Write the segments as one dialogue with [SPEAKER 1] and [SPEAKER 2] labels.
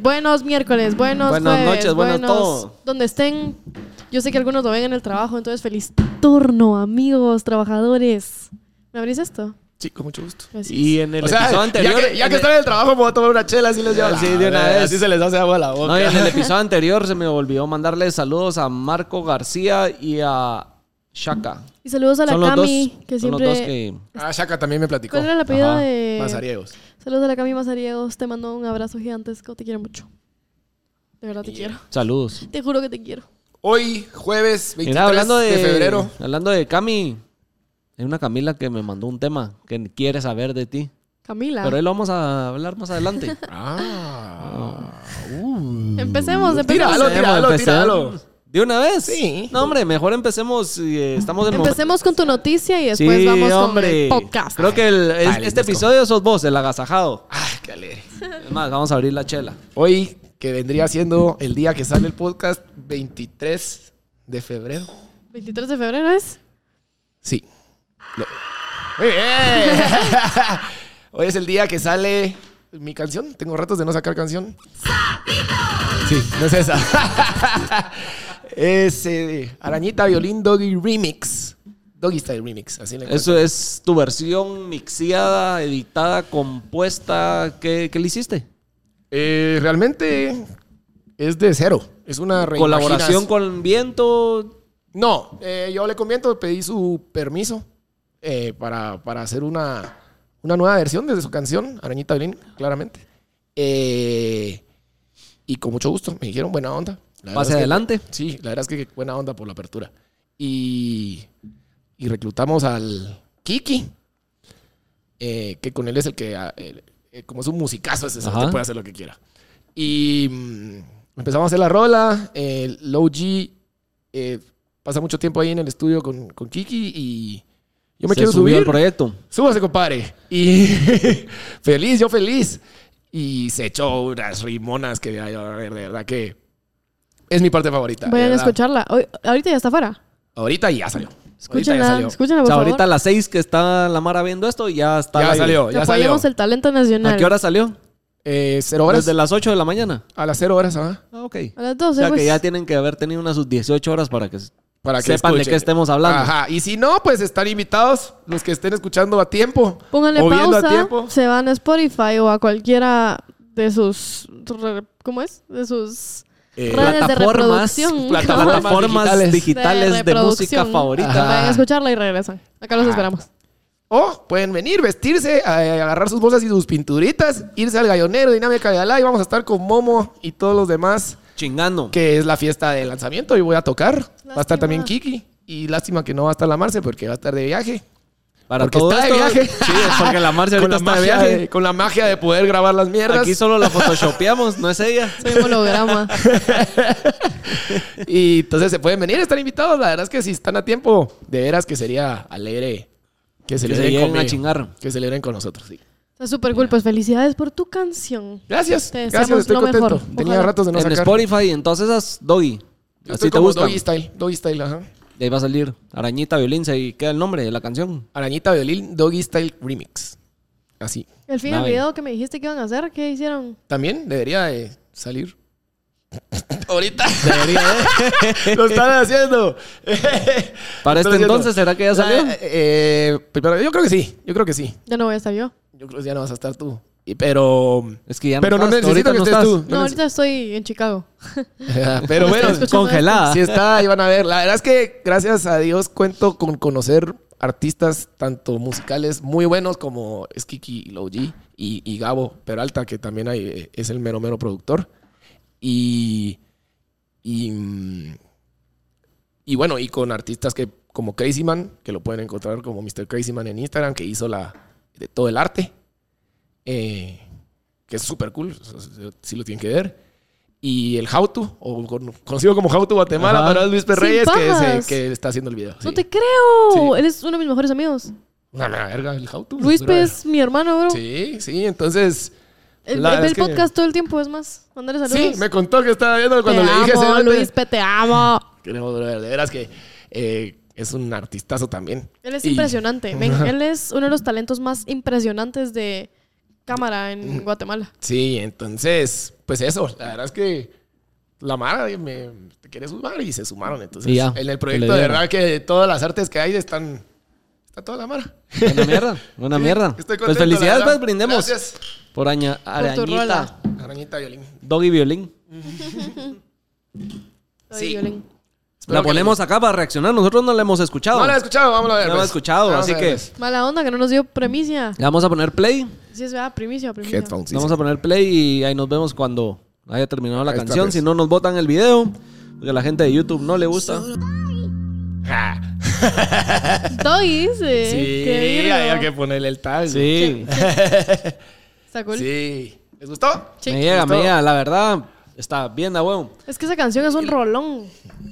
[SPEAKER 1] Buenos miércoles, buenos
[SPEAKER 2] Buenas
[SPEAKER 1] jueves,
[SPEAKER 2] noches, buenos todo.
[SPEAKER 1] Donde estén, yo sé que algunos lo ven en el trabajo, entonces feliz turno, amigos, trabajadores. ¿Me abrís esto?
[SPEAKER 3] Sí, con mucho gusto.
[SPEAKER 1] Gracias.
[SPEAKER 2] Y en el
[SPEAKER 3] O sea,
[SPEAKER 2] episodio anterior.
[SPEAKER 3] ya que, ya
[SPEAKER 2] en
[SPEAKER 3] que
[SPEAKER 2] el-
[SPEAKER 3] están en el trabajo, me voy a tomar una chela, así les llevo.
[SPEAKER 2] Sí,
[SPEAKER 3] la
[SPEAKER 2] de una
[SPEAKER 3] verga,
[SPEAKER 2] vez.
[SPEAKER 3] Así se les hace agua a la boca.
[SPEAKER 2] No, y en el episodio anterior se me olvidó mandarles saludos a Marco García y a Shaka.
[SPEAKER 1] Y saludos a la
[SPEAKER 2] Son los
[SPEAKER 1] Cami,
[SPEAKER 2] dos-
[SPEAKER 1] que
[SPEAKER 2] son los
[SPEAKER 1] siempre...
[SPEAKER 2] dos que-
[SPEAKER 3] Ah, Shaka también me platicó.
[SPEAKER 1] ¿Cuál era el apellido
[SPEAKER 2] Ajá,
[SPEAKER 1] de...?
[SPEAKER 3] Mazariegos.
[SPEAKER 1] Saludos a la Cami Mazariegos, te mando un abrazo gigantesco, te quiero mucho. De verdad te quiero.
[SPEAKER 2] Saludos.
[SPEAKER 1] Te juro que te quiero.
[SPEAKER 3] Hoy, jueves 23
[SPEAKER 2] Mira, hablando de,
[SPEAKER 3] de febrero.
[SPEAKER 2] Hablando de Cami. Hay una Camila que me mandó un tema que quiere saber de ti.
[SPEAKER 1] Camila.
[SPEAKER 2] Pero ahí lo vamos a hablar más adelante.
[SPEAKER 3] Ah.
[SPEAKER 1] Empecemos, empecemos.
[SPEAKER 3] Tíralo, tíralo,
[SPEAKER 2] Empecemos,
[SPEAKER 3] tíralo.
[SPEAKER 2] ¿De una vez?
[SPEAKER 3] Sí.
[SPEAKER 2] No, hombre, mejor empecemos. y, eh, estamos en momento-
[SPEAKER 1] Empecemos con tu noticia y después
[SPEAKER 2] sí,
[SPEAKER 1] vamos
[SPEAKER 2] hombre.
[SPEAKER 1] con el podcast.
[SPEAKER 2] Creo que el- es-
[SPEAKER 3] Dale,
[SPEAKER 2] este
[SPEAKER 3] let's go.
[SPEAKER 2] episodio sos vos, el agasajado.
[SPEAKER 3] Ay, qué alegre.
[SPEAKER 2] Es más, vamos a abrir la chela.
[SPEAKER 3] Hoy, que vendría siendo el día que sale el podcast, 23 de febrero.
[SPEAKER 1] 23 de febrero es.
[SPEAKER 3] Sí. Lo- Muy bien. Hoy es el día que sale mi canción. Tengo ratos de no sacar canción. Sí, no es esa. es eh, Arañita Violín Doggy Remix. Doggy Style Remix, así le
[SPEAKER 2] Eso es tu versión mixiada, editada, compuesta. ¿Qué, qué le hiciste?
[SPEAKER 3] Eh, realmente es de cero. Es una
[SPEAKER 2] ¿Colaboración
[SPEAKER 3] reimaginación.
[SPEAKER 2] con Viento?
[SPEAKER 3] No, eh, yo le comento, pedí su permiso eh, para, para hacer una, una nueva versión de su canción, Arañita Blin, claramente. Eh, y con mucho gusto, me dijeron buena onda. La verdad
[SPEAKER 2] Pase
[SPEAKER 3] es que-
[SPEAKER 2] adelante.
[SPEAKER 3] sí, la verdad es que buena onda por la apertura. Y, y reclutamos al Kiki, eh, que con él es el que, ah, el- eh, como es un musicazo, ese
[SPEAKER 2] Ajá.
[SPEAKER 3] te puede hacer lo que quiera. Y mm, empezamos a hacer la rola. eh, Low G eh, pasa mucho tiempo ahí en el estudio con, con Kiki y yo me
[SPEAKER 2] Se
[SPEAKER 3] quiero
[SPEAKER 2] subió
[SPEAKER 3] subir.
[SPEAKER 2] al proyecto.
[SPEAKER 3] Súbase, compadre. Y feliz, yo feliz. Y se echó unas rimonas que ay, de verdad que es mi parte favorita. de
[SPEAKER 1] Vayan a
[SPEAKER 3] verdad.
[SPEAKER 1] escucharla. Hoy- ahorita ya está afuera.
[SPEAKER 3] Ahorita ya salió. Ahorita ya
[SPEAKER 1] Escúchenla,
[SPEAKER 3] salió.
[SPEAKER 1] escúchenla,
[SPEAKER 2] O
[SPEAKER 1] por
[SPEAKER 2] sea,
[SPEAKER 1] favor.
[SPEAKER 2] ahorita a las 6 que está la Mara viendo esto, ya está. al
[SPEAKER 3] Ya
[SPEAKER 2] aire.
[SPEAKER 3] salió, ya salió.
[SPEAKER 1] Apoyemos el talento nacional.
[SPEAKER 2] ¿A qué hora salió?
[SPEAKER 3] Eh, cero horas.
[SPEAKER 2] Desde las 8 de la mañana.
[SPEAKER 3] A las cero horas, ¿ah?
[SPEAKER 2] Ah, ok.
[SPEAKER 1] A las
[SPEAKER 2] O
[SPEAKER 1] 12,
[SPEAKER 2] sea
[SPEAKER 1] pues.
[SPEAKER 2] que ya tienen que haber tenido unas sus 18 horas para que
[SPEAKER 3] Para que
[SPEAKER 2] sepan de
[SPEAKER 3] escuchen.
[SPEAKER 2] qué estemos hablando.
[SPEAKER 3] Ajá. Y si no, pues están invitados los que estén escuchando a tiempo.
[SPEAKER 1] Pónganle
[SPEAKER 3] o viendo a
[SPEAKER 1] pausa.
[SPEAKER 3] tiempo.
[SPEAKER 1] Se van a Spotify o a cualquiera de sus. re- ¿Cómo es? De sus.
[SPEAKER 3] Eh,
[SPEAKER 1] redes de
[SPEAKER 2] plataformas,
[SPEAKER 1] reproducción.
[SPEAKER 2] plataformas digitales,
[SPEAKER 3] digitales.
[SPEAKER 2] de, música
[SPEAKER 1] reproducción.
[SPEAKER 2] favorita. Ah.
[SPEAKER 1] Vayan a escucharla y regresan. Acá los
[SPEAKER 3] Ajá.
[SPEAKER 1] esperamos.
[SPEAKER 3] O pueden venir, vestirse, a- a agarrar sus bolsas y sus pinturitas, irse al gallonero, dinámica de Alá y vamos a estar con Momo y todos los demás.
[SPEAKER 2] Chingando.
[SPEAKER 3] que es la fiesta de lanzamiento y voy a tocar. Va a estar
[SPEAKER 1] Lástima.
[SPEAKER 3] también Kiki. Y lástima que no va a estar la Marce porque va a estar de viaje.
[SPEAKER 2] Para
[SPEAKER 3] porque
[SPEAKER 2] todo
[SPEAKER 3] está de
[SPEAKER 2] esto-
[SPEAKER 3] viaje.
[SPEAKER 2] Sí, es porque la Marcia
[SPEAKER 3] con,
[SPEAKER 2] ahorita
[SPEAKER 3] la
[SPEAKER 2] está de
[SPEAKER 3] magia
[SPEAKER 2] viaje.
[SPEAKER 3] de- con la magia de poder grabar las mierdas.
[SPEAKER 2] Aquí solo la photoshopeamos, no es ella.
[SPEAKER 1] Soy un holograma.
[SPEAKER 3] Y entonces se pueden venir, están invitados. La verdad es que si están a tiempo, de veras que sería alegre que
[SPEAKER 2] Que
[SPEAKER 3] celebren,
[SPEAKER 2] se lleguen a
[SPEAKER 3] conmigo.
[SPEAKER 2] chingar.
[SPEAKER 3] Que celebren con nosotros. sí.
[SPEAKER 1] Está súper cool. Pues felicidades por tu canción.
[SPEAKER 3] Gracias.
[SPEAKER 1] Te
[SPEAKER 3] Gracias,
[SPEAKER 1] deseamos
[SPEAKER 3] estoy
[SPEAKER 1] lo
[SPEAKER 3] contento.
[SPEAKER 1] mejor.
[SPEAKER 3] Tenía
[SPEAKER 1] Ojalá.
[SPEAKER 3] ratos de no
[SPEAKER 2] en
[SPEAKER 3] sacar.
[SPEAKER 2] Spotify y en todas esas, Doggy. Así
[SPEAKER 3] Yo estoy
[SPEAKER 2] te
[SPEAKER 3] como
[SPEAKER 2] gusta.
[SPEAKER 3] Doggy Style. Doggy Style, ajá.
[SPEAKER 2] De ahí va a salir Arañita Violín, se ahí queda el nombre de la canción.
[SPEAKER 3] Arañita Violín, Doggy Style Remix. Así.
[SPEAKER 1] El fin del
[SPEAKER 2] Nave.
[SPEAKER 1] video que me dijiste que iban a hacer, ¿qué hicieron?
[SPEAKER 3] También debería de salir. Ahorita. Debería Lo están haciendo.
[SPEAKER 2] Para
[SPEAKER 3] Lo
[SPEAKER 2] este
[SPEAKER 3] están haciendo.
[SPEAKER 2] entonces, ¿será que ya salió?
[SPEAKER 3] Eh, eh, primero, yo creo que sí. Yo creo que sí.
[SPEAKER 1] Ya no voy a estar yo.
[SPEAKER 3] Yo creo que ya no vas a estar tú. Y- pero.
[SPEAKER 2] Es que ya
[SPEAKER 3] pero no
[SPEAKER 2] estás,
[SPEAKER 3] necesito que
[SPEAKER 2] ahorita
[SPEAKER 3] estés
[SPEAKER 2] no
[SPEAKER 3] tú.
[SPEAKER 1] No, ahorita estoy en Chicago.
[SPEAKER 3] necesito- pero bueno,
[SPEAKER 1] Estoy escuchando
[SPEAKER 2] Congelada.
[SPEAKER 3] si está, y van a ver. La verdad es que, gracias a Dios, cuento con conocer artistas tanto musicales muy buenos como Skiki y G y, y Gabo Peralta, que también hay- eh, es el mero mero productor. Y. Y. mm, Y bueno, y con artistas que como Crazy Man, que lo pueden encontrar como Mr. Crazy Man en Instagram, que hizo la de todo el arte. eh, que es súper cool, o sea, sí lo tienen que ver. Y el Jautu, o con- conocido como Jautu Guatemala,
[SPEAKER 2] Ajá.
[SPEAKER 3] para Luis
[SPEAKER 1] Sin
[SPEAKER 3] Perreyes, que, es el
[SPEAKER 1] pajas.
[SPEAKER 3] que está haciendo el video.
[SPEAKER 1] No
[SPEAKER 3] sí.
[SPEAKER 1] te creo.
[SPEAKER 3] Sí.
[SPEAKER 1] Eres uno de mis mejores amigos.
[SPEAKER 3] Una la verga, el Jautu.
[SPEAKER 1] Luis
[SPEAKER 3] brother.
[SPEAKER 1] es mi hermano, bro.
[SPEAKER 3] Sí, sí, entonces.
[SPEAKER 1] El,
[SPEAKER 3] la
[SPEAKER 1] ve
[SPEAKER 3] verdad
[SPEAKER 1] el
[SPEAKER 3] es que-
[SPEAKER 1] podcast todo el tiempo, es más. Mándale saludos.
[SPEAKER 3] Sí, me contó que estaba viendo cuando
[SPEAKER 1] te
[SPEAKER 3] le dije.
[SPEAKER 1] amo,
[SPEAKER 3] "Cerote".
[SPEAKER 1] Luis, te amo.
[SPEAKER 3] Queremos brother, de veras que eh, es un artistazo también.
[SPEAKER 1] Él es
[SPEAKER 3] Y-
[SPEAKER 1] impresionante. men. él es uno de los talentos más impresionantes de cámara en Guatemala.
[SPEAKER 3] Sí, entonces, pues eso, la verdad es que la Mara me te quiere sumar y se sumaron. Entonces,
[SPEAKER 2] Y ya,
[SPEAKER 3] en el
[SPEAKER 2] que
[SPEAKER 3] proyecto,
[SPEAKER 2] le
[SPEAKER 3] de
[SPEAKER 2] dieron.
[SPEAKER 3] verdad que todas las artes que hay están. Está toda la Mara.
[SPEAKER 2] Buena mierda, buena
[SPEAKER 3] Sí,
[SPEAKER 2] mierda.
[SPEAKER 3] estoy
[SPEAKER 2] pues
[SPEAKER 3] contento,
[SPEAKER 2] felicidades,
[SPEAKER 3] la
[SPEAKER 2] pues
[SPEAKER 3] verdad.
[SPEAKER 2] brindemos.
[SPEAKER 3] Gracias.
[SPEAKER 2] Por aña,
[SPEAKER 1] tu
[SPEAKER 2] arañita,
[SPEAKER 1] rola.
[SPEAKER 3] Arañita violín.
[SPEAKER 2] doggy violín.
[SPEAKER 1] Soy
[SPEAKER 3] Sí.
[SPEAKER 1] violín.
[SPEAKER 3] Espero
[SPEAKER 2] la
[SPEAKER 3] que-
[SPEAKER 2] ponemos acá para reaccionar. Nosotros no la hemos escuchado.
[SPEAKER 3] No la he escuchado, vamos a ver.
[SPEAKER 2] No la he
[SPEAKER 3] pues.
[SPEAKER 2] escuchado,
[SPEAKER 3] Vamos
[SPEAKER 2] así
[SPEAKER 3] a
[SPEAKER 2] que
[SPEAKER 3] ver,
[SPEAKER 2] le
[SPEAKER 3] pues.
[SPEAKER 1] Mala onda que no nos dio premicia.
[SPEAKER 2] vamos a poner play.
[SPEAKER 1] Sí, es verdad, primicia, primicia.
[SPEAKER 3] Headphones, sí,
[SPEAKER 2] le vamos
[SPEAKER 3] sí.
[SPEAKER 2] a poner play y ahí nos vemos cuando haya terminado la
[SPEAKER 3] Ahí está,
[SPEAKER 2] canción.
[SPEAKER 3] pues.
[SPEAKER 2] Si no nos botan el video, porque a la gente de YouTube no le gusta.
[SPEAKER 3] Ja.
[SPEAKER 1] Doggy dice.
[SPEAKER 3] Ah, Sí,
[SPEAKER 1] qué virgo.
[SPEAKER 3] había que ponerle el tal.
[SPEAKER 2] Sí,
[SPEAKER 1] Está cool.
[SPEAKER 3] Sí. ¿Les gustó?
[SPEAKER 1] Sí.
[SPEAKER 2] me llega, me
[SPEAKER 3] Gustó.
[SPEAKER 2] llega. La verdad, está bien da huevo.
[SPEAKER 1] Es que esa canción es un rolón.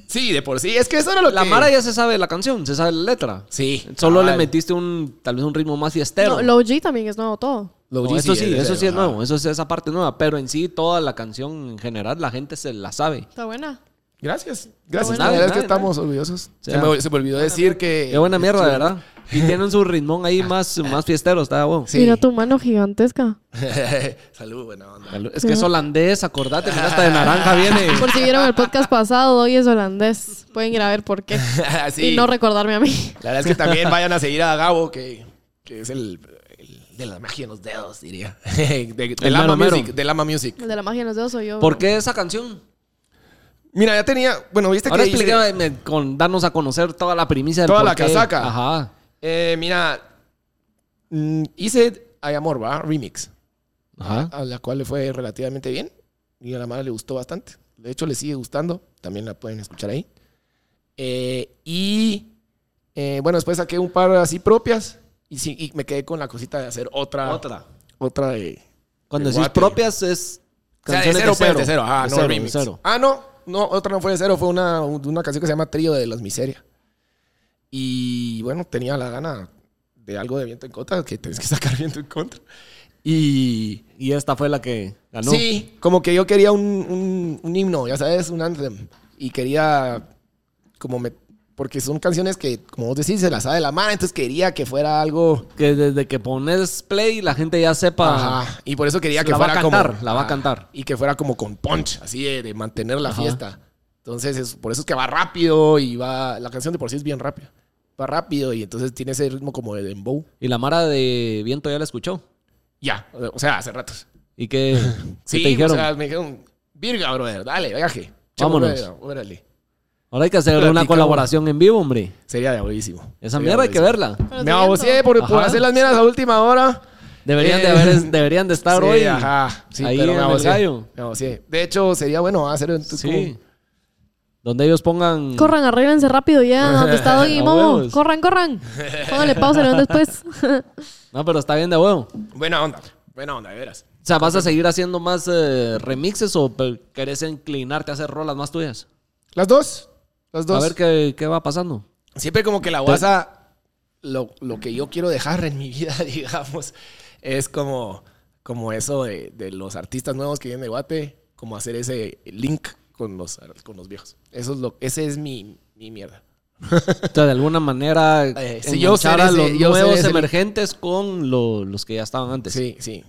[SPEAKER 3] Sí, de por sí. Es que eso era lo
[SPEAKER 2] La
[SPEAKER 3] que.
[SPEAKER 2] Mara ya se sabe la canción, se sabe la letra.
[SPEAKER 3] Sí. Ah,
[SPEAKER 2] Solo le
[SPEAKER 3] cabal.
[SPEAKER 2] metiste un, tal vez un ritmo más fiestero.
[SPEAKER 1] No, Low G también es nuevo todo.
[SPEAKER 3] Lo
[SPEAKER 2] No,
[SPEAKER 3] G
[SPEAKER 2] eso sí,
[SPEAKER 3] es
[SPEAKER 2] eso sí es
[SPEAKER 3] verdad.
[SPEAKER 2] nuevo, eso es esa parte nueva, pero en sí toda la canción en general la gente se la sabe.
[SPEAKER 1] Está buena.
[SPEAKER 3] Gracias. Gracias.
[SPEAKER 2] bueno.
[SPEAKER 3] la verdad es que
[SPEAKER 2] Nada, nada.
[SPEAKER 3] estamos orgullosos.
[SPEAKER 2] Sí.
[SPEAKER 3] Se me, se me olvidó decir que.
[SPEAKER 2] ¿eh? Qué buena mierda, de ¿verdad? Y tienen su ritmón ahí más, más fiestero, está bueno.
[SPEAKER 3] Sí.
[SPEAKER 1] Mira tu mano gigantesca.
[SPEAKER 3] Salud, buena onda.
[SPEAKER 2] Es que es holandés, acordate, mira, hasta de naranja viene.
[SPEAKER 1] Por si vieron el podcast pasado, Doggy es holandés. Pueden ir a ver por qué.
[SPEAKER 2] Ah,
[SPEAKER 3] sí.
[SPEAKER 1] Y no recordarme a mí.
[SPEAKER 3] La verdad es que también vayan a seguir a Gabo, que, que es el, el de la magia en los dedos, diría. De, de,
[SPEAKER 2] El
[SPEAKER 3] Lama
[SPEAKER 2] mero, mero.
[SPEAKER 3] Music, de Lama Music.
[SPEAKER 1] El de la magia de los dedos soy yo.
[SPEAKER 2] ¿Por qué esa canción?
[SPEAKER 3] Mira, ya tenía. Bueno, viste
[SPEAKER 2] Ahora
[SPEAKER 3] que. hice-
[SPEAKER 2] explícame con darnos a conocer toda la primicia del
[SPEAKER 3] Toda
[SPEAKER 2] por
[SPEAKER 3] la
[SPEAKER 2] qué.
[SPEAKER 3] casaca.
[SPEAKER 2] Ajá.
[SPEAKER 3] Eh, mira. mm, hice Hay Amor, ¿va? Remix.
[SPEAKER 2] Ajá.
[SPEAKER 3] A la cual le fue relativamente bien. Y a la Mara le gustó bastante. De hecho, le sigue gustando. También la pueden escuchar ahí. Eh, y. eh, bueno, después saqué un par así propias. Y, sí, y me quedé con la cosita de hacer otra.
[SPEAKER 2] Otra.
[SPEAKER 3] Otra de.
[SPEAKER 2] Cuando
[SPEAKER 3] de
[SPEAKER 2] decís
[SPEAKER 3] Guate.
[SPEAKER 2] propias es
[SPEAKER 3] O sea, de
[SPEAKER 2] canciones
[SPEAKER 3] cero, pues, de
[SPEAKER 2] de
[SPEAKER 3] cero. Ah,
[SPEAKER 2] De
[SPEAKER 3] no,
[SPEAKER 2] cero,
[SPEAKER 3] remix.
[SPEAKER 2] de cero.
[SPEAKER 3] Ah, no, no, otra no fue de cero, fue una, una canción que se llama Trío de las Miserias. Y bueno, tenía la gana de algo de viento en contra, que tenés que sacar viento en contra. Y.
[SPEAKER 2] Y esta fue la que ganó.
[SPEAKER 3] Sí, como que yo quería un, un- un himno, ya sabes, un anthem. Y quería. Como me. Porque son canciones que, como vos decís, se las sabe la mano, entonces quería que fuera algo.
[SPEAKER 2] Que desde que pones play la gente ya sepa.
[SPEAKER 3] Ajá. Y por eso quería
[SPEAKER 2] La
[SPEAKER 3] que
[SPEAKER 2] va a
[SPEAKER 3] fuera
[SPEAKER 2] cantar,
[SPEAKER 3] como.
[SPEAKER 2] la va a
[SPEAKER 3] Ah,
[SPEAKER 2] cantar.
[SPEAKER 3] Y que fuera como con punch, así de, de mantener la
[SPEAKER 2] Ajá.
[SPEAKER 3] fiesta. Entonces, es- por eso es que va rápido y va. La canción de por sí es bien rápida. Va rápido y entonces tiene ese ritmo como de dembow.
[SPEAKER 2] Y la Mara de Viento ya la escuchó.
[SPEAKER 3] Ya, o sea, hace ratos.
[SPEAKER 2] ¿Y qué, qué
[SPEAKER 3] Sí,
[SPEAKER 2] te dijeron?
[SPEAKER 3] o sea, me dijeron, Virga, brother, dale, viaje.
[SPEAKER 2] Vámonos.
[SPEAKER 3] Chamo, brother, Órale.
[SPEAKER 2] Ahora hay que hacer una
[SPEAKER 3] platicamos.
[SPEAKER 2] colaboración en vivo, hombre.
[SPEAKER 3] Sería diabolísimo.
[SPEAKER 2] Esa mierda hay que verla.
[SPEAKER 1] Pero
[SPEAKER 3] Me
[SPEAKER 1] te
[SPEAKER 3] abocé
[SPEAKER 1] miento.
[SPEAKER 3] por, por
[SPEAKER 2] Ajá.
[SPEAKER 3] hacer las mierdas a última hora.
[SPEAKER 2] Deberían, de,
[SPEAKER 3] Eh,
[SPEAKER 2] haber- deberían de estar
[SPEAKER 3] sí,
[SPEAKER 2] hoy.
[SPEAKER 3] Ajá. Sí,
[SPEAKER 2] ahí
[SPEAKER 3] pero
[SPEAKER 2] en el
[SPEAKER 3] me abocé.
[SPEAKER 2] gallo.
[SPEAKER 3] Me abocé. De hecho, sería bueno hacer un
[SPEAKER 2] Sí. Donde ellos pongan.
[SPEAKER 1] Corran, arréglense rápido ya. ¿Dónde está Doggy y
[SPEAKER 2] A
[SPEAKER 1] Momo?
[SPEAKER 2] huevos.
[SPEAKER 1] Corran, corran. Pónganle pausa, le van después.
[SPEAKER 2] No, pero está bien de huevo. O
[SPEAKER 3] Buena onda. Buena onda, de veras.
[SPEAKER 2] sea, ¿vas a seguir haciendo más eh, remixes o pe- querés inclinarte a hacer rolas más tuyas?
[SPEAKER 3] Las dos. Las dos.
[SPEAKER 2] A ver qué, qué va pasando.
[SPEAKER 3] Siempre como que la guasa, lo, lo que yo quiero dejar en mi vida, digamos, es como, como eso de, de los artistas nuevos que vienen de Guate, como hacer ese link con los, con los viejos. Eso es lo, ese es mi, mi mierda.
[SPEAKER 2] O sea, de alguna manera,
[SPEAKER 3] Eh, sí, yo
[SPEAKER 2] enganchar a
[SPEAKER 3] seré
[SPEAKER 2] los
[SPEAKER 3] ese- yo seré
[SPEAKER 2] nuevos
[SPEAKER 3] ese-
[SPEAKER 2] emergentes con lo- los que ya estaban antes.
[SPEAKER 3] Sí, sí.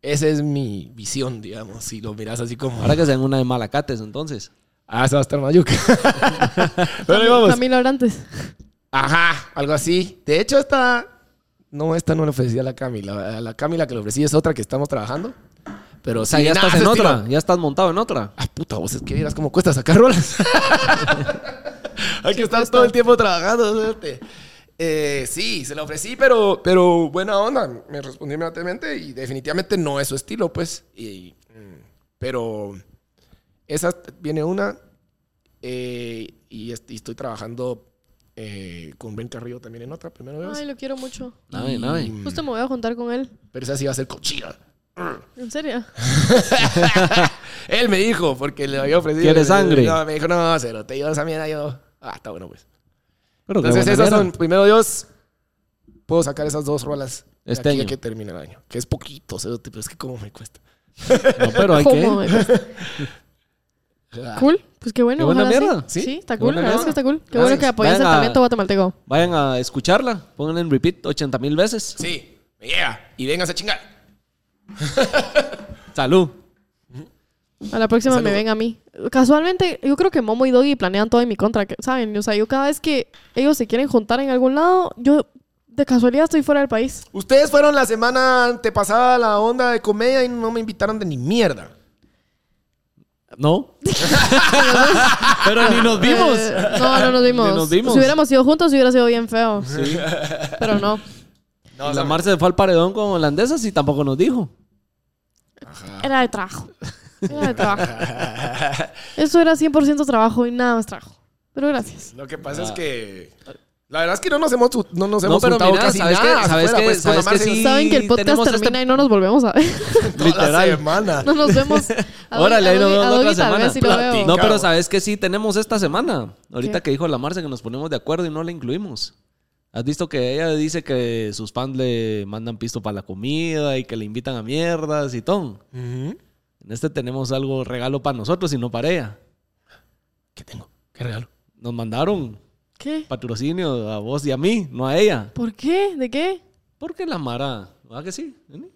[SPEAKER 3] Esa es mi visión, digamos, si lo miras así como...
[SPEAKER 2] Ahora que sean una de Malacates, entonces.
[SPEAKER 3] Ah, se va a estar Mayuca. Pero ahí vamos.
[SPEAKER 1] Camilo Orantes.
[SPEAKER 3] Ajá, algo así. De hecho, esta. No, esta no le ofrecí a la Camila. A la Camila que le ofrecí es otra que estamos trabajando. Pero
[SPEAKER 2] O sea, ya estás en otra, ya estás montado en otra.
[SPEAKER 3] Ah, puta, vos es que vieras cómo cuesta sacar rolas. Hay que estar todo el tiempo trabajando. suerte. Eh, sí, se la ofrecí, pero, pero buena onda. Me respondió inmediatamente y definitivamente no es su estilo, pues. Y, mm, pero esa viene una eh, y, est- y estoy trabajando eh, con Ben Carrillo también en otra, primero vez.
[SPEAKER 1] Ay, lo quiero mucho.
[SPEAKER 2] Nave, nave.
[SPEAKER 3] Y-
[SPEAKER 1] Justo me voy a juntar con él.
[SPEAKER 3] Mm, Pero esa sí va a ser cochina.
[SPEAKER 1] ¿En serio?
[SPEAKER 3] Él me dijo, porque le había ofrecido.
[SPEAKER 2] ¿Quieres sangre?
[SPEAKER 3] No, me dijo, no, cero, te llevo esa mierda. Yo, ah, está bueno, pues.
[SPEAKER 2] Pero qué
[SPEAKER 3] Entonces,
[SPEAKER 2] buena
[SPEAKER 3] esas
[SPEAKER 2] mierda.
[SPEAKER 3] son, primero Dios, puedo sacar esas dos rolas. de
[SPEAKER 2] Este
[SPEAKER 3] aquí a
[SPEAKER 2] año.
[SPEAKER 3] que termine el año. Que es poquito, cerote, pero es que cómo me cuesta.
[SPEAKER 2] No, pero hay
[SPEAKER 1] ¿Cómo?
[SPEAKER 2] que.
[SPEAKER 3] Ah,
[SPEAKER 1] Cool. Pues qué bueno.
[SPEAKER 2] Qué buena
[SPEAKER 1] ojalá sí.
[SPEAKER 2] mierda.
[SPEAKER 1] Sí,
[SPEAKER 3] Sí,
[SPEAKER 1] está
[SPEAKER 2] qué
[SPEAKER 1] cool.
[SPEAKER 2] buena
[SPEAKER 1] La verdad es que
[SPEAKER 2] mierda.
[SPEAKER 1] está cool. Qué
[SPEAKER 2] Gracias.
[SPEAKER 1] bueno que apoyas el
[SPEAKER 2] Venga.
[SPEAKER 1] talento guatemalteco.
[SPEAKER 2] Vayan a escucharla, pongan en repeat 80 mil veces.
[SPEAKER 3] Sí, me llega. Y vengas a chingar.
[SPEAKER 2] Salud.
[SPEAKER 1] A la próxima
[SPEAKER 3] Saludo.
[SPEAKER 1] me ven a mí. Casualmente, yo creo que Momo y Doggy planean todo en mi contra, que- ¿saben? O sea, yo cada vez que ellos se quieren juntar en algún lado, yo de casualidad estoy fuera del país.
[SPEAKER 3] Ustedes fueron la semana antepasada a la onda de comedia y no me invitaron de ni mierda.
[SPEAKER 2] No. Pero ni nos vimos.
[SPEAKER 1] Eh, no, no nos vimos.
[SPEAKER 2] Ni nos vimos.
[SPEAKER 1] Si hubiéramos ido juntos, hubiera sido bien feo.
[SPEAKER 2] Sí.
[SPEAKER 1] Pero no.
[SPEAKER 2] Y la Mar se fue al paredón con holandesas y tampoco nos dijo.
[SPEAKER 1] Era de trabajo. Era de trabajo. Eso era 100% trabajo y nada más trabajo. Pero gracias.
[SPEAKER 3] Lo que pasa es que. La verdad es que no nos hemos, no nos hemos
[SPEAKER 2] Ah. pero
[SPEAKER 3] juntado
[SPEAKER 2] mira,
[SPEAKER 3] casi
[SPEAKER 2] ¿sabes qué?
[SPEAKER 3] nada.
[SPEAKER 2] ¿Sabes
[SPEAKER 3] afuera,
[SPEAKER 2] qué?
[SPEAKER 3] pues, con la
[SPEAKER 2] ¿Sabes qué?
[SPEAKER 3] Marce
[SPEAKER 2] Sí,
[SPEAKER 1] Saben que el podcast
[SPEAKER 2] tenemos este-
[SPEAKER 1] termina y no nos volvemos a ver.
[SPEAKER 3] toda la
[SPEAKER 2] Literal.
[SPEAKER 3] semana.
[SPEAKER 1] No nos vemos. A Doggy-
[SPEAKER 2] Órale,
[SPEAKER 1] a
[SPEAKER 2] ahí nos
[SPEAKER 1] Doggy- a
[SPEAKER 2] vemos la otra
[SPEAKER 1] Doggy tal
[SPEAKER 2] semana.
[SPEAKER 1] vez sí lo veo.
[SPEAKER 3] Platica.
[SPEAKER 2] No, pero
[SPEAKER 3] Cabo.
[SPEAKER 2] sabes que sí tenemos esta semana. Ahorita
[SPEAKER 1] ¿Qué?
[SPEAKER 2] que dijo la Marce que nos ponemos de acuerdo y no la incluimos. Has visto que ella dice que sus fans le mandan pisto para la comida y que le invitan a mierdas y todo.
[SPEAKER 3] Ujú.
[SPEAKER 2] En este tenemos algo regalo para nosotros y no para ella.
[SPEAKER 3] ¿Qué tengo? ¿Qué regalo?
[SPEAKER 2] Nos mandaron
[SPEAKER 1] ¿Qué?
[SPEAKER 2] patrocinio a vos y a mí, no a ella.
[SPEAKER 1] ¿Por qué? ¿De qué?
[SPEAKER 2] Porque la Mara, ¿verdad que sí? ¿Eh? Nini?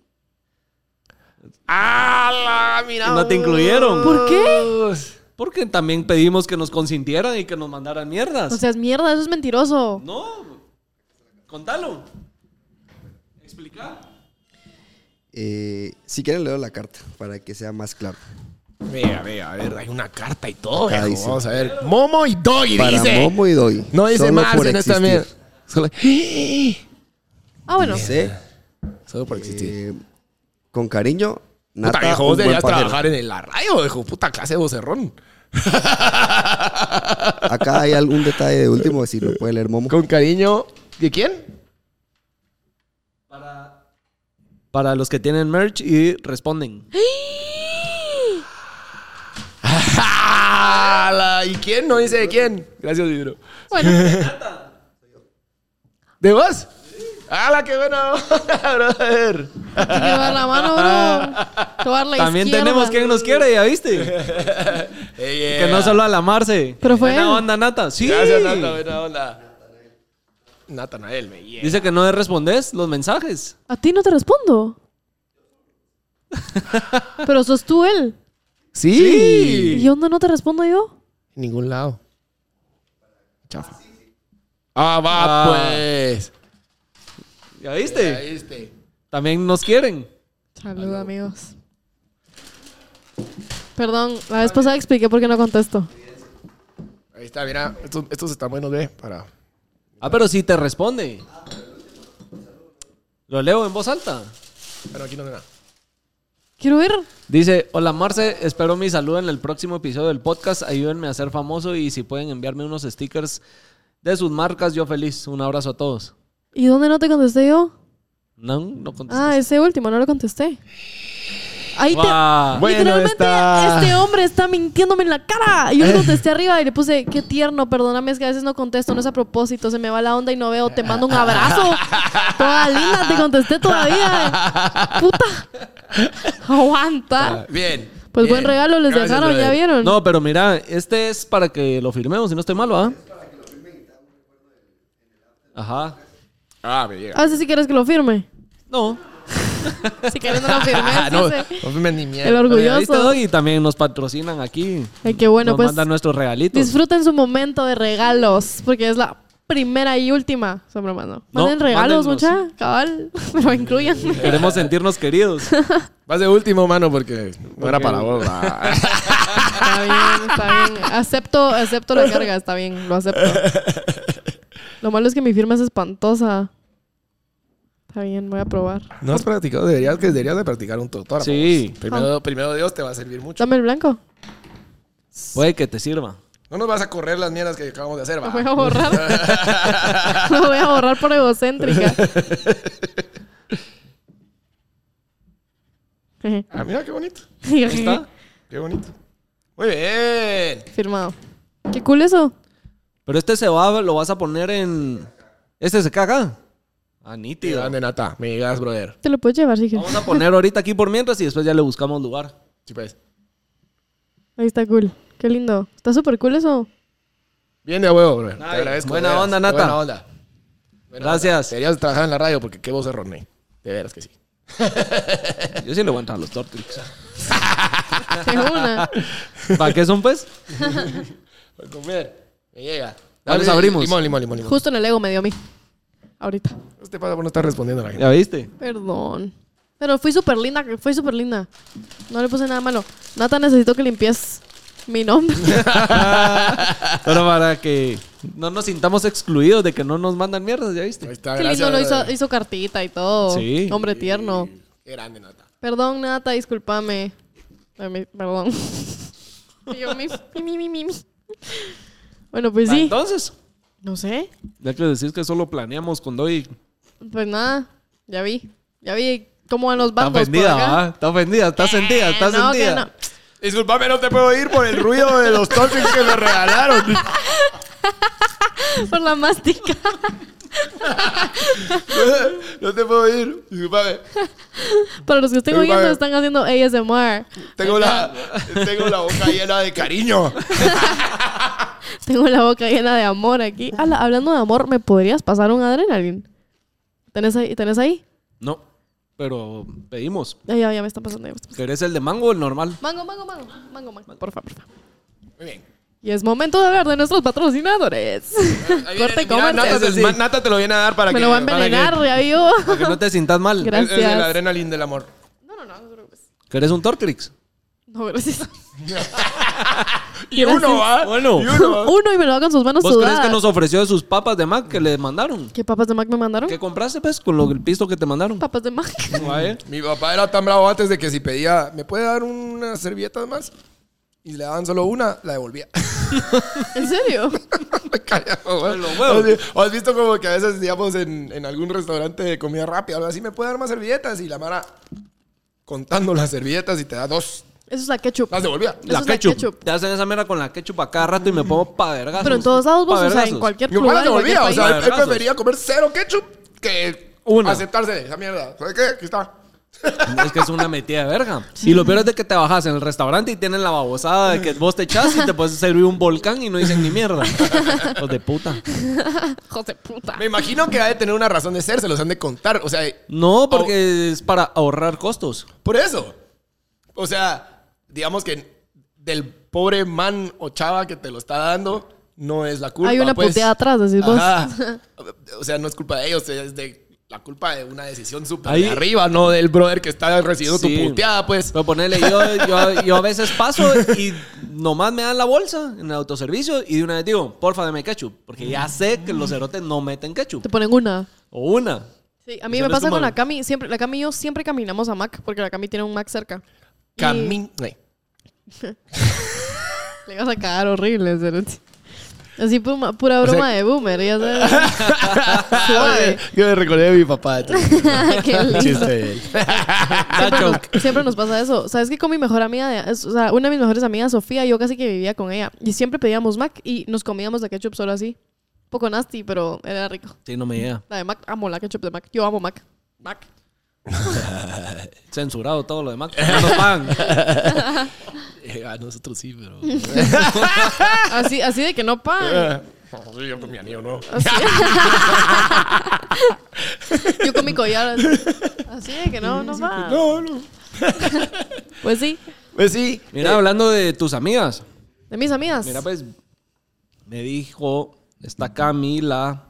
[SPEAKER 3] ¡Hala! Mira.
[SPEAKER 2] Y no te incluyeron.
[SPEAKER 1] ¿Por
[SPEAKER 3] qué?
[SPEAKER 2] Porque también pedimos que nos consintieran y que nos mandaran mierdas.
[SPEAKER 1] O sea, es mierda, eso es mentiroso.
[SPEAKER 2] no, contalo. Explica.
[SPEAKER 4] Eh, si quieren leo la carta para que sea más claro.
[SPEAKER 3] Vea, vea, a ver, hay una carta y todo,
[SPEAKER 4] Acá
[SPEAKER 3] viejo.
[SPEAKER 4] dice.
[SPEAKER 3] Vamos a ver. Momo y Doggy
[SPEAKER 4] Para
[SPEAKER 3] dice.
[SPEAKER 4] Momo y Doy.
[SPEAKER 3] no dice
[SPEAKER 4] solo
[SPEAKER 3] más
[SPEAKER 4] por
[SPEAKER 3] en esta
[SPEAKER 4] existir.
[SPEAKER 3] mierda. Solo, solo
[SPEAKER 1] Ah, bueno.
[SPEAKER 4] Dice,
[SPEAKER 3] por existir.
[SPEAKER 4] eh, con cariño, nata,
[SPEAKER 3] Puta, viejo,
[SPEAKER 4] un
[SPEAKER 3] vos
[SPEAKER 4] buen
[SPEAKER 3] deberías
[SPEAKER 4] pajero.
[SPEAKER 3] trabajar en el- la radio, viejo. Puta clase de vocerrón.
[SPEAKER 4] Acá hay algún detalle de último, si lo puede leer Momo.
[SPEAKER 3] Con cariño. ¿De quién?
[SPEAKER 2] Para los que tienen merch y responden.
[SPEAKER 1] Pues,
[SPEAKER 3] ¡Hala! ¿Y quién? No dice de quién. Gracias, Vidro.
[SPEAKER 1] Bueno,
[SPEAKER 3] ¿De vos? ¡Hala, qué bueno! brother!
[SPEAKER 1] te quiero dar la mano, bro. Te voy a dar la
[SPEAKER 2] También
[SPEAKER 1] izquierda.
[SPEAKER 2] tenemos quien nos quiere, ¿ya viste?
[SPEAKER 3] Ey, ey.
[SPEAKER 2] Que no solo a la Marce.
[SPEAKER 1] Pero fue él.
[SPEAKER 2] Buena onda, Nata. Sí.
[SPEAKER 3] Gracias, Nata, buena onda. Natanael, me yeah.
[SPEAKER 2] Dice que no le respondes los mensajes.
[SPEAKER 1] A ti no te respondo. Pero sos tú él.
[SPEAKER 3] Sí.
[SPEAKER 1] ¿Y yo no, no te respondo yo?
[SPEAKER 3] En ningún lado. Chafa. Ah, va,
[SPEAKER 2] Ah.
[SPEAKER 3] pues.
[SPEAKER 2] ¿Ya viste?
[SPEAKER 3] Ahí este.
[SPEAKER 2] También nos quieren.
[SPEAKER 1] Salud, amigos. Perdón, la vez pasada expliqué por qué no contesto.
[SPEAKER 3] Ahí está, mira. Estos, estos están buenos, ve. Para.
[SPEAKER 2] Ah, pero sí te responde. Lo leo en voz alta.
[SPEAKER 3] Pero aquí no se nada.
[SPEAKER 1] Quiero ver.
[SPEAKER 2] Dice, hola Marce, espero mi saludo en el próximo episodio del podcast. Ayúdenme a ser famoso y si pueden enviarme unos stickers de sus marcas, yo feliz. Un abrazo a todos.
[SPEAKER 1] ¿Y dónde no te contesté yo?
[SPEAKER 2] No, no contestas.
[SPEAKER 1] Ah, ese último, no lo contesté. Ahí te,
[SPEAKER 2] Guau.
[SPEAKER 3] Bueno,
[SPEAKER 1] Literalmente,
[SPEAKER 3] está.
[SPEAKER 1] este hombre está mintiéndome en la cara. Y Yo le contesté arriba y le puse, qué tierno, perdóname, es que a veces no contesto, no es a propósito, se me va la onda y no veo, te mando un abrazo. Toda linda, te contesté todavía. Puta. Aguanta.
[SPEAKER 3] Bien.
[SPEAKER 1] Pues
[SPEAKER 3] bien.
[SPEAKER 1] buen regalo les
[SPEAKER 3] Gracias,
[SPEAKER 1] dejaron, ya
[SPEAKER 3] brother.
[SPEAKER 1] vieron.
[SPEAKER 2] No, pero mira, este es para que lo firmemos, si no estoy malo, ¿ah? Ajá.
[SPEAKER 3] Ah, me llega.
[SPEAKER 1] Ah, sí, si quieres que lo firme.
[SPEAKER 2] No.
[SPEAKER 1] Si quieres no lo firmes,
[SPEAKER 3] Ah, no.
[SPEAKER 1] dice.
[SPEAKER 3] No me ni
[SPEAKER 1] El
[SPEAKER 3] mierda.
[SPEAKER 1] orgulloso.
[SPEAKER 2] Y también nos patrocinan aquí.
[SPEAKER 1] Ay, qué bueno,
[SPEAKER 2] nos
[SPEAKER 1] pues.
[SPEAKER 2] mandan nuestros regalitos.
[SPEAKER 1] Disfruten su momento de regalos, porque es la primera y última. Son bromas, ¿no?
[SPEAKER 2] No,
[SPEAKER 1] Manden regalos,
[SPEAKER 2] mándennos.
[SPEAKER 1] mucha. Cabal. Pero incluyan.
[SPEAKER 2] Queremos sentirnos queridos.
[SPEAKER 3] Vas de último, mano, porque no era para vos. ah.
[SPEAKER 1] Está bien, está bien. Acepto, acepto la carga, está bien, lo acepto. Lo malo es que mi firma es espantosa. Está bien, voy a probar.
[SPEAKER 3] No has practicado, deberías, que deberías de practicar un doctor.
[SPEAKER 2] Sí.
[SPEAKER 3] Primero, primero Dios te va a servir mucho.
[SPEAKER 1] Dame el blanco.
[SPEAKER 2] Puede que te sirva.
[SPEAKER 3] No nos vas a correr las mierdas que acabamos de hacer,
[SPEAKER 1] Lo
[SPEAKER 3] va.
[SPEAKER 1] voy a borrar. Lo voy a borrar por egocéntrica.
[SPEAKER 3] Ah, mira, qué bonito.
[SPEAKER 2] Ahí está.
[SPEAKER 3] Qué bonito. Muy bien.
[SPEAKER 1] Firmado. Qué cool eso.
[SPEAKER 2] Pero este se va, lo vas a poner en. Este se caga. Ah,
[SPEAKER 3] Te
[SPEAKER 2] nítido.
[SPEAKER 3] dan de nata. Me llegas, brother.
[SPEAKER 1] Te lo puedes llevar si quieres.
[SPEAKER 2] Vamos a poner ahorita aquí por mientras y después ya le buscamos lugar.
[SPEAKER 3] Sí, pues.
[SPEAKER 1] Ahí está cool. Qué lindo. Está súper cool eso.
[SPEAKER 3] Bien de a huevo, brother.
[SPEAKER 2] Ay,
[SPEAKER 3] te agradezco.
[SPEAKER 2] buena
[SPEAKER 3] de veras.
[SPEAKER 2] onda, Nata.
[SPEAKER 3] Buena onda. Buena
[SPEAKER 2] Gracias.
[SPEAKER 3] onda. Deberías trabajar en la radio porque qué voz errónea. De veras que sí.
[SPEAKER 2] Yo sí le voy a entrar a los Tortrix.
[SPEAKER 1] De una.
[SPEAKER 2] ¿Para qué son, pues?
[SPEAKER 3] Voy a comer. Me llega.
[SPEAKER 2] ¿Cuáles abrimos?
[SPEAKER 3] Limón, limón, limón. limón.
[SPEAKER 1] Justo en el ego me dio a mí. Ahorita.
[SPEAKER 3] Este pasa por no estar respondiendo a la gente.
[SPEAKER 2] ¿Ya viste?
[SPEAKER 1] Perdón. Pero fui súper linda, fui súper linda. No le puse nada malo. Nata, necesito que limpies mi nombre.
[SPEAKER 2] Pero para que no nos sintamos excluidos de que no nos mandan mierdas, ¿ya
[SPEAKER 3] Ahí
[SPEAKER 2] viste?
[SPEAKER 3] está,
[SPEAKER 1] Qué lindo, lo hizo,
[SPEAKER 3] brother.
[SPEAKER 1] hizo cartita y todo.
[SPEAKER 2] Ah, Sí.
[SPEAKER 1] Hombre tierno.
[SPEAKER 3] Qué grande, Nata.
[SPEAKER 1] Perdón, Nata, discúlpame. Ay, mi- Perdón. Y yo, mi, mi, mi, mi, mi, mi. Bueno, pues
[SPEAKER 2] Ah,
[SPEAKER 1] sí.
[SPEAKER 2] Entonces,
[SPEAKER 1] No sé.
[SPEAKER 2] ya que decís que solo planeamos con Doy.
[SPEAKER 1] Pues nada, ya vi. Ya vi cómo van los
[SPEAKER 2] Está
[SPEAKER 1] bandos. por
[SPEAKER 2] ofendida, ¿ah?
[SPEAKER 1] acá. Eh,
[SPEAKER 2] ¿va? Está ofendida, está sentida, está
[SPEAKER 1] no, que
[SPEAKER 2] sentida.
[SPEAKER 1] no.
[SPEAKER 3] Disculpame, no te puedo ir por el ruido de los toques que me regalaron.
[SPEAKER 1] Por la mástica.
[SPEAKER 3] No te puedo ir. Disculpame.
[SPEAKER 1] Para los que estén
[SPEAKER 3] Pero,
[SPEAKER 1] oyendo,
[SPEAKER 3] vaya.
[SPEAKER 1] están haciendo ASMR.
[SPEAKER 3] Tengo la, tengo la boca llena de cariño.
[SPEAKER 1] Tengo la boca llena de amor aquí. Ala, hablando de amor, ¿me podrías pasar un adrenaline? ¿Tenés ahí? ¿Tenés ahí?
[SPEAKER 2] No, pero pedimos.
[SPEAKER 1] Ay, ya, ya me está pasando. ya me está pasando.
[SPEAKER 2] ¿Querés el de mango o el normal?
[SPEAKER 1] Mango, mango, mango. Mango, mango. Por favor, por favor.
[SPEAKER 3] Muy bien.
[SPEAKER 1] Y es momento de hablar de nuestros patrocinadores.
[SPEAKER 3] Ahí viene,
[SPEAKER 1] Corte
[SPEAKER 3] mira, Nata,
[SPEAKER 1] comercial.
[SPEAKER 3] te,
[SPEAKER 2] Sí.
[SPEAKER 3] Nata te lo viene a dar para
[SPEAKER 1] Me
[SPEAKER 3] que...
[SPEAKER 1] lo va a
[SPEAKER 3] para que-
[SPEAKER 1] envenenar, ya vivo.
[SPEAKER 2] Para que no te sintas mal.
[SPEAKER 1] Gracias.
[SPEAKER 3] Es, es el adrenalin del amor.
[SPEAKER 1] No, no, no. No, te preocupes.
[SPEAKER 2] ¿Querés un Tortrix?
[SPEAKER 1] No, gracias.
[SPEAKER 3] Y uno, ¿ah?
[SPEAKER 2] Bueno.
[SPEAKER 3] Y uno.
[SPEAKER 1] Uno y me lo va con sus manos
[SPEAKER 2] ¿Vos
[SPEAKER 1] sudadas.
[SPEAKER 2] crees que nos ofreció de sus papas de Mac que le mandaron?
[SPEAKER 1] ¿Qué papas de Mac me mandaron?
[SPEAKER 2] ¿Qué compraste, pues, con lo, el pisto que te mandaron?
[SPEAKER 1] Papas de Mac.
[SPEAKER 2] Guay.
[SPEAKER 3] Mi papá era tan bravo antes de que si pedía, ¿me puede dar unas servilletas más? Y le daban solo una, la devolvía.
[SPEAKER 1] ¿En serio?
[SPEAKER 3] Callado, güey.
[SPEAKER 2] Los huevos.
[SPEAKER 3] ¿Has vi- ¿O has visto como que a veces, digamos, en, en algún restaurante de comida rápida, o algo así, me puede dar más servilletas? Y la Mara contando las servilletas y te da dos.
[SPEAKER 1] Eso es la ketchup.
[SPEAKER 3] Las devolvía.
[SPEAKER 1] Eso es la ketchup.
[SPEAKER 2] Te hacen esa mera con la ketchup a cada rato y me pongo pa' vergazos.
[SPEAKER 1] Pero en todos lados vos,
[SPEAKER 2] Pa'
[SPEAKER 1] o sea, en
[SPEAKER 2] vergazos.
[SPEAKER 1] cualquier
[SPEAKER 3] Mi papá
[SPEAKER 1] lugar,
[SPEAKER 3] las
[SPEAKER 1] en cualquier
[SPEAKER 3] devolvía. O
[SPEAKER 1] país.
[SPEAKER 3] sea, él- él
[SPEAKER 2] Abrazos.
[SPEAKER 3] prefería comer cero ketchup que
[SPEAKER 2] Una.
[SPEAKER 3] aceptarse de esa mierda. ¿Sabes qué? Aquí está.
[SPEAKER 2] Es que es una metida de verga. Y lo peor es de que te bajas en el restaurante y tienen la babosada de que vos te echas y te puedes servir un volcán y no dicen ni mierda. Hijos de puta.
[SPEAKER 1] Hijos de puta.
[SPEAKER 3] Me imagino que ha de tener una razón de ser, se los han de contar. O sea,
[SPEAKER 2] No, porque es para ahorrar costos.
[SPEAKER 3] Por eso. O sea, digamos que del pobre man o chava que te lo está dando, no es la culpa.
[SPEAKER 1] Hay una
[SPEAKER 3] pues.
[SPEAKER 1] puteada atrás, decís vos.
[SPEAKER 3] Ajá. O sea, no es culpa de ellos, es de la culpa de una decisión súper
[SPEAKER 2] Ahí-
[SPEAKER 3] de arriba, no del brother que está recibiendo
[SPEAKER 2] Sí.
[SPEAKER 3] tu puteada, pues.
[SPEAKER 2] Pero ponerle, yo, yo, yo a veces paso y nomás me dan la bolsa en el autoservicio y de una vez digo, porfa, deme ketchup. Porque ya sé que los cerotes no meten
[SPEAKER 1] Te
[SPEAKER 2] ketchup.
[SPEAKER 1] ponen una.
[SPEAKER 2] O una.
[SPEAKER 1] Sí, a mí me
[SPEAKER 2] Ese no es
[SPEAKER 1] pasa
[SPEAKER 2] tu
[SPEAKER 1] con
[SPEAKER 2] madre.
[SPEAKER 1] la Cami. Siempre, la Cami y yo siempre caminamos a Mac porque la Cami tiene un Mac cerca. Y
[SPEAKER 3] Camino.
[SPEAKER 1] Le ibas a cagar horrible, cerote. Así puma- pura broma de boomer, ya sabes. Suave.
[SPEAKER 3] Yo me recordé de mi papá. entonces,
[SPEAKER 1] Qué lindo.
[SPEAKER 3] chiste de él.
[SPEAKER 1] Siempre nos, siempre nos pasa eso. ¿Sabes que con mi mejor amiga, de- es- o sea, una de mis mejores amigas, Sofía, yo casi que vivía con ella. Y siempre pedíamos Mac y nos comíamos la ketchup solo así. Un poco nasty, pero era rico.
[SPEAKER 2] Sí, no me llega.
[SPEAKER 1] La de Mac, amo la ketchup de Mac. Yo amo Mac. Mac.
[SPEAKER 2] Censurado todo lo demás. No nos pagan.
[SPEAKER 3] Eh, A nosotros sí, pero.
[SPEAKER 1] Así, así de que no pan.
[SPEAKER 3] Sí, yo con mi anillo, ¿no?
[SPEAKER 1] Así. Yo con mi collar. así. Así de que no, no pan.
[SPEAKER 3] No, no.
[SPEAKER 1] Pues sí,
[SPEAKER 3] Pues sí.
[SPEAKER 2] Mira, hablando de tus amigas.
[SPEAKER 1] de mis amigas.
[SPEAKER 2] Mira, pues, me dijo, está Camila.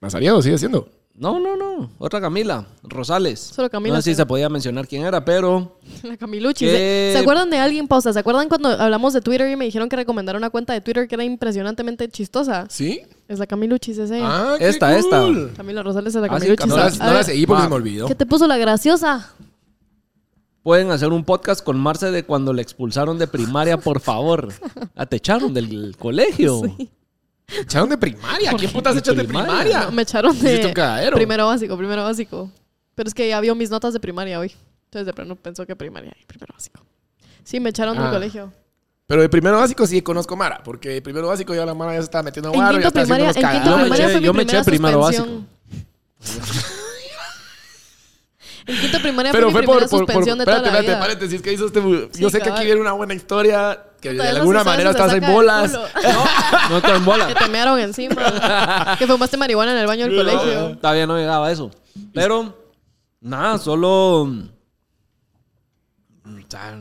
[SPEAKER 3] Mazariego sigue siendo.
[SPEAKER 2] No, no, no. Otra Camila, Rosales.
[SPEAKER 1] Solo Camila,
[SPEAKER 2] No sé si
[SPEAKER 1] pero-
[SPEAKER 2] se podía mencionar quién era, pero
[SPEAKER 1] La Camiluchi.
[SPEAKER 2] ¿Qué?
[SPEAKER 1] ¿Se, se acuerdan de alguien? Pausa. ¿Se acuerdan cuando hablamos de Twitter y me dijeron que recomendaron una cuenta de Twitter que era impresionantemente chistosa?
[SPEAKER 3] ¿Sí?
[SPEAKER 1] Es la Camiluchis, ese.
[SPEAKER 3] Ah, qué
[SPEAKER 2] Esta, esta.
[SPEAKER 3] cool.
[SPEAKER 1] Camila Rosales es la
[SPEAKER 2] Ah, sí,
[SPEAKER 1] Camiluchis.
[SPEAKER 3] No
[SPEAKER 2] Camila-
[SPEAKER 1] A
[SPEAKER 3] la,
[SPEAKER 1] ver,
[SPEAKER 3] no la seguí porque
[SPEAKER 2] Va.
[SPEAKER 3] se me olvidó.
[SPEAKER 1] ¿Qué te puso la graciosa?
[SPEAKER 2] pueden hacer un podcast con Marce de cuando le expulsaron de primaria, por favor. Ah, te echaron del colegio.
[SPEAKER 3] Echaron de primaria. ¿Qué putas
[SPEAKER 2] ¿De
[SPEAKER 3] echas de
[SPEAKER 2] primaria?
[SPEAKER 3] primaria?
[SPEAKER 1] No, me echaron de
[SPEAKER 3] Hiciste un cagadero.
[SPEAKER 1] primero básico, primero básico. Pero es que ya vio mis notas de primaria hoy. Entonces de plano pensó que primaria y primero básico. Sí, me echaron del
[SPEAKER 3] Ah.
[SPEAKER 1] colegio.
[SPEAKER 3] Pero de primero básico sí conozco a Mara, porque de primero básico ya la Mara ya se estaba metiendo
[SPEAKER 1] en
[SPEAKER 3] guaro, ya
[SPEAKER 1] quinto
[SPEAKER 3] estaba haciendo
[SPEAKER 1] primaria, en
[SPEAKER 3] los
[SPEAKER 1] quinto
[SPEAKER 2] Yo me
[SPEAKER 3] cagados.
[SPEAKER 1] primaria
[SPEAKER 2] eché-
[SPEAKER 1] fue mi
[SPEAKER 2] yo me
[SPEAKER 1] primera
[SPEAKER 2] eché primero
[SPEAKER 1] suspensión. en quinto primaria
[SPEAKER 3] Pero
[SPEAKER 1] fue
[SPEAKER 3] fue
[SPEAKER 1] mi
[SPEAKER 3] por,
[SPEAKER 1] primera
[SPEAKER 3] por, por
[SPEAKER 1] suspensión de
[SPEAKER 3] espérate,
[SPEAKER 1] toda la
[SPEAKER 3] espérate,
[SPEAKER 1] vida.
[SPEAKER 3] paréntesis que hizo este... bu-
[SPEAKER 1] Sí,
[SPEAKER 3] yo sé que
[SPEAKER 1] cabal.
[SPEAKER 3] aquí viene una buena historia, que de
[SPEAKER 1] Todas esas
[SPEAKER 3] alguna
[SPEAKER 1] historias
[SPEAKER 3] manera
[SPEAKER 1] se
[SPEAKER 3] estás en
[SPEAKER 1] saca del
[SPEAKER 3] bolas.
[SPEAKER 1] culo.
[SPEAKER 2] No te en
[SPEAKER 1] Que
[SPEAKER 2] bola.
[SPEAKER 1] te mearon encima. que fumaste marihuana en el baño del colegio.
[SPEAKER 2] Todavía no llegaba a eso. Pero Nada, solo. mm, o sea,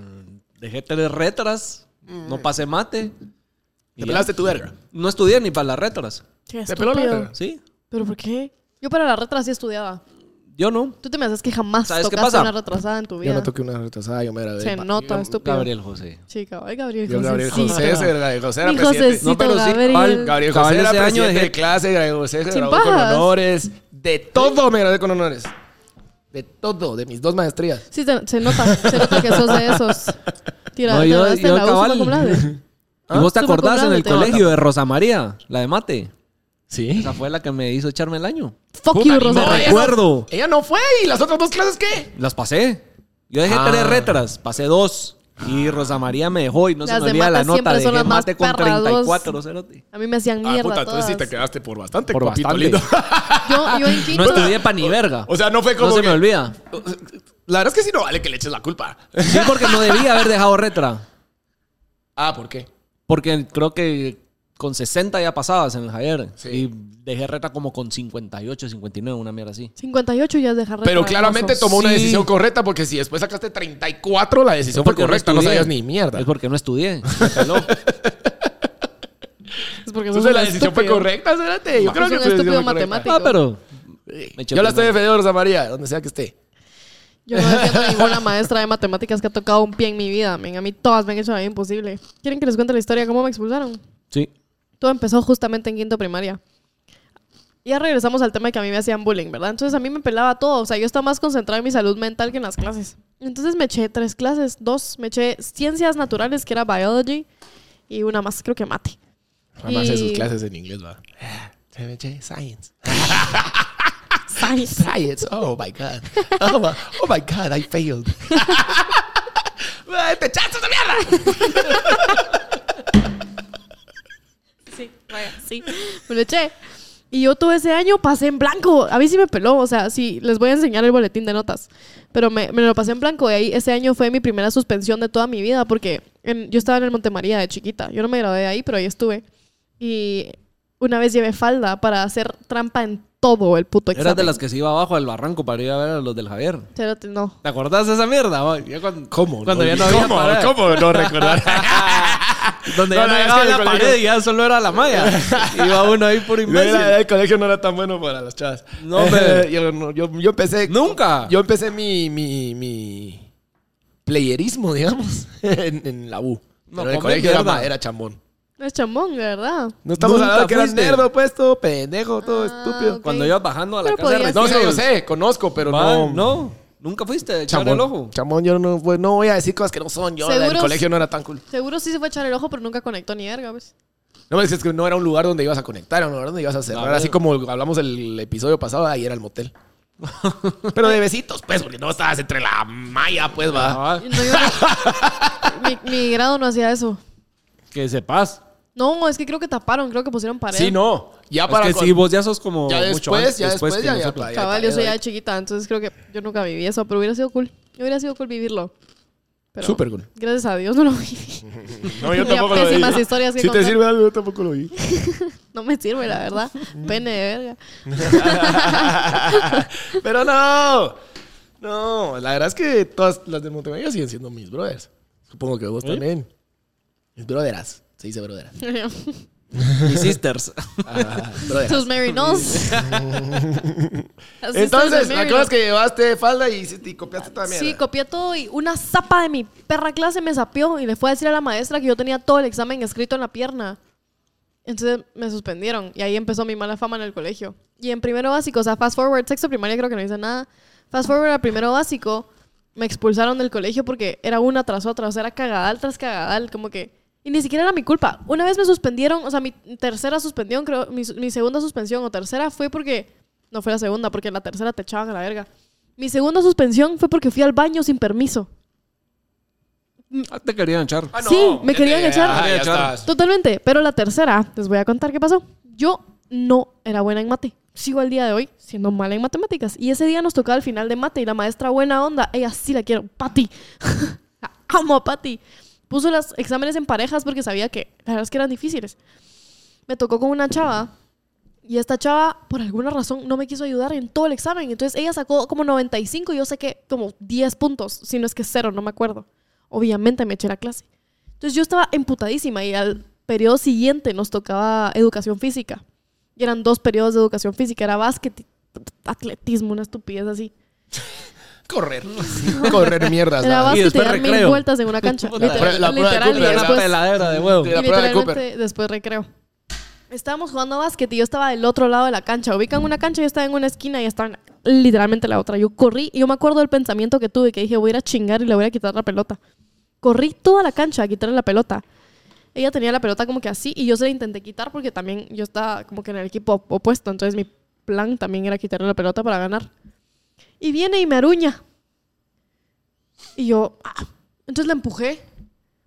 [SPEAKER 2] dejé tres retras. No pasé mate. y
[SPEAKER 3] Mm. Te
[SPEAKER 2] ya.
[SPEAKER 3] pelaste tu verga.
[SPEAKER 2] No estudié ni para las retras.
[SPEAKER 1] Qué
[SPEAKER 3] ¿Te peló la
[SPEAKER 1] estúpido.
[SPEAKER 3] verga?
[SPEAKER 2] ¿Sí?
[SPEAKER 1] ¿Pero por qué? Yo para la retrasada sí estudiaba.
[SPEAKER 2] Yo no.
[SPEAKER 1] Tú te me haces que jamás
[SPEAKER 2] ¿Sabes qué
[SPEAKER 1] tocaste
[SPEAKER 2] pasa?
[SPEAKER 1] una retrasada en tu vida.
[SPEAKER 3] Yo no toqué una retrasada, yo me grabé.
[SPEAKER 1] Se nota, estúpido.
[SPEAKER 2] Gabriel José.
[SPEAKER 1] Chica, ay, Gabriel
[SPEAKER 3] Yo Gabriel
[SPEAKER 1] José, sí,
[SPEAKER 3] José, ese
[SPEAKER 1] pero-
[SPEAKER 3] Gabriel José era
[SPEAKER 1] Mi
[SPEAKER 3] presidente.
[SPEAKER 1] Josecito,
[SPEAKER 2] No, pero sí,
[SPEAKER 1] Gabriel.
[SPEAKER 2] cabal,
[SPEAKER 3] Gabriel
[SPEAKER 2] Cabal,
[SPEAKER 3] José era
[SPEAKER 2] ese año
[SPEAKER 3] presidente
[SPEAKER 2] dejé-
[SPEAKER 3] de clase, Gabriel José se
[SPEAKER 1] Sin
[SPEAKER 3] graduó con
[SPEAKER 1] pajas.
[SPEAKER 3] honores. De todo me gradué con honores. De todo, de mis dos maestrías.
[SPEAKER 1] Sí, se, se nota, se nota que sos de esos. Tira,
[SPEAKER 2] No,
[SPEAKER 1] te
[SPEAKER 2] yo-
[SPEAKER 1] grabaste
[SPEAKER 2] yo
[SPEAKER 1] en la U,
[SPEAKER 2] cabal.
[SPEAKER 1] suma cum laude.
[SPEAKER 2] ¿Y vos te
[SPEAKER 1] Suma cum
[SPEAKER 2] acordás en
[SPEAKER 1] laude
[SPEAKER 2] el
[SPEAKER 1] te
[SPEAKER 2] colegio de Rosa María, la de mate?
[SPEAKER 3] Sí.
[SPEAKER 2] Esa fue la que me hizo echarme el año.
[SPEAKER 1] Fuck
[SPEAKER 3] Puta,
[SPEAKER 1] you,
[SPEAKER 3] ni
[SPEAKER 1] Rosa.
[SPEAKER 3] modo,
[SPEAKER 1] María.
[SPEAKER 3] ella
[SPEAKER 2] Recuerdo.
[SPEAKER 3] no- Ella no fue, ¿y las otras dos clases qué?
[SPEAKER 2] Las pasé. Yo dejé
[SPEAKER 3] Ah.
[SPEAKER 2] tres retras, pasé dos. Y Rosa María me dejó y no
[SPEAKER 1] Las
[SPEAKER 2] se me
[SPEAKER 1] de
[SPEAKER 2] olvida la
[SPEAKER 1] mate
[SPEAKER 2] nota.
[SPEAKER 1] siempre
[SPEAKER 2] Dejé
[SPEAKER 1] son las más
[SPEAKER 2] mate con
[SPEAKER 1] perras, vos.
[SPEAKER 2] 34, cerote.
[SPEAKER 1] A mí me
[SPEAKER 3] Ah,
[SPEAKER 1] hacían mierda todas.
[SPEAKER 3] quedaste por bastante,
[SPEAKER 2] Por
[SPEAKER 3] papito
[SPEAKER 2] bastante.
[SPEAKER 3] lindo.
[SPEAKER 1] Yo, yo en
[SPEAKER 2] No
[SPEAKER 1] quinto...
[SPEAKER 2] estudié pa' ni verga.
[SPEAKER 3] O sea, no fue como
[SPEAKER 2] No se
[SPEAKER 3] que-
[SPEAKER 2] me olvida.
[SPEAKER 3] La verdad es que sí no vale que le eches la culpa.
[SPEAKER 2] Sí, porque no debía haber dejado retra.
[SPEAKER 3] Ah, ¿por qué?
[SPEAKER 2] Porque creo que con 60 ya pasabas en el Javier.
[SPEAKER 3] Sí.
[SPEAKER 2] Y dejé retra como con 58, 59, una mierda así.
[SPEAKER 1] 58 ya es dejar
[SPEAKER 3] Pero
[SPEAKER 1] retraso.
[SPEAKER 3] claramente tomó una
[SPEAKER 2] Sí.
[SPEAKER 3] decisión correcta porque si después sacaste 34, la decisión fue
[SPEAKER 2] Porque
[SPEAKER 3] correcta, no,
[SPEAKER 2] estudié.
[SPEAKER 3] sabías ni mierda.
[SPEAKER 2] Es porque no estudié. Me peló.
[SPEAKER 1] Es porque sos
[SPEAKER 3] Entonces la
[SPEAKER 1] un
[SPEAKER 3] decisión fue
[SPEAKER 1] estúpido.
[SPEAKER 3] correcta, espérate. Yo
[SPEAKER 1] Sos
[SPEAKER 3] creo
[SPEAKER 1] un
[SPEAKER 3] que fue la decisión
[SPEAKER 1] estúpido
[SPEAKER 3] fue correcta.
[SPEAKER 1] matemático.
[SPEAKER 2] ah, pero. me eché
[SPEAKER 3] Yo la estoy
[SPEAKER 2] primero.
[SPEAKER 3] defendiendo, Rosa María, donde sea que esté.
[SPEAKER 1] Yo no defiendo a ninguna maestra de matemáticas que ha tocado un pie en mi vida. men. A mí todas me han hecho la vida imposible. ¿Quieren que les cuente la historia de cómo me expulsaron?
[SPEAKER 2] Sí.
[SPEAKER 1] Todo empezó justamente en quinto primaria. Ya regresamos al tema de que a mí me hacían bullying, ¿verdad? Entonces a mí me pelaba todo. O sea, yo estaba más concentrada en mi salud mental que en las clases. Entonces me eché tres clases, dos. Me eché ciencias naturales, que era biology, y una más, creo que mate.
[SPEAKER 3] Además de sus
[SPEAKER 1] Y-
[SPEAKER 3] clases en inglés, va. Se me eché Science.
[SPEAKER 1] Science.
[SPEAKER 3] Science. Oh my God. Oh my, oh my God, I failed. ¡Te echaste esa mierda!
[SPEAKER 1] Sí, vaya, sí. Me lo eché. Y yo todo ese año pasé en blanco. A mí sí me peló. O sea, sí, les voy a enseñar el boletín de notas. Pero me, me lo pasé en blanco. Y ahí ese año fue mi primera suspensión de toda mi vida. Porque en- yo estaba en el Montemaría de chiquita. Yo no me gradué de ahí, pero ahí estuve. Y una vez llevé falda para hacer trampa en todo el puto examen.
[SPEAKER 2] Eras de las que se iba abajo al barranco para ir a ver a los del Javier.
[SPEAKER 1] Espérate, no.
[SPEAKER 2] ¿Te acordás de esa mierda? va? Ya cuando,
[SPEAKER 3] ¿Cómo?
[SPEAKER 2] Cuando ya no había
[SPEAKER 3] ¿Cómo?
[SPEAKER 2] pared.
[SPEAKER 3] ¿Cómo no recordar?
[SPEAKER 2] Donde ya
[SPEAKER 3] No,
[SPEAKER 2] no,
[SPEAKER 3] no, es
[SPEAKER 2] llegaba
[SPEAKER 3] que en el
[SPEAKER 2] la
[SPEAKER 3] colegio-
[SPEAKER 2] pared y ya solo era la malla. Iba uno ahí por
[SPEAKER 3] No, era-
[SPEAKER 2] imbécil.
[SPEAKER 3] el colegio no era tan bueno para las chavas.
[SPEAKER 2] No, hombre.
[SPEAKER 3] yo, no- yo, yo empecé.
[SPEAKER 2] Nunca.
[SPEAKER 3] Yo empecé mi. mi, mi playerismo, digamos, en, en la U.
[SPEAKER 2] No,
[SPEAKER 3] Pero en el
[SPEAKER 2] come
[SPEAKER 3] colegio era,
[SPEAKER 2] mierda.
[SPEAKER 3] ma- era chambón.
[SPEAKER 1] No es chambón, de verdad.
[SPEAKER 3] No estamos
[SPEAKER 2] Nunca
[SPEAKER 3] hablando de que eras
[SPEAKER 2] fuiste.
[SPEAKER 3] nerdo, pues, todo pendejo, todo
[SPEAKER 1] Ah,
[SPEAKER 3] estúpido. Pues,
[SPEAKER 1] ok.
[SPEAKER 2] Cuando ibas bajando a la
[SPEAKER 1] Pero
[SPEAKER 2] casa de
[SPEAKER 1] podías-
[SPEAKER 3] No, o sea, yo
[SPEAKER 2] retiros.
[SPEAKER 3] sé, conozco, pero
[SPEAKER 2] Va,
[SPEAKER 3] no.
[SPEAKER 2] no. Nunca fuiste a echarle el ojo.
[SPEAKER 3] Chamón, yo no, pues, no voy a decir cosas que no son. Yo
[SPEAKER 1] ¿Seguros?
[SPEAKER 3] el colegio no era tan cool.
[SPEAKER 1] Seguro sí se fue a echar el ojo, pero nunca conectó ni verga, pues.
[SPEAKER 3] No me decías que no era un lugar donde ibas a conectar, era un lugar donde ibas a cerrar.
[SPEAKER 2] ver.
[SPEAKER 3] Así como hablamos el episodio pasado, ahí era el motel. Pero de besitos, pues, porque no estabas entre la malla, pues, va.
[SPEAKER 2] Ah,
[SPEAKER 1] No, yo no- mi, mi grado no hacía eso.
[SPEAKER 2] que sepas.
[SPEAKER 3] Ah,
[SPEAKER 1] No, es que creo que taparon, creo que pusieron pared.
[SPEAKER 3] Sí, no. Ya
[SPEAKER 2] Es
[SPEAKER 3] para.
[SPEAKER 2] que
[SPEAKER 3] cuando-
[SPEAKER 2] sí, vos ya sos como
[SPEAKER 3] Ya
[SPEAKER 2] mucho
[SPEAKER 3] después,
[SPEAKER 2] antes,
[SPEAKER 3] ya después,
[SPEAKER 2] que
[SPEAKER 3] ya-
[SPEAKER 2] nosotros.
[SPEAKER 3] ya-
[SPEAKER 1] Cabal, yo soy
[SPEAKER 3] ahí.
[SPEAKER 1] ya chiquita, entonces creo que yo nunca viví eso, pero hubiera sido cool. Hubiera sido cool vivirlo. Pero
[SPEAKER 3] Súper cool.
[SPEAKER 1] Gracias a Dios no lo viví.
[SPEAKER 3] No,
[SPEAKER 1] yo tampoco lo pésimas vi. historias que
[SPEAKER 3] Si te
[SPEAKER 1] contar.
[SPEAKER 3] sirve algo, yo tampoco lo vi.
[SPEAKER 1] No me sirve, la verdad. Pene de verga.
[SPEAKER 3] Pero no. No, la verdad es que todas las de Montevideo siguen siendo mis brothers. Supongo que vos también. Mis brotheras. Se dice brotheras.
[SPEAKER 2] Mis sisters.
[SPEAKER 3] Ah, brotheras.
[SPEAKER 1] Sus merinos.
[SPEAKER 3] Entonces, la cosa es que llevaste falda y, hiciste- y copiaste toda mierda.
[SPEAKER 1] Sí, copié todo y una zapa de mi perra clase me sapió y le fue a decir a la maestra que yo tenía todo el examen escrito en la pierna. Entonces me suspendieron y ahí empezó mi mala fama en el colegio. Y en primero básico, o sea, fast forward, sexto primaria creo que no hice nada. Fast forward a primero básico, me expulsaron del colegio porque era una tras otra, o sea, era cagadal tras cagadal, como que... Y ni siquiera era mi culpa. Una vez me suspendieron, o sea, mi tercera suspensión, creo, mi, mi segunda suspensión o tercera fue porque... No fue la segunda, porque la tercera te echaban a la verga. Mi segunda suspensión fue porque fui al baño sin permiso.
[SPEAKER 2] Ah, Te querían echar.
[SPEAKER 3] Ah,
[SPEAKER 1] Sí, me
[SPEAKER 3] ya
[SPEAKER 1] querían
[SPEAKER 3] te-
[SPEAKER 1] echar.
[SPEAKER 3] ah, ya
[SPEAKER 2] Querían echar.
[SPEAKER 3] estás.
[SPEAKER 1] Totalmente. Pero la tercera, les voy a contar qué pasó. Yo no era buena en mate. Sigo al día de hoy siendo mala en matemáticas. Y ese día nos tocaba el final de mate y la maestra buena onda, ella sí la quiero, Patti. La Amo a Patti. Puso los exámenes en parejas porque sabía que la verdad es que eran difíciles. Me tocó con una chava Y esta chava, por alguna razón, no me quiso ayudar en todo el examen. Entonces ella sacó como 95 y yo saqué como 10 puntos, si no es que cero, no me acuerdo. Obviamente me eché la clase. Entonces yo estaba emputadísima y al periodo siguiente nos tocaba educación física. Y eran dos periodos de educación física, era básquet, y atletismo, una estupidez así.
[SPEAKER 3] Correr. Correr mierdas.
[SPEAKER 1] Era
[SPEAKER 3] nada.
[SPEAKER 1] básquet
[SPEAKER 2] Y
[SPEAKER 1] y
[SPEAKER 2] después
[SPEAKER 1] dar mil
[SPEAKER 2] recreo.
[SPEAKER 1] vueltas en una cancha.
[SPEAKER 2] Puta,
[SPEAKER 1] Literal-
[SPEAKER 3] la prueba de
[SPEAKER 1] literal, y
[SPEAKER 3] Cooper,
[SPEAKER 2] Era
[SPEAKER 3] la
[SPEAKER 2] una
[SPEAKER 1] después-
[SPEAKER 2] peladera de huevo.
[SPEAKER 3] Sí,
[SPEAKER 1] Y
[SPEAKER 3] la prueba de
[SPEAKER 1] literalmente
[SPEAKER 3] Cooper.
[SPEAKER 1] después recreo. Estábamos jugando básquet y yo estaba del otro lado de la cancha. Ubican una cancha, yo estaba en una esquina y estaba en literalmente la otra. Yo corrí y yo me acuerdo del pensamiento que tuve, que dije, voy a ir a chingar y le voy a quitar la pelota. Corrí toda la cancha a quitarle la pelota. Ella tenía la pelota como que así y yo se la intenté quitar porque también yo estaba como que en el equipo op- opuesto. Entonces mi plan también era quitarle la pelota para ganar. Y viene y me aruña. Y yo, ah. entonces la empujé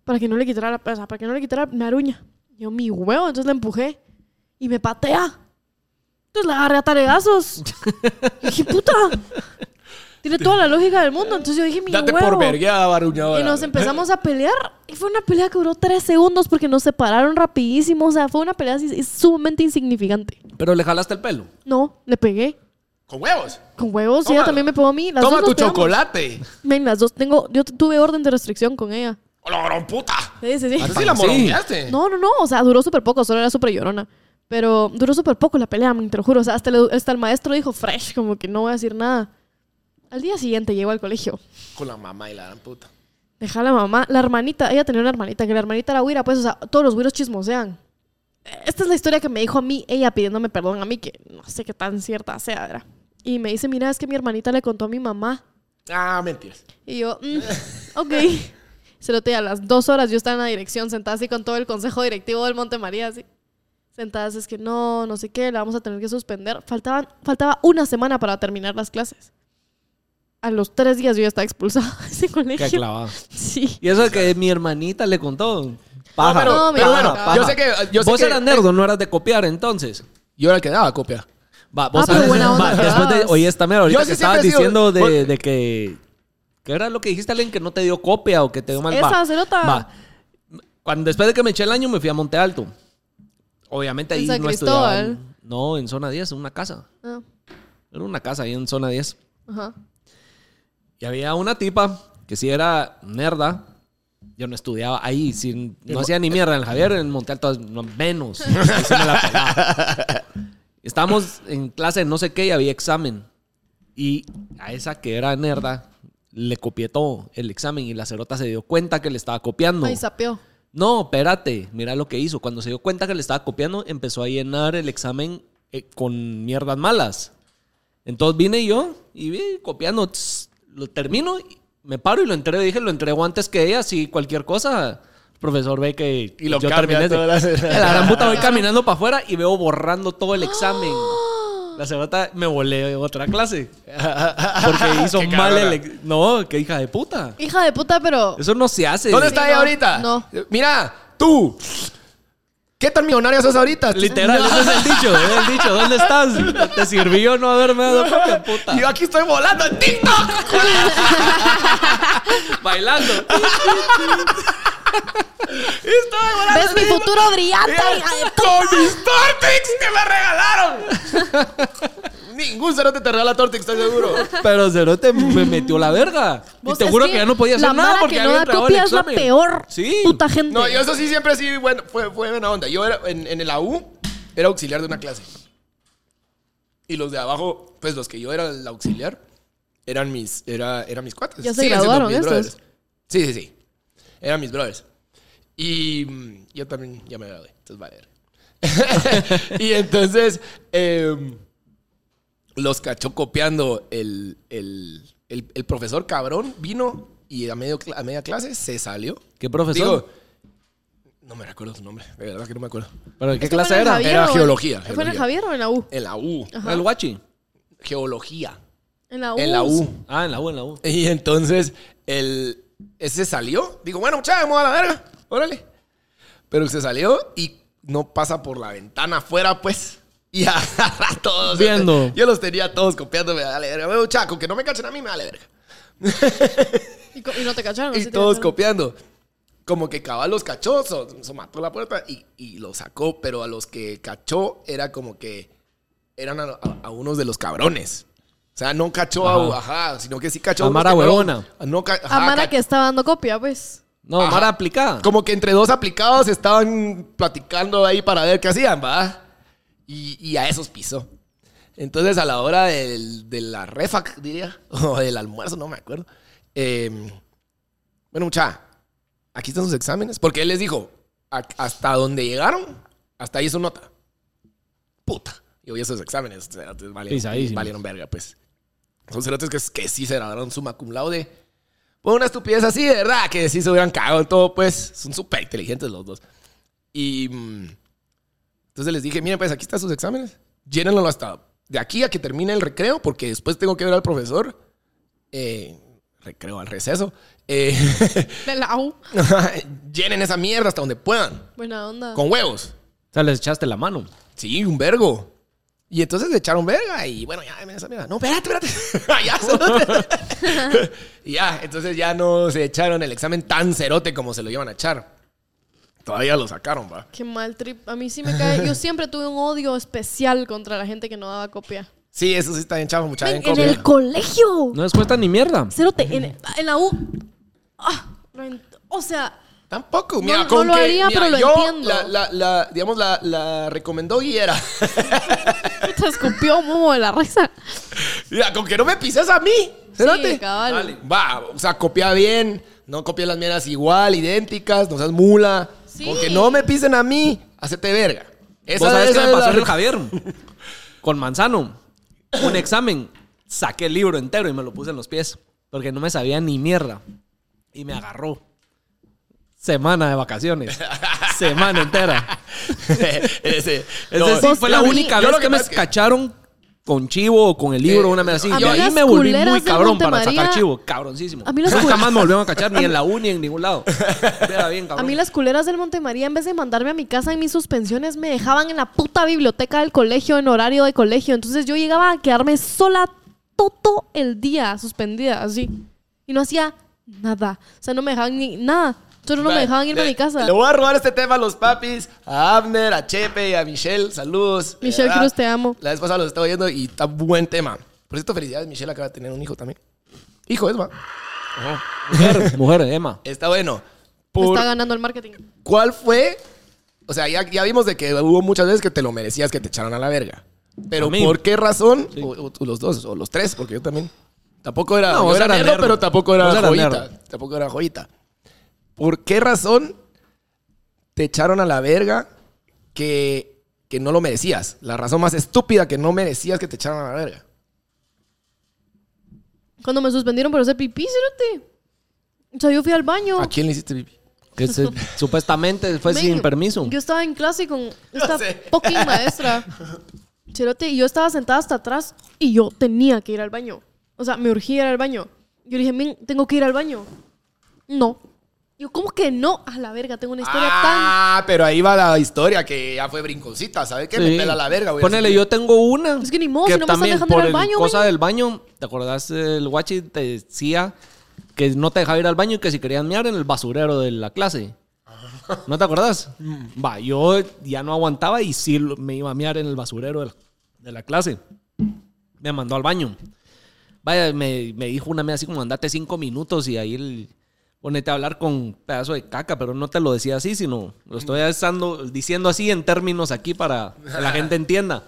[SPEAKER 1] para que no le quitara la, o sea, para que no le quitara, me aruña. Yo, mi huevo, entonces la empujé y me patea. Entonces la agarré a talegazos. Y dije, puta. Tiene toda la lógica del mundo. Entonces yo dije, mi
[SPEAKER 3] Date
[SPEAKER 1] huevo.
[SPEAKER 3] por vergueada, baruñadora.
[SPEAKER 1] Y nos empezamos a pelear. Y fue una pelea que duró tres segundos porque nos separaron rapidísimo. O sea, fue una pelea así- sumamente insignificante.
[SPEAKER 2] Pero le jalaste el pelo.
[SPEAKER 1] No, le pegué.
[SPEAKER 3] Con huevos.
[SPEAKER 1] Con huevos,
[SPEAKER 3] Toma.
[SPEAKER 1] ella también me pegó a mí. Las
[SPEAKER 3] Toma
[SPEAKER 1] dos nos
[SPEAKER 3] tu
[SPEAKER 1] pegamos.
[SPEAKER 3] chocolate.
[SPEAKER 1] Ven, las dos tengo. Yo tuve orden de restricción con ella.
[SPEAKER 3] ¡Hola, Oh, gran puta!
[SPEAKER 1] Sí, sí, sí.
[SPEAKER 3] Así la
[SPEAKER 2] Sí.
[SPEAKER 3] morongueaste.
[SPEAKER 1] No, no, no. O sea, duró súper poco. Solo era súper llorona. Pero duró súper poco la pelea, man, te lo juro. O sea, hasta el, hasta el maestro dijo fresh, como que no voy a decir nada. Al día siguiente llego al colegio.
[SPEAKER 3] Con la mamá y la gran puta.
[SPEAKER 1] Deja la mamá, la hermanita, ella tenía una hermanita, que la hermanita era güira, pues, o sea, todos los güiros chismosean. Esta es la historia que me dijo a mí, ella pidiéndome perdón a mí, que no sé qué tan cierta sea, ¿verdad? Y me dice, mira, es que mi hermanita le contó a mi mamá.
[SPEAKER 3] Ah, mentiras.
[SPEAKER 1] Y yo, mm, ok. Se lo a las dos horas, yo estaba en la dirección sentada así con todo el consejo directivo del Monte María, así. Sentadas, es que no, no sé qué, la vamos a tener que suspender. Faltaban, faltaba una semana para terminar las clases. A los tres días yo ya estaba expulsada de ese
[SPEAKER 2] Qué
[SPEAKER 1] colegio.
[SPEAKER 2] clavado.
[SPEAKER 1] Sí.
[SPEAKER 2] Y eso de que mi hermanita le contó. Paja.
[SPEAKER 1] pero- No, pero bueno,
[SPEAKER 3] yo sé que- yo sé
[SPEAKER 2] Vos
[SPEAKER 3] que-
[SPEAKER 2] eras nerd, ¿o no eras de copiar entonces.
[SPEAKER 3] Yo era el que daba copia.
[SPEAKER 2] Va, vos
[SPEAKER 1] Ah, pero
[SPEAKER 2] sabes-
[SPEAKER 1] buena onda
[SPEAKER 2] va,
[SPEAKER 1] que
[SPEAKER 2] después de,
[SPEAKER 1] dabas.
[SPEAKER 2] oye, esta mera, ahorita
[SPEAKER 3] Yo sí
[SPEAKER 2] que estabas
[SPEAKER 3] siempre he sido-
[SPEAKER 2] diciendo de,
[SPEAKER 3] vos-
[SPEAKER 2] de que... ¿Qué era lo que dijiste a alguien que no te dio copia o que te dio mal? Va,
[SPEAKER 1] Esa, cerota.
[SPEAKER 2] va. Cuando, después de que me eché el año, me fui a Monte Alto. Obviamente
[SPEAKER 1] ¿En
[SPEAKER 2] ahí
[SPEAKER 1] San
[SPEAKER 2] no
[SPEAKER 1] Cristóbal?
[SPEAKER 2] estudiaba. No, en Zona 10, en una casa.
[SPEAKER 1] Ah,
[SPEAKER 2] Era una casa ahí en Zona 10.
[SPEAKER 1] ajá.
[SPEAKER 2] Y había una tipa que sí era nerda. Yo no estudiaba ahí, sin- no hacía ni mierda. En el Javier, en Monte Alto, no, menos. Ahí sí me la pelaba. Estábamos en clase de no sé qué y había examen. Y a esa que era nerda le copié todo el examen y la cerota se dio cuenta que le estaba copiando.
[SPEAKER 1] Ay, sapeó.
[SPEAKER 2] No, espérate, mira lo que hizo. Cuando se dio cuenta que le estaba copiando, empezó a llenar el examen eh, con mierdas malas. Entonces vine yo y vi copiando, tss, lo termino, y me paro y lo entrego. Dije, lo entrego antes que ella, si cualquier cosa. El profesor ve que
[SPEAKER 3] Y lo
[SPEAKER 2] yo
[SPEAKER 3] cambia
[SPEAKER 2] terminé. de-
[SPEAKER 3] todas las-
[SPEAKER 2] La gran puta voy caminando para afuera y veo borrando todo el examen. La cerota me volé otra clase. Porque hizo
[SPEAKER 3] Qué
[SPEAKER 2] mal el...
[SPEAKER 3] cabrona.
[SPEAKER 2] ex- No, qué hija de puta.
[SPEAKER 1] Hija de puta, pero.
[SPEAKER 2] Eso no se hace.
[SPEAKER 3] ¿Dónde
[SPEAKER 1] Sí,
[SPEAKER 3] está ella
[SPEAKER 1] no,
[SPEAKER 3] ahorita?
[SPEAKER 1] no.
[SPEAKER 3] Mira, tú. ¿Qué tan millonaria sos ahorita?
[SPEAKER 2] Literal, ese es el dicho, ese es el dicho. ¿Dónde estás? ¿Te sirvió no haberme dado copia, puta?
[SPEAKER 3] Y yo aquí estoy volando en TikTok.
[SPEAKER 2] Bailando.
[SPEAKER 3] Estoy volando.
[SPEAKER 1] ¿Ves mi futuro brillante, hija de puta?
[SPEAKER 3] Con mis Tortix que me regalaron. Ningún cerote te regala Tortix, estoy seguro.
[SPEAKER 2] Pero Cerote me metió la verga. Y
[SPEAKER 1] Vos,
[SPEAKER 2] te
[SPEAKER 1] es
[SPEAKER 2] juro que, ya no podía hacer
[SPEAKER 1] la
[SPEAKER 2] nada
[SPEAKER 1] mara
[SPEAKER 2] porque
[SPEAKER 1] que no
[SPEAKER 2] había
[SPEAKER 1] da
[SPEAKER 2] entrado
[SPEAKER 1] copia
[SPEAKER 2] el
[SPEAKER 1] es la
[SPEAKER 2] examen.
[SPEAKER 1] peor
[SPEAKER 2] Sí.
[SPEAKER 1] puta gente.
[SPEAKER 3] No, yo eso sí siempre sí, bueno, fue, fue buena onda. Yo era en, en la U, era auxiliar de una clase. Y los de abajo, pues los que yo era el auxiliar, eran mis, era, eran mis cuates.
[SPEAKER 1] ¿Ya se
[SPEAKER 3] Siguen siendo
[SPEAKER 1] graduaron
[SPEAKER 3] mis
[SPEAKER 1] estos?
[SPEAKER 3] brothers. Sí, sí, sí. Eran mis brothers. Y mm, yo también ya me gradué, entonces va a ver. y entonces em, los cachó copiando el, el- el- el profesor cabrón, vino y a, medio, cla- a media clase se salió.
[SPEAKER 2] ¿Qué profesor?
[SPEAKER 3] Digo, no me recuerdo su nombre, de verdad que no me acuerdo.
[SPEAKER 2] ¿Pero de qué
[SPEAKER 1] ¿Esto
[SPEAKER 2] clase
[SPEAKER 1] fue en el
[SPEAKER 2] era?
[SPEAKER 1] Javier
[SPEAKER 3] Era
[SPEAKER 1] o en-
[SPEAKER 3] geología,
[SPEAKER 1] ¿Fue en el
[SPEAKER 3] geología.
[SPEAKER 1] Javier o en la U?
[SPEAKER 3] En la U.
[SPEAKER 1] Ajá.
[SPEAKER 2] El guachi.
[SPEAKER 3] Geología.
[SPEAKER 1] En la U.
[SPEAKER 3] En la U.
[SPEAKER 2] Ah, en la U, en la U.
[SPEAKER 3] Y entonces el, ese salió. Digo, bueno, muchachos, vamos a la verga. Órale. Pero se salió y no pasa por la ventana afuera, pues. Y agarra a todos.
[SPEAKER 2] Viendo.
[SPEAKER 3] Yo los tenía todos copiándome. Dale, verga. Bueno, chaco, que no me cachen a mí, me vale verga.
[SPEAKER 1] Y, co- y no te cacharon.
[SPEAKER 3] Y
[SPEAKER 1] así te
[SPEAKER 3] todos
[SPEAKER 1] cacharon.
[SPEAKER 3] copiando. Como que cabal los cachó, so, so mató la puerta y, y lo sacó, pero a los que cachó era como que eran a, a- a unos de los cabrones. O sea, no cachó a, ajá, sino que sí cachó
[SPEAKER 2] A
[SPEAKER 3] unos
[SPEAKER 2] Mara
[SPEAKER 3] que no-
[SPEAKER 2] huevona.
[SPEAKER 3] No, ca- ajá,
[SPEAKER 1] A Mara
[SPEAKER 3] ca-
[SPEAKER 1] que está dando copia, pues.
[SPEAKER 2] No,
[SPEAKER 3] Ajá.
[SPEAKER 2] Mara aplicada.
[SPEAKER 3] Como que entre dos aplicados estaban platicando ahí para ver qué hacían, ¿va? Y, y a esos pisó. Entonces, a la hora del- de la refac, diría, o del almuerzo, no me acuerdo. eh, bueno, mucha, aquí están sus exámenes. Porque él les dijo, "A- hasta donde llegaron, hasta ahí es su nota. Puta. Yo vi esos exámenes, o sea, te valieron,
[SPEAKER 2] Pisadísimos.
[SPEAKER 3] valieron verga, pues. Son cerotes que, que sí se graduaron summa cum laude. Por una estupidez así, de verdad, que sí se hubieran cagado en todo, pues. Son súper inteligentes los dos. Y mm, entonces les dije, miren, pues aquí están sus exámenes. Llénenlo hasta de aquí a que termine el recreo, porque después tengo que ver al profesor. eh, recreo, al receso. Eh,
[SPEAKER 1] De la U.
[SPEAKER 3] llenen esa mierda hasta donde puedan.
[SPEAKER 1] Buena onda.
[SPEAKER 3] Con huevos.
[SPEAKER 2] O sea, les echaste la mano.
[SPEAKER 3] Sí, un vergo. Y entonces le echaron verga y bueno, ya, ven esa mierda. No, espérate, espérate. ya, cerote. y ya, entonces ya no se echaron el examen tan cerote como se lo iban a echar. Todavía lo sacaron, va.
[SPEAKER 1] Qué mal trip. A mí sí me cae. Yo siempre tuve un odio especial contra la gente que no daba copia.
[SPEAKER 3] Sí, eso sí está bien chavo, mucha
[SPEAKER 1] Men,
[SPEAKER 3] bien
[SPEAKER 1] en
[SPEAKER 3] copia.
[SPEAKER 1] el colegio.
[SPEAKER 2] No les cuesta ni mierda.
[SPEAKER 1] Cerote, en, en la U. Ah, no ent- o sea,
[SPEAKER 3] Tampoco,
[SPEAKER 1] No,
[SPEAKER 3] mira,
[SPEAKER 1] no
[SPEAKER 3] con
[SPEAKER 1] lo
[SPEAKER 3] que-
[SPEAKER 1] haría,
[SPEAKER 3] mira,
[SPEAKER 1] pero lo
[SPEAKER 3] yo
[SPEAKER 1] entiendo.
[SPEAKER 3] La, la, la, digamos, la, la recomendó Guillera.
[SPEAKER 1] te escupió Momo de la risa.
[SPEAKER 3] mira, con que no me pises a mí. Cerote.
[SPEAKER 1] Sí, cabal.
[SPEAKER 3] Va, o sea, copia bien, no copia las mierdas igual, idénticas, no seas mula.
[SPEAKER 1] Sí.
[SPEAKER 3] Con que no me pisen a mí, hacete verga. Esa,
[SPEAKER 2] ¿Vos sabés
[SPEAKER 3] esa
[SPEAKER 2] qué
[SPEAKER 3] es
[SPEAKER 2] me pasó
[SPEAKER 3] la-
[SPEAKER 2] en el Javier? Con Manzano. Un examen. Saqué el libro entero y me lo puse en los pies. Porque no me sabía ni mierda. Y me agarró. Semana de vacaciones. Semana entera.
[SPEAKER 3] Ese-
[SPEAKER 2] Es
[SPEAKER 3] no,
[SPEAKER 2] decir,
[SPEAKER 1] vos
[SPEAKER 2] fue la
[SPEAKER 1] a mí-
[SPEAKER 2] única
[SPEAKER 3] yo
[SPEAKER 2] vez
[SPEAKER 3] lo
[SPEAKER 2] que,
[SPEAKER 3] que
[SPEAKER 2] me
[SPEAKER 3] pasa es que-
[SPEAKER 2] cacharon con chivo o con el libro,
[SPEAKER 3] Eh,
[SPEAKER 2] una vez así.
[SPEAKER 1] a
[SPEAKER 2] Yo
[SPEAKER 1] mí
[SPEAKER 2] ahí
[SPEAKER 1] las
[SPEAKER 2] me volví
[SPEAKER 1] culeras
[SPEAKER 2] muy
[SPEAKER 1] del
[SPEAKER 2] cabrón para
[SPEAKER 1] Montemaría-
[SPEAKER 2] sacar chivo. Cabroncísimo.
[SPEAKER 1] A mí las
[SPEAKER 2] Nunca
[SPEAKER 1] cul-
[SPEAKER 2] más me volvieron a cachar ni en la uni, en ningún lado. Era bien cabrón.
[SPEAKER 1] A mí las culeras del Montemaría, en vez de mandarme a mi casa en mis suspensiones, me dejaban en la puta biblioteca del colegio, en horario de colegio. Entonces yo llegaba a quedarme sola todo el día, suspendida, así. Y no hacía nada. O sea, no me dejaban ni nada. Solo no me dejaban irme a
[SPEAKER 3] le-
[SPEAKER 1] mi casa.
[SPEAKER 3] Le voy a robar este tema a los papis, a Abner, a Chepe y a Michelle. Saludos. de
[SPEAKER 1] Michelle
[SPEAKER 3] verdad.
[SPEAKER 1] Cruz, te amo.
[SPEAKER 3] La vez pasada los estaba oyendo y está buen tema. Por cierto, felicidades, Michelle acaba de tener un hijo también. Hijo, es va.
[SPEAKER 2] Mujer, mujer, Emma.
[SPEAKER 3] Está bueno.
[SPEAKER 1] Me
[SPEAKER 3] Por-
[SPEAKER 1] está ganando el marketing.
[SPEAKER 3] ¿Cuál fue? O sea, ya, ya vimos de que hubo muchas veces que te lo merecías, que te echaron a la verga. Pero
[SPEAKER 2] A mí.
[SPEAKER 3] ¿por qué razón? O, o- o los dos, o los tres, porque yo también. Tampoco era,
[SPEAKER 2] No,
[SPEAKER 3] no,
[SPEAKER 2] vos
[SPEAKER 3] era
[SPEAKER 2] eras
[SPEAKER 3] negro,
[SPEAKER 2] nerd.
[SPEAKER 3] pero tampoco era
[SPEAKER 2] Vos eras
[SPEAKER 3] joyita.
[SPEAKER 2] nerd.
[SPEAKER 3] Tampoco era joyita. ¿Por qué razón te echaron a la verga que, que no lo merecías? La razón más estúpida que no merecías que te echaron a la verga.
[SPEAKER 1] Cuando me suspendieron por hacer pipí, cerote. O sea, yo fui al baño.
[SPEAKER 3] ¿A quién le hiciste pipí?
[SPEAKER 2] Que se- supuestamente fue
[SPEAKER 1] Men,
[SPEAKER 2] Pues sin permiso.
[SPEAKER 1] Yo estaba en clase con esta
[SPEAKER 3] sé.
[SPEAKER 1] fucking maestra. Cerote, y yo estaba sentada hasta atrás y yo tenía que ir al baño. O sea, me urgía ir al baño. Yo le dije, men, tengo que ir al baño. No. Yo, ¿cómo que no? A la verga, tengo una historia
[SPEAKER 3] Ah, pero ahí va la historia que ya fue brinconcita, ¿sabes qué? Me
[SPEAKER 2] Sí.
[SPEAKER 3] pela la verga, güey.
[SPEAKER 2] Ponele, yo tengo una.
[SPEAKER 1] Es que ni modo, si no me están dejando ir
[SPEAKER 2] por
[SPEAKER 1] al
[SPEAKER 2] el
[SPEAKER 1] baño,
[SPEAKER 2] cosa
[SPEAKER 1] men.
[SPEAKER 2] del baño, ¿te acordás? El guachi te decía que no te dejaba ir al baño y que si querías miar en el basurero de la clase. ¿No te acordás? Va, yo ya no aguantaba y sí lo- me iba a miar en el basurero de la, de la clase. Me mandó al baño. Vaya, me, me dijo una vez así como andate cinco minutos y ahí el- ponete a hablar con pedazo de caca, pero no te lo decía así, sino lo estoy alzando- diciendo así en términos aquí para que la gente entienda.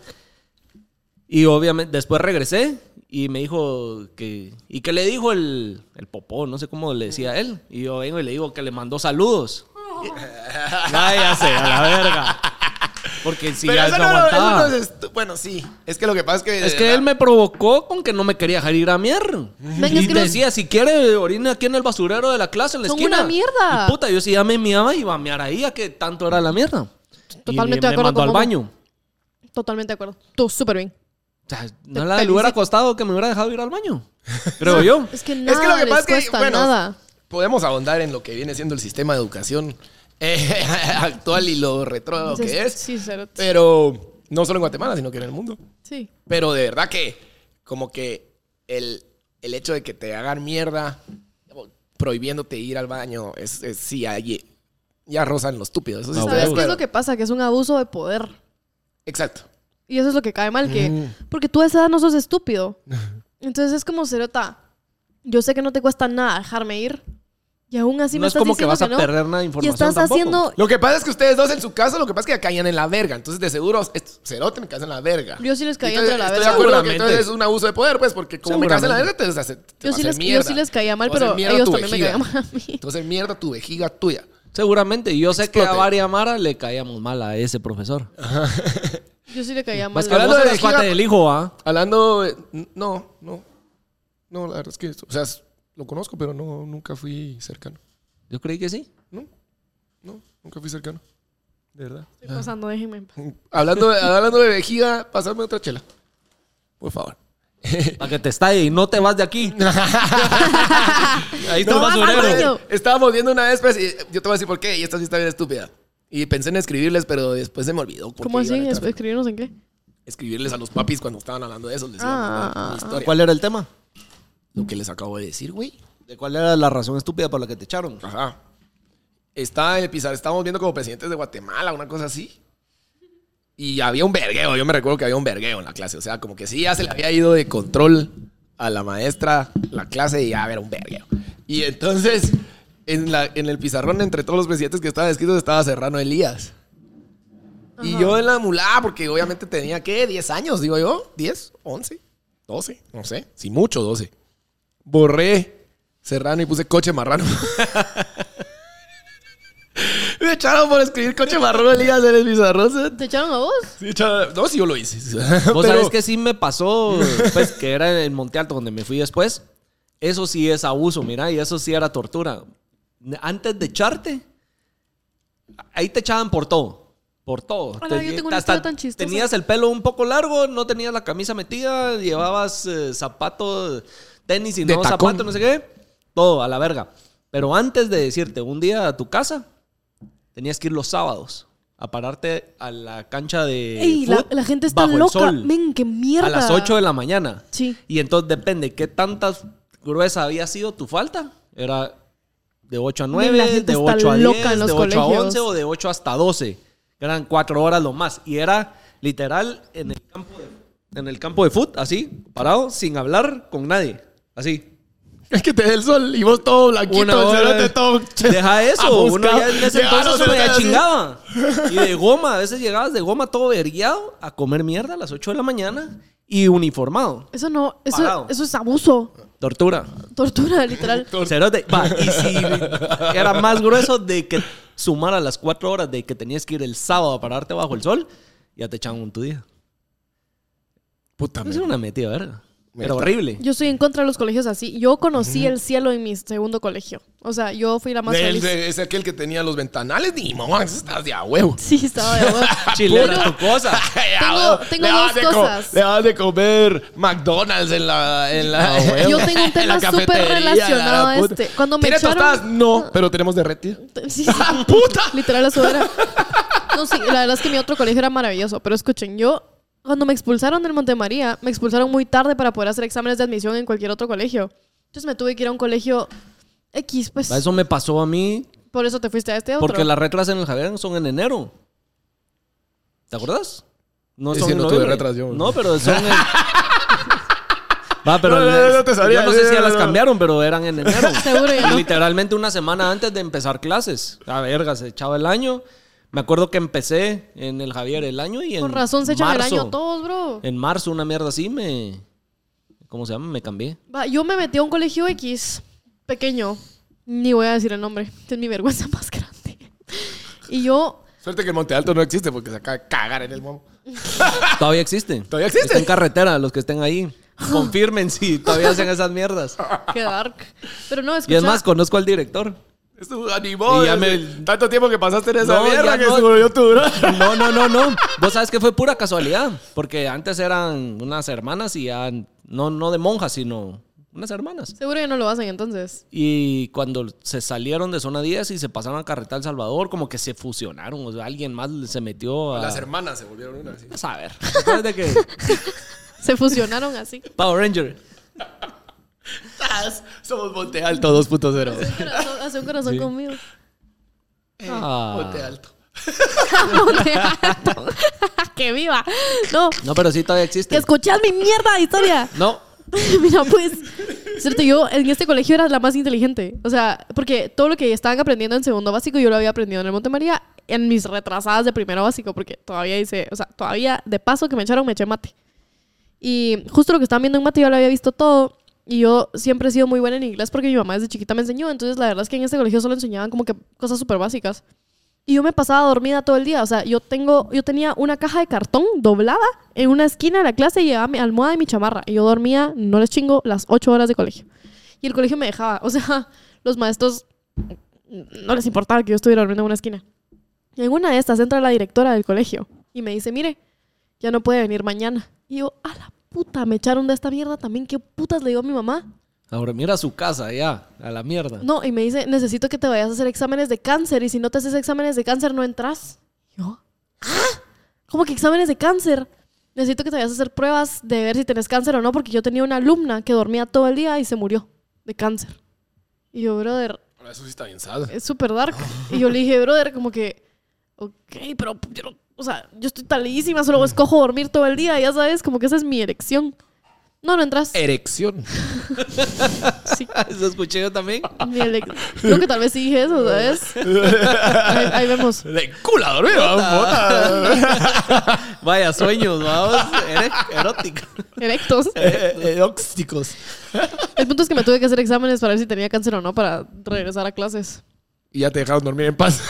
[SPEAKER 2] Y obviamente después regresé y me dijo que... ¿Y qué le dijo el, el popó? No sé cómo le decía él. Y yo vengo y le digo que le mandó saludos. Váyase a la verga. Porque si
[SPEAKER 3] pero
[SPEAKER 2] ya
[SPEAKER 3] eso
[SPEAKER 2] no
[SPEAKER 3] no, lo- eso
[SPEAKER 2] aguantaba.
[SPEAKER 3] no es estu- Bueno, sí. Es que lo que pasa es que.
[SPEAKER 2] Es que él me provocó con que no me quería dejar ir a mierda.
[SPEAKER 1] Venga, es
[SPEAKER 2] y
[SPEAKER 1] que los-
[SPEAKER 2] decía, si quiere, orina aquí en el basurero de la clase, en la
[SPEAKER 1] Son
[SPEAKER 2] esquina.
[SPEAKER 1] una mierda.
[SPEAKER 2] Y puta, yo sí ya me miaba y iba a mear ahí, a que tanto era la mierda.
[SPEAKER 1] Totalmente de
[SPEAKER 2] y me
[SPEAKER 1] acuerdo
[SPEAKER 2] mandó
[SPEAKER 1] con
[SPEAKER 2] al
[SPEAKER 1] Momo.
[SPEAKER 2] baño.
[SPEAKER 1] tan. Totalmente de acuerdo. Tú, súper bien.
[SPEAKER 2] O sea, no la le hubiera
[SPEAKER 1] felicito.
[SPEAKER 2] costado que me hubiera dejado ir al baño. Creo yo.
[SPEAKER 1] Es que nada
[SPEAKER 3] Es que lo que
[SPEAKER 1] les
[SPEAKER 3] pasa es que.
[SPEAKER 1] cuesta,
[SPEAKER 3] bueno,
[SPEAKER 1] nada.
[SPEAKER 3] podemos ahondar en lo que viene siendo el sistema de educación eh, actual y lo retrógrado que es.
[SPEAKER 1] Sí, cerote.
[SPEAKER 3] Pero no solo en Guatemala, sino que en el mundo.
[SPEAKER 1] Sí.
[SPEAKER 3] Pero de verdad que, como que el, el hecho de que te hagan mierda digamos, prohibiéndote ir al baño, es, es- sí, ahí ya rozan lo estúpido. Eso sí
[SPEAKER 2] Ah,
[SPEAKER 3] está
[SPEAKER 1] ¿Sabes
[SPEAKER 3] de
[SPEAKER 1] qué es
[SPEAKER 3] acuerdo.
[SPEAKER 1] lo que pasa? Que es un abuso de poder.
[SPEAKER 3] Exacto.
[SPEAKER 1] Y eso es lo que cae mal, que... Porque tú a esa edad no sos estúpido. Entonces es como, Cerota, yo sé que no te cuesta nada dejarme ir. Y aún así
[SPEAKER 2] no
[SPEAKER 1] me
[SPEAKER 2] es
[SPEAKER 1] estás
[SPEAKER 2] como que
[SPEAKER 1] diciendo
[SPEAKER 2] vas a
[SPEAKER 1] no.
[SPEAKER 2] perder nada de
[SPEAKER 1] y
[SPEAKER 2] información.
[SPEAKER 1] estás
[SPEAKER 2] tampoco.
[SPEAKER 1] haciendo...
[SPEAKER 3] Lo que pasa es que ustedes dos en su caso, lo que pasa es que caían en la verga. Entonces, de seguro, est- cerote me caes en la verga.
[SPEAKER 1] Yo sí les caía
[SPEAKER 3] Entonces,
[SPEAKER 1] entre la verga.
[SPEAKER 3] Estoy de acuerdo que
[SPEAKER 2] Seguramente.
[SPEAKER 3] entonces es un abuso de poder, pues, porque como me caes en la verga, te vas a hacer- te
[SPEAKER 1] Yo
[SPEAKER 3] vas
[SPEAKER 1] sí,
[SPEAKER 3] a
[SPEAKER 1] les,
[SPEAKER 3] hacer
[SPEAKER 1] yo
[SPEAKER 3] mierda.
[SPEAKER 1] sí les caía mal,
[SPEAKER 3] Te vas
[SPEAKER 1] pero
[SPEAKER 3] a hacer mierda
[SPEAKER 1] ellos
[SPEAKER 3] tu
[SPEAKER 1] también me
[SPEAKER 3] vejiga.
[SPEAKER 1] caían mal a mí.
[SPEAKER 3] Entonces, mierda tu vejiga tuya.
[SPEAKER 2] Seguramente. Y yo sé que a
[SPEAKER 3] Explote.
[SPEAKER 2] Varia Mara le caíamos mal a ese profesor.
[SPEAKER 1] Yo sí le caía Ah, mal.
[SPEAKER 2] Más que
[SPEAKER 1] a-
[SPEAKER 2] a
[SPEAKER 3] Hablando
[SPEAKER 2] vos
[SPEAKER 3] de
[SPEAKER 2] eras
[SPEAKER 3] vejiga-
[SPEAKER 2] cuate del hijo, ¿ah?
[SPEAKER 3] Hablando, eh, n- no, no. No, la verdad es que, o sea, es- lo conozco, pero no, nunca fui cercano.
[SPEAKER 2] Yo creí que sí.
[SPEAKER 3] No, no, nunca fui cercano. De verdad.
[SPEAKER 1] Estoy pasando, déjenme en paz.
[SPEAKER 3] Hablando de, hablando de vejiga, pasame otra chela. Por favor.
[SPEAKER 2] Para que te estalle y no te vas de aquí. Ahí está
[SPEAKER 1] No
[SPEAKER 2] el
[SPEAKER 1] vas al
[SPEAKER 2] basurero.
[SPEAKER 1] baño.
[SPEAKER 3] Estábamos viendo una vez, pues, y yo te voy a decir por qué, y esta sí está bien estúpida. Y pensé en escribirles, pero después se me olvidó. porque
[SPEAKER 1] ¿Cómo así?
[SPEAKER 3] iba a
[SPEAKER 1] Es-
[SPEAKER 3] estar-
[SPEAKER 1] ¿Escribirnos en qué?
[SPEAKER 3] Escribirles a los papis cuando estaban hablando de eso, les iba a
[SPEAKER 1] Ah.
[SPEAKER 3] mandar mi historia.
[SPEAKER 2] ¿Cuál era el tema?
[SPEAKER 3] Lo que les acabo de decir, güey.
[SPEAKER 2] ¿De cuál era la razón estúpida por la que te echaron?
[SPEAKER 3] Ajá. Estaba en el Pizarro, estábamos viendo como presidentes de Guatemala, una cosa así. Y había un vergueo, yo me recuerdo que había un vergueo en la clase. O sea, como que sí, ya se le había ido de control a la maestra la clase y ya era un vergueo. Y entonces, en, la, en el pizarrón, entre todos los presidentes que estaban escritos, estaba Serrano Elías. Y yo en la mulada, porque obviamente tenía, ¿qué? 10 años, digo yo. ¿10? ¿11? ¿12? No sé. Si mucho, 12. Borré Serrano y puse coche marrano. Me echaron por escribir coche marrano Elías en el pizarrón. ¿sí?
[SPEAKER 1] ¿Te echaron a vos?
[SPEAKER 3] Sí, echaron- No, sí, yo lo hice.
[SPEAKER 2] Vos
[SPEAKER 3] Pero-
[SPEAKER 2] sabés que sí me pasó, pues, que era en Monte Alto donde me fui después. Eso sí es abuso, mira, y eso sí era tortura. Antes de echarte, ahí te echaban por todo. Por todo.
[SPEAKER 1] Ala, Ah, yo tengo una
[SPEAKER 2] hasta
[SPEAKER 1] historia tan chistosa.
[SPEAKER 2] Tenías el pelo un poco largo, no tenías la camisa metida, llevabas eh, zapatos, tenis y
[SPEAKER 3] De
[SPEAKER 2] no
[SPEAKER 3] tacón.
[SPEAKER 2] zapatos, no sé qué. Todo, a la verga. Pero antes de decirte un día a tu casa, tenías que ir los sábados a pararte a la cancha de.
[SPEAKER 1] Ey, la,
[SPEAKER 2] fut
[SPEAKER 1] la gente está
[SPEAKER 2] bajo el
[SPEAKER 1] loca.
[SPEAKER 2] sol.
[SPEAKER 1] Men, qué mierda.
[SPEAKER 2] A las 8 de la mañana.
[SPEAKER 1] Sí.
[SPEAKER 2] Y entonces depende qué tantas gruesa había sido tu falta. Era de 8 a
[SPEAKER 1] la
[SPEAKER 2] 9,
[SPEAKER 1] gente
[SPEAKER 2] de
[SPEAKER 1] está
[SPEAKER 2] 8 a 10,
[SPEAKER 1] loca en
[SPEAKER 2] de
[SPEAKER 1] los
[SPEAKER 2] 8 a
[SPEAKER 1] colegios.
[SPEAKER 2] 11 o de 8 hasta 12. Eran 4 horas lo más. Y era literal en el campo de, en el campo de foot, así, parado, sin hablar con nadie. Así.
[SPEAKER 3] Es que te dé el sol y vos todo blanquito,
[SPEAKER 2] Una hora-
[SPEAKER 3] cerote, todo.
[SPEAKER 2] Deja eso. Uno
[SPEAKER 3] abuscado.
[SPEAKER 2] ya en ese
[SPEAKER 3] Llegaron,
[SPEAKER 2] entonces uno ya
[SPEAKER 3] cerote, así.
[SPEAKER 2] chingaba. Y de goma. A veces llegabas de goma todo vergueado a comer mierda a las 8 de la mañana y uniformado.
[SPEAKER 1] Eso no, eso,
[SPEAKER 2] Parado.
[SPEAKER 1] eso es abuso.
[SPEAKER 2] Tortura.
[SPEAKER 1] Tortura, literal.
[SPEAKER 2] Cerote. Va, y si era más grueso de que sumara las cuatro horas de que tenías que ir el sábado a pararte bajo el sol, ya te echaban un tu día.
[SPEAKER 3] Puta
[SPEAKER 2] Es
[SPEAKER 3] madre.
[SPEAKER 2] una metida, verga.
[SPEAKER 3] Meta.
[SPEAKER 2] Era horrible.
[SPEAKER 1] Yo estoy en contra de los colegios así. Yo conocí el cielo en mi segundo colegio. O sea, yo fui la más
[SPEAKER 3] Del-
[SPEAKER 1] feliz.
[SPEAKER 3] de- Es aquel que tenía los ventanales, ni mamá, estás de a huevo.
[SPEAKER 1] Sí, estaba de huevos.
[SPEAKER 2] Chilena tu cosa.
[SPEAKER 3] ah,
[SPEAKER 1] Tengo- tengo
[SPEAKER 3] Le
[SPEAKER 1] dos
[SPEAKER 3] daban de co-
[SPEAKER 1] cosas.
[SPEAKER 3] le daban de comer McDonald's en la. En la
[SPEAKER 2] Ah,
[SPEAKER 1] Yo tengo un
[SPEAKER 3] en
[SPEAKER 1] tema súper
[SPEAKER 3] la cafetería,
[SPEAKER 1] relacionado
[SPEAKER 3] la
[SPEAKER 1] a
[SPEAKER 3] puta.
[SPEAKER 1] este. Cuando me
[SPEAKER 3] ¿Tiene
[SPEAKER 1] echaron- Ah.
[SPEAKER 3] tostadas? No, pero tenemos derretido.
[SPEAKER 1] Sí, sí.
[SPEAKER 3] ¡Ah, ¡Puta!
[SPEAKER 1] Literal, eso era. No, sí, la verdad es que mi otro colegio era maravilloso. Pero escuchen, yo, cuando me expulsaron del Montemaría, me expulsaron muy tarde para poder hacer exámenes de admisión en cualquier otro colegio. Entonces me tuve que ir a un colegio X, pues.
[SPEAKER 2] Eso me pasó a mí
[SPEAKER 1] Por eso te fuiste a este otro.
[SPEAKER 2] porque las retras en el Javier son en enero. ¿Te acuerdas? No
[SPEAKER 3] Ese no tuve
[SPEAKER 2] noviembre.
[SPEAKER 3] retras yo.
[SPEAKER 2] No, pero son en... Va, pero
[SPEAKER 3] No, no, no te sabía.
[SPEAKER 2] yo no sé si ya
[SPEAKER 3] No,
[SPEAKER 2] las
[SPEAKER 3] no.
[SPEAKER 2] cambiaron, pero eran en enero.
[SPEAKER 1] Seguro ya
[SPEAKER 2] Y
[SPEAKER 1] no.
[SPEAKER 2] Literalmente una semana antes de empezar clases. La verga, se echaba el año. Me acuerdo que empecé en el Javier el año y en
[SPEAKER 1] Con razón se echan el
[SPEAKER 2] marzo-
[SPEAKER 1] año todos, bro.
[SPEAKER 2] En marzo, una mierda así, me... ¿Cómo se llama? Me cambié.
[SPEAKER 1] Va, yo me metí a un colegio X, pequeño. Ni voy a decir el nombre. Es mi vergüenza más grande. Y yo,
[SPEAKER 3] Suerte que el Monte Alto no existe porque se acaba de cagar en el momo.
[SPEAKER 2] Todavía existe.
[SPEAKER 3] Todavía existe.
[SPEAKER 2] Está en carretera, los que estén ahí.
[SPEAKER 1] Ah.
[SPEAKER 2] Confirmen si todavía hacen esas mierdas.
[SPEAKER 1] qué dark. Pero no, escucha.
[SPEAKER 2] Y es más, conozco al director.
[SPEAKER 3] Eso animó.
[SPEAKER 2] Y ya
[SPEAKER 3] desde
[SPEAKER 2] me-
[SPEAKER 3] Tanto tiempo que pasaste en esa
[SPEAKER 2] No,
[SPEAKER 3] mierda
[SPEAKER 2] ya
[SPEAKER 3] que
[SPEAKER 2] no. Ah.
[SPEAKER 3] seguro yo tu
[SPEAKER 2] No, no, no, no. Vos sabes que fue pura casualidad. Porque antes eran unas hermanas y ya... No, no de monjas, sino unas hermanas.
[SPEAKER 1] Seguro que no lo hacen entonces.
[SPEAKER 2] Y cuando se salieron de zona 10 y se pasaron a Carretera El Salvador, como que se fusionaron. O sea, alguien más se metió a.
[SPEAKER 3] Las hermanas se volvieron una. sí.
[SPEAKER 2] a saber. Después de que.
[SPEAKER 1] Se fusionaron así.
[SPEAKER 2] Power Ranger.
[SPEAKER 3] Somos Monte Alto 2.0.
[SPEAKER 1] Hace un corazón, hace un corazón conmigo.
[SPEAKER 2] Ah.
[SPEAKER 3] Monte Alto.
[SPEAKER 1] Monte Alto. que viva. No,
[SPEAKER 2] No, pero sí todavía existe.
[SPEAKER 1] que escuchas mi mierda de historia.
[SPEAKER 2] No.
[SPEAKER 1] Mira, pues, cierto, yo en este colegio era la más inteligente. O sea, porque todo lo que estaban aprendiendo en segundo básico, yo lo había aprendido en el Montemaría en mis retrasadas de primero básico, porque todavía hice, o sea, todavía de paso que me echaron, me eché mate. Y justo lo que estaban viendo en mate, yo lo había visto todo. Y yo siempre he sido muy buena en inglés porque mi mamá desde chiquita me enseñó. Entonces, la verdad es que en este colegio solo enseñaban como que cosas súper básicas. Y yo me pasaba dormida todo el día. O sea, yo, tengo, yo tenía una caja de cartón doblada en una esquina de la clase y llevaba mi almohada y mi chamarra. Y yo dormía, no les chingo, las ocho horas de colegio. Y el colegio me dejaba. O sea, los maestros no les importaba que yo estuviera durmiendo en una esquina. Y en una de estas entra la directora del colegio y me dice, mire, ya no puede venir mañana. Y yo, a la puta, me echaron de esta mierda también. ¿Qué putas le digo a mi mamá?
[SPEAKER 2] Ahora mira su casa ya, a la mierda.
[SPEAKER 1] No, y me dice, necesito que te vayas a hacer exámenes de cáncer y si no te haces exámenes de cáncer no entras. Yo, ¿ah? ¿Cómo que exámenes de cáncer? Necesito que te vayas a hacer pruebas de ver si tenés cáncer o no, porque yo tenía una alumna que dormía todo el día y se murió de cáncer. Y yo, brother,
[SPEAKER 3] Ahora eso sí está bien sad.
[SPEAKER 1] es súper dark. Y yo le dije, brother, como que, ok, pero yo no- o sea, yo estoy talísima, solo escojo dormir todo el día, ya sabes, como que esa es mi elección. No, no entras.
[SPEAKER 2] Eh.
[SPEAKER 3] Erección.
[SPEAKER 1] Sí,
[SPEAKER 2] Eso escuché yo también.
[SPEAKER 1] mi elec- Creo que tal vez sí dije eso, ¿sabes? Ahí, ahí vemos.
[SPEAKER 3] De culo a dormir, puta.
[SPEAKER 2] Vaya sueños, vamos. Eres erótica.
[SPEAKER 1] Erectos.
[SPEAKER 3] Eh, eh, óxticos.
[SPEAKER 1] El punto es que me tuve que hacer exámenes para ver si tenía cáncer o no para regresar a clases.
[SPEAKER 3] Y ya te dejaron dormir en paz.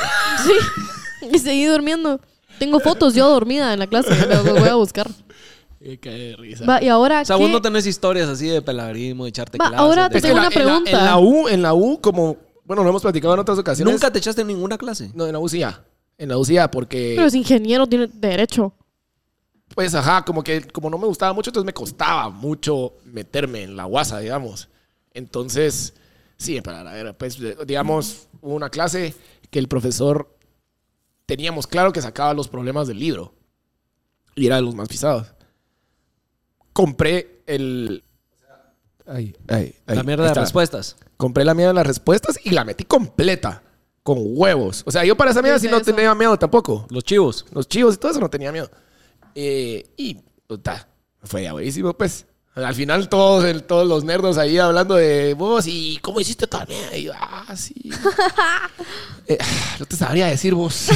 [SPEAKER 1] Sí. Y seguí durmiendo. Tengo fotos yo dormida en la clase. Las voy a buscar.
[SPEAKER 3] Qué de risa.
[SPEAKER 1] Va, y ahora.
[SPEAKER 2] O sea,
[SPEAKER 1] ¿qué?
[SPEAKER 2] vos no tenés historias así de pelagrimo, de echarte
[SPEAKER 1] Va,
[SPEAKER 2] clases.
[SPEAKER 1] ahora
[SPEAKER 2] de-
[SPEAKER 1] te tengo
[SPEAKER 3] en la-
[SPEAKER 1] una
[SPEAKER 3] en la-
[SPEAKER 1] pregunta.
[SPEAKER 3] En la, U, en la U, como, bueno, lo hemos platicado en otras ocasiones.
[SPEAKER 2] ¿Nunca te echaste en ninguna clase?
[SPEAKER 3] No, en la U sí ya. En la U sí ya, porque,
[SPEAKER 1] Pero es ingeniero, tiene derecho.
[SPEAKER 3] pues, ajá, como que, como no me gustaba mucho, entonces me costaba mucho meterme en la guasa, digamos. Entonces, sí, para la era, pues, de- digamos, hubo una clase que el profesor teníamos claro que sacaba los problemas del libro. Y era de los más pisados. Compré el... Ay, ay, ay,
[SPEAKER 2] la mierda de
[SPEAKER 3] está.
[SPEAKER 2] respuestas.
[SPEAKER 3] Compré la mía de las respuestas y la metí completa. Con huevos. O sea, yo para esa mierda
[SPEAKER 1] hice
[SPEAKER 3] sí no
[SPEAKER 1] eso.
[SPEAKER 3] tenía miedo tampoco.
[SPEAKER 2] Los chivos.
[SPEAKER 3] Los chivos y todo eso no tenía miedo. Eh, y puta, fue ya buenísimo, pues. Al final todos, el- todos los nerdos ahí hablando de vos y cómo hiciste toda mierda. Y yo, ah, sí. Eh, no te sabría decir vos.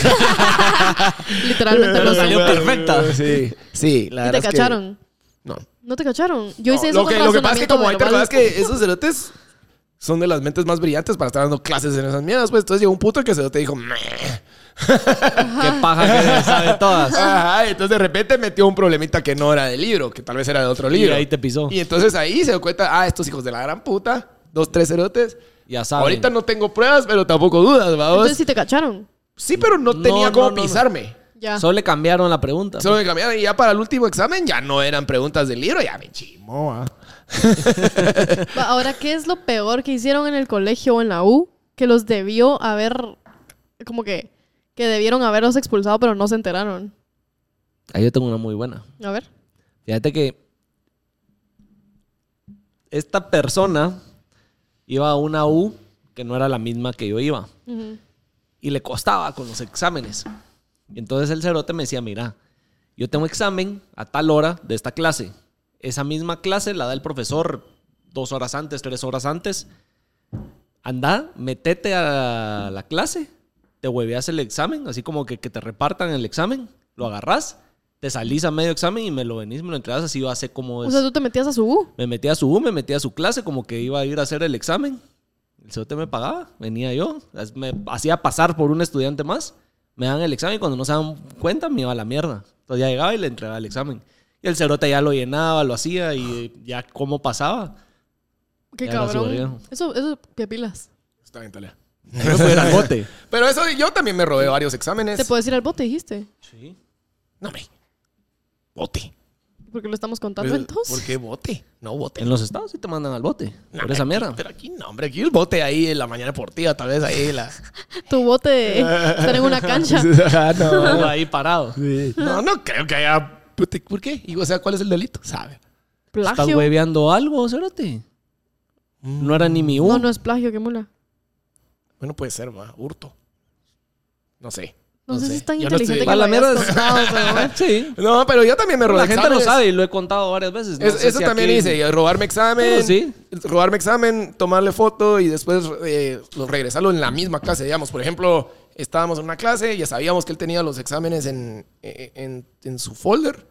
[SPEAKER 1] Literalmente
[SPEAKER 2] Pero
[SPEAKER 1] lo
[SPEAKER 2] salió
[SPEAKER 1] salió.
[SPEAKER 2] perfecta.
[SPEAKER 3] Sí, sí, la
[SPEAKER 1] Y
[SPEAKER 3] verdad
[SPEAKER 1] te
[SPEAKER 3] es que-
[SPEAKER 1] cacharon.
[SPEAKER 3] no.
[SPEAKER 1] No te cacharon. Yo hice
[SPEAKER 3] No,
[SPEAKER 1] eso
[SPEAKER 3] lo, que,
[SPEAKER 1] con
[SPEAKER 3] lo que pasa es que como hay
[SPEAKER 1] razonamiento
[SPEAKER 3] personas
[SPEAKER 1] verbal.
[SPEAKER 3] que esos cerotes son de las mentes más brillantes para estar dando clases en esas mierdas, pues entonces llegó un puto que el cerote dijo, "Meh".
[SPEAKER 2] Qué paja que sabe todas.
[SPEAKER 3] Ajá, entonces de repente metió un problemita que no era del libro, que tal vez era de otro
[SPEAKER 2] Y
[SPEAKER 3] libro.
[SPEAKER 2] ahí te pisó.
[SPEAKER 3] Y entonces ahí se dio cuenta, ah, estos hijos de la gran puta, dos, tres cerotes.
[SPEAKER 2] Ya saben.
[SPEAKER 3] Ahorita no tengo pruebas, pero tampoco dudas, vamos.
[SPEAKER 1] Entonces sí te cacharon.
[SPEAKER 3] sí, pero no
[SPEAKER 2] No,
[SPEAKER 3] tenía
[SPEAKER 2] no,
[SPEAKER 3] cómo
[SPEAKER 2] no, no.
[SPEAKER 3] pisarme.
[SPEAKER 1] Ya.
[SPEAKER 2] Solo le cambiaron la pregunta.
[SPEAKER 3] Solo me cambiaron y ya para el último examen ya no eran preguntas del libro, ya me chimó. ah.
[SPEAKER 1] Va, Ahora, ¿qué es lo peor que hicieron en el colegio o en la U? Que los debió haber, como que, que debieron haberlos expulsado, pero no se enteraron.
[SPEAKER 2] Ahí yo tengo una muy buena.
[SPEAKER 1] A ver.
[SPEAKER 2] Fíjate que esta persona iba a una U que no era la misma que yo iba.
[SPEAKER 1] Ujú.
[SPEAKER 2] y le costaba con los exámenes. Y entonces el cerote me decía, mira, yo tengo examen a tal hora de esta clase. Esa misma clase la da el profesor dos horas antes, tres horas antes. Anda, metete a la clase, te hueveas el examen, así como que, que te repartan el examen, lo agarras, te salís a medio examen y me lo venís, me lo entregas, así yo hace como
[SPEAKER 1] O
[SPEAKER 2] es.
[SPEAKER 1] sea, tú te metías a su U.
[SPEAKER 2] Me metí a su U, me metí a su clase, como que iba a ir a hacer el examen. El cerote me pagaba, venía yo, as- me hacía pasar por un estudiante más, me dan el examen y cuando no se dan cuenta me iba a la mierda. Entonces ya llegaba y le entregaba el examen. Y el cerote ya lo llenaba, lo hacía y ya cómo pasaba.
[SPEAKER 1] Qué
[SPEAKER 2] Ya era su verga.
[SPEAKER 1] cabrón. Eso, eso, qué pilas.
[SPEAKER 3] Está bien, Talia.
[SPEAKER 2] Yo me fui al bote.
[SPEAKER 3] Pero eso yo también me robé varios exámenes.
[SPEAKER 1] Te puedes ir al bote, dijiste.
[SPEAKER 2] Sí.
[SPEAKER 3] No me. Bote.
[SPEAKER 1] Porque lo estamos
[SPEAKER 2] Pues,
[SPEAKER 1] contando entonces.
[SPEAKER 3] ¿Por qué bote? No bote.
[SPEAKER 2] En los estados sí te mandan al bote.
[SPEAKER 3] No,
[SPEAKER 2] por esa
[SPEAKER 3] aquí-
[SPEAKER 2] mierda.
[SPEAKER 3] Pero aquí no, hombre, aquí el bote ahí en la mañana deportiva, tal vez ahí la.
[SPEAKER 1] Tu bote de estar en una cancha.
[SPEAKER 3] Ah,
[SPEAKER 2] Todo ahí parado.
[SPEAKER 3] no, no creo que haya. puta, ¿Por qué? Y, o sea, ¿cuál es el delito? Sabe.
[SPEAKER 2] ¿Estás
[SPEAKER 1] Plagio.
[SPEAKER 2] hueveando algo, cerote? No era ni mi U.
[SPEAKER 1] No, no es plagio, qué mula.
[SPEAKER 3] Bueno, puede ser, va, hurto. No sé.
[SPEAKER 1] No,
[SPEAKER 2] No
[SPEAKER 1] sé si
[SPEAKER 2] sé.
[SPEAKER 1] es tan
[SPEAKER 3] Yo no estoy-
[SPEAKER 1] inteligente que
[SPEAKER 2] Para
[SPEAKER 1] lo
[SPEAKER 2] la
[SPEAKER 1] hayas
[SPEAKER 2] mierda.
[SPEAKER 1] contado, pero bueno.
[SPEAKER 2] sí.
[SPEAKER 3] No, pero yo también me
[SPEAKER 2] Pero
[SPEAKER 3] robé
[SPEAKER 2] la gente lo
[SPEAKER 3] exámenes.
[SPEAKER 2] sabe y lo he contado varias veces. No
[SPEAKER 3] Es-
[SPEAKER 2] sé
[SPEAKER 3] eso
[SPEAKER 2] si
[SPEAKER 3] también
[SPEAKER 2] aquí-
[SPEAKER 3] hice, yo, robarme examen,
[SPEAKER 2] Pero sí.
[SPEAKER 3] robarme examen, tomarle foto y después eh, lo- regresarlo en la misma clase, digamos. Por ejemplo, estábamos en una clase, ya sabíamos que él tenía los exámenes en, eh, en, en su folder,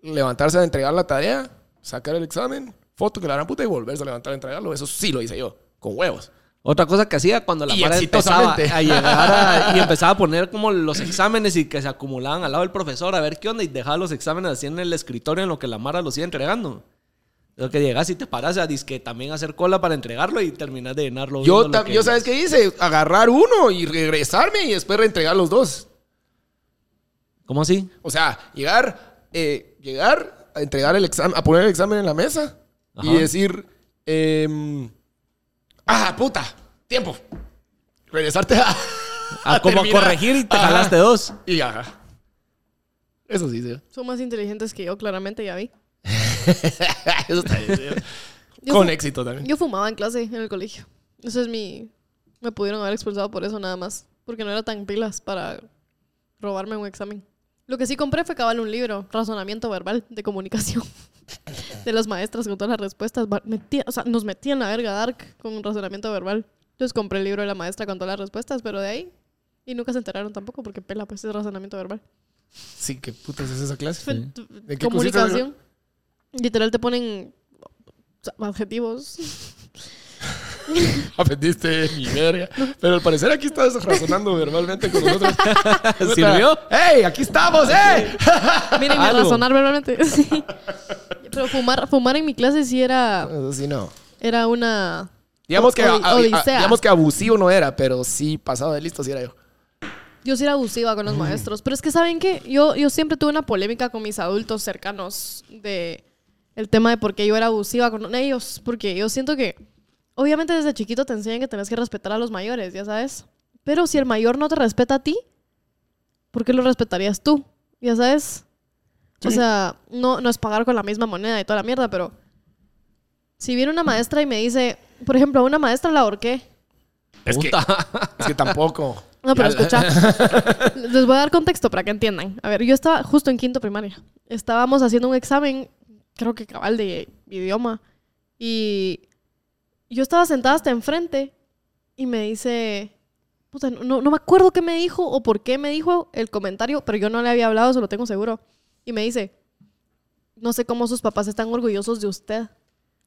[SPEAKER 3] levantarse a entregar la tarea, sacar el examen, foto que la gran puta y volverse a levantar a entregarlo. Eso sí lo hice yo, con huevos.
[SPEAKER 2] Otra cosa que hacía cuando la
[SPEAKER 3] Y
[SPEAKER 2] mara empezaba
[SPEAKER 3] exitosamente.
[SPEAKER 2] a llegar a- y empezaba a poner como los exámenes y que se acumulaban al lado del profesor a ver qué onda y dejaba los exámenes así en el escritorio en lo que la Mara los iba entregando. Lo que llegas y te paras a disque también hacer cola para entregarlo y terminas de llenarlo.
[SPEAKER 3] Yo,
[SPEAKER 2] viendo lo
[SPEAKER 3] tam-
[SPEAKER 2] que-
[SPEAKER 3] yo ¿sabes qué hice? Agarrar uno y regresarme y después reentregar los dos.
[SPEAKER 2] ¿Cómo así?
[SPEAKER 3] O sea, llegar, eh, llegar a entregar el examen, a poner el examen en la mesa y
[SPEAKER 2] Ajá.
[SPEAKER 3] decir, em, ah, puta, tiempo. Regresarte a,
[SPEAKER 2] A Ah, como
[SPEAKER 3] terminar.
[SPEAKER 2] corregir y te
[SPEAKER 3] Ajá.
[SPEAKER 2] jalaste dos.
[SPEAKER 3] Y ajá. Eso sí, sí.
[SPEAKER 1] Son más inteligentes que yo, claramente, ya vi.
[SPEAKER 3] Eso está bien, sí.
[SPEAKER 1] Yo
[SPEAKER 3] Con
[SPEAKER 1] fu-
[SPEAKER 3] éxito también.
[SPEAKER 1] Yo fumaba en clase, en el colegio. Eso es mi... Me pudieron haber expulsado por eso nada más. Porque no era tan pilas para robarme un examen. Lo que sí compré fue cabal un libro, Razonamiento Verbal de Comunicación. de las maestras con todas las respuestas. Va- metía- o sea, nos metían la verga dark con razonamiento verbal. Entonces compré el libro de la maestra con todas las respuestas, pero de ahí... Y nunca se enteraron tampoco porque pela pues es razonamiento verbal.
[SPEAKER 3] Sí, qué putas es esa clase.
[SPEAKER 1] Fue-
[SPEAKER 3] ¿De qué consiste?
[SPEAKER 1] comunicación. Literal te ponen o sea, adjetivos.
[SPEAKER 3] Aprendiste mi verga. Pero al parecer aquí estás razonando verbalmente con nosotros.
[SPEAKER 2] ¿Sirvió?
[SPEAKER 3] ¡Ey! ¡Aquí estamos! ¡Eh!
[SPEAKER 1] Miren,
[SPEAKER 2] Algo.
[SPEAKER 1] razonar verbalmente. sí. Pero fumar, fumar en mi clase sí era,
[SPEAKER 3] Eso sí, no.
[SPEAKER 1] era una.
[SPEAKER 3] Digamos que,
[SPEAKER 1] o-
[SPEAKER 3] a- a-
[SPEAKER 1] odisea.
[SPEAKER 3] a- digamos que abusivo no era, pero sí pasado de listo sí era yo.
[SPEAKER 1] Yo sí era abusiva con los maestros. Pero es que, ¿saben qué? Yo, yo siempre tuve una polémica con mis adultos cercanos de el tema de por qué yo era abusiva con ellos. Porque yo siento que, obviamente, desde chiquito te enseñan que tenés que respetar a los mayores, ya sabes. Pero si el mayor no te respeta a ti, ¿por qué lo respetarías tú? Ya sabes. O sea, no, no es pagar con la misma moneda y toda la mierda, pero si viene una maestra y me dice, por ejemplo, a una maestra la ahorqué.
[SPEAKER 3] Es que, es que tampoco.
[SPEAKER 1] No, pero
[SPEAKER 3] Ya la-
[SPEAKER 1] escucha. Les voy a dar contexto para que entiendan. A ver, yo estaba justo en quinto primaria. Estábamos haciendo un examen, creo que cabal de idioma. Y yo estaba sentada hasta enfrente y me dice. Puta, no, no me acuerdo qué me dijo o por qué me dijo el comentario, pero yo no le había hablado, se lo tengo seguro. Y me dice: No sé cómo sus papás están orgullosos de usted.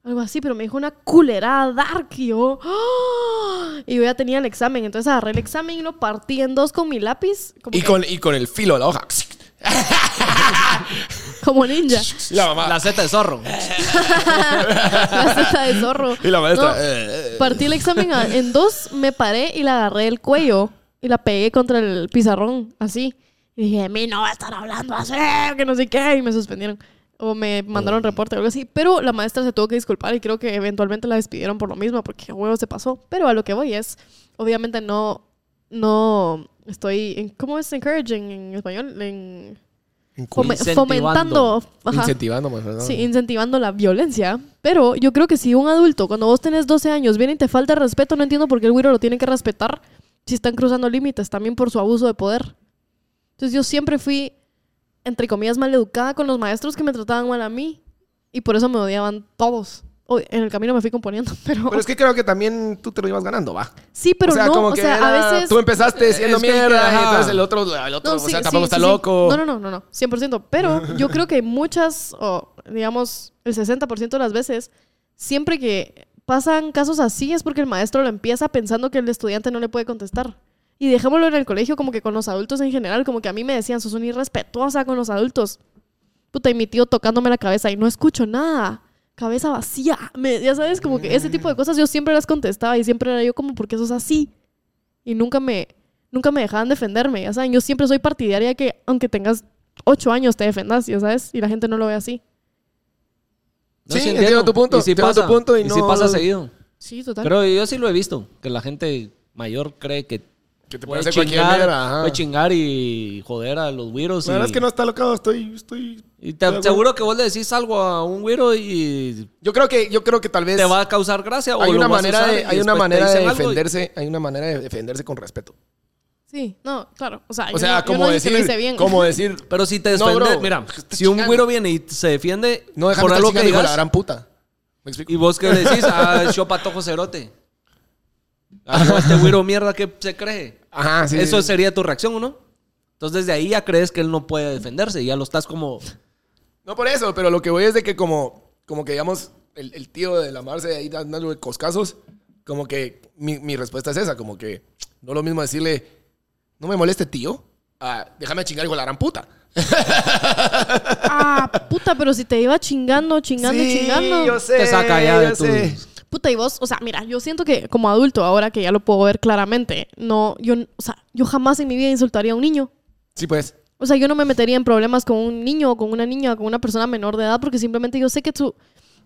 [SPEAKER 1] Algo así, pero me dijo una culerada dark y yo. ¡ah! Y yo ya tenía el examen, entonces agarré el examen y lo partí en dos con mi lápiz. Como,
[SPEAKER 3] Y
[SPEAKER 1] que-
[SPEAKER 3] con, y con el filo de la hoja.
[SPEAKER 1] como ninja.
[SPEAKER 3] La mamá.
[SPEAKER 2] La Z de zorro.
[SPEAKER 1] la seta de zorro.
[SPEAKER 3] y la maestra.
[SPEAKER 1] No,
[SPEAKER 3] eh, eh,
[SPEAKER 1] partí el examen a- en dos, me paré y la agarré del cuello y la pegué contra el pizarrón, así. Y dije, a mí no va a estar hablando así, que no sé qué. Y me suspendieron. O me mandaron reporte o algo así. Pero la maestra se tuvo que disculpar y creo que eventualmente la despidieron por lo mismo, porque huevo se pasó. Pero a lo que voy es, obviamente no, no estoy, en- ¿cómo es encouraging en español? En, fome-
[SPEAKER 2] Incentivando.
[SPEAKER 1] fomentando. ajá.
[SPEAKER 3] Incentivando, más, ¿verdad?
[SPEAKER 1] Sí, incentivando la violencia. Pero yo creo que si un adulto, cuando vos tenés 12 años, viene y te falta el respeto, no entiendo por qué el güiro lo tiene que respetar si están cruzando límites, también por su abuso de poder. Entonces yo siempre fui, entre comillas, maleducada con los maestros que me trataban mal a mí. Y por eso me odiaban todos. Hoy, en el camino me fui componiendo, pero...
[SPEAKER 3] Pero es que creo que también tú te lo ibas ganando, va.
[SPEAKER 1] sí, pero
[SPEAKER 3] o sea,
[SPEAKER 1] no,
[SPEAKER 3] como
[SPEAKER 1] o
[SPEAKER 3] que
[SPEAKER 1] sea,
[SPEAKER 3] era-
[SPEAKER 1] a veces...
[SPEAKER 3] tú empezaste siendo
[SPEAKER 2] Es que-
[SPEAKER 3] mierda,
[SPEAKER 2] ajá.
[SPEAKER 3] y entonces el otro, el otro
[SPEAKER 1] No,
[SPEAKER 3] o
[SPEAKER 1] sí,
[SPEAKER 3] sea,
[SPEAKER 1] sí,
[SPEAKER 3] tampoco
[SPEAKER 1] sí,
[SPEAKER 3] está
[SPEAKER 1] sí.
[SPEAKER 3] loco.
[SPEAKER 1] No, no, no, no, no, 100%. Pero yo creo que muchas, o digamos, el 60% de las veces, siempre que pasan casos así es porque el maestro lo empieza pensando que el estudiante no le puede contestar. Y dejémoslo en el colegio como que con los adultos en general, como que a mí me decían, sos una irrespetuosa con los adultos. Puta, y mi tío tocándome la cabeza y no escucho nada. Cabeza vacía. Me- ya sabes, como que ese
[SPEAKER 3] Mm.
[SPEAKER 1] tipo de cosas yo siempre las contestaba y siempre era yo como, ¿por qué sos así? Y nunca me, nunca me dejaban defenderme, ya saben. Yo siempre soy partidaria de que aunque tengas ocho años te defendas, ya sabes. Y la gente no lo ve así.
[SPEAKER 2] No,
[SPEAKER 3] Sí, entiendo tu punto,
[SPEAKER 2] Y si
[SPEAKER 3] entiendo tu
[SPEAKER 2] pasa,
[SPEAKER 3] punto y
[SPEAKER 2] y
[SPEAKER 3] no-
[SPEAKER 2] si pasa seguido.
[SPEAKER 1] Sí, total.
[SPEAKER 2] Pero yo sí lo he visto, que la gente mayor cree que
[SPEAKER 3] Que te
[SPEAKER 2] puede
[SPEAKER 3] parece cualquier
[SPEAKER 2] chingar,
[SPEAKER 3] mierda. ajá.
[SPEAKER 2] puede chingar y joder a los güiros.
[SPEAKER 3] La verdad
[SPEAKER 2] y-
[SPEAKER 3] es que no está loco, estoy, estoy.
[SPEAKER 2] Y te-
[SPEAKER 3] estoy-
[SPEAKER 2] seguro que vos le decís algo a un güiro y
[SPEAKER 3] Yo creo que, yo creo que tal vez.
[SPEAKER 2] te va a causar gracia o
[SPEAKER 3] hay
[SPEAKER 2] lo
[SPEAKER 3] una
[SPEAKER 2] vas a
[SPEAKER 3] manera
[SPEAKER 2] usar
[SPEAKER 3] de,
[SPEAKER 2] y
[SPEAKER 3] hay una
[SPEAKER 2] después te
[SPEAKER 3] manera de
[SPEAKER 2] dicen algo y-
[SPEAKER 3] defenderse, hay una manera de defenderse con respeto.
[SPEAKER 1] Sí, no, claro. O sea,
[SPEAKER 3] O
[SPEAKER 1] yo
[SPEAKER 3] sea,
[SPEAKER 1] no- yo
[SPEAKER 3] como
[SPEAKER 1] no dije
[SPEAKER 3] decir,
[SPEAKER 1] que lo hice bien.
[SPEAKER 3] como decir,
[SPEAKER 2] Pero si te
[SPEAKER 3] No,
[SPEAKER 2] defiende,
[SPEAKER 3] bro.
[SPEAKER 2] mira,
[SPEAKER 3] Está
[SPEAKER 2] si un
[SPEAKER 3] chingando.
[SPEAKER 2] güero viene y se defiende
[SPEAKER 3] no déjame
[SPEAKER 2] por
[SPEAKER 3] estar
[SPEAKER 2] algo que
[SPEAKER 3] chingando, hijo de la
[SPEAKER 2] digas,
[SPEAKER 3] gran puta. ¿Me explico?
[SPEAKER 2] y vos que decís, ah, yo patojo cerote. Ah, no, este güero mierda que se cree.
[SPEAKER 3] Ajá, sí.
[SPEAKER 2] Eso
[SPEAKER 3] sí.
[SPEAKER 2] sería tu reacción, ¿o ¿no? Entonces desde ahí ya crees que él no puede defenderse y ya lo estás como...
[SPEAKER 3] No por eso, pero lo que voy es de que como, como que digamos, el, el tío de la Marce ahí dando de coscazos, como que mi, mi respuesta es esa, como que no lo mismo decirle, no me moleste tío, a, déjame chingar hijo de la gran puta.
[SPEAKER 1] Ah, puta, pero si te iba chingando, chingando, chingando.
[SPEAKER 2] Te saca ya de tu-
[SPEAKER 1] Puta, y vos, o sea, mira, yo siento que como adulto, ahora que ya lo puedo ver claramente, no, yo, o sea, yo jamás en mi vida insultaría a un niño.
[SPEAKER 3] Sí, pues.
[SPEAKER 1] O sea, yo no me metería en problemas con un niño o con una niña o con una persona menor de edad porque simplemente yo sé que su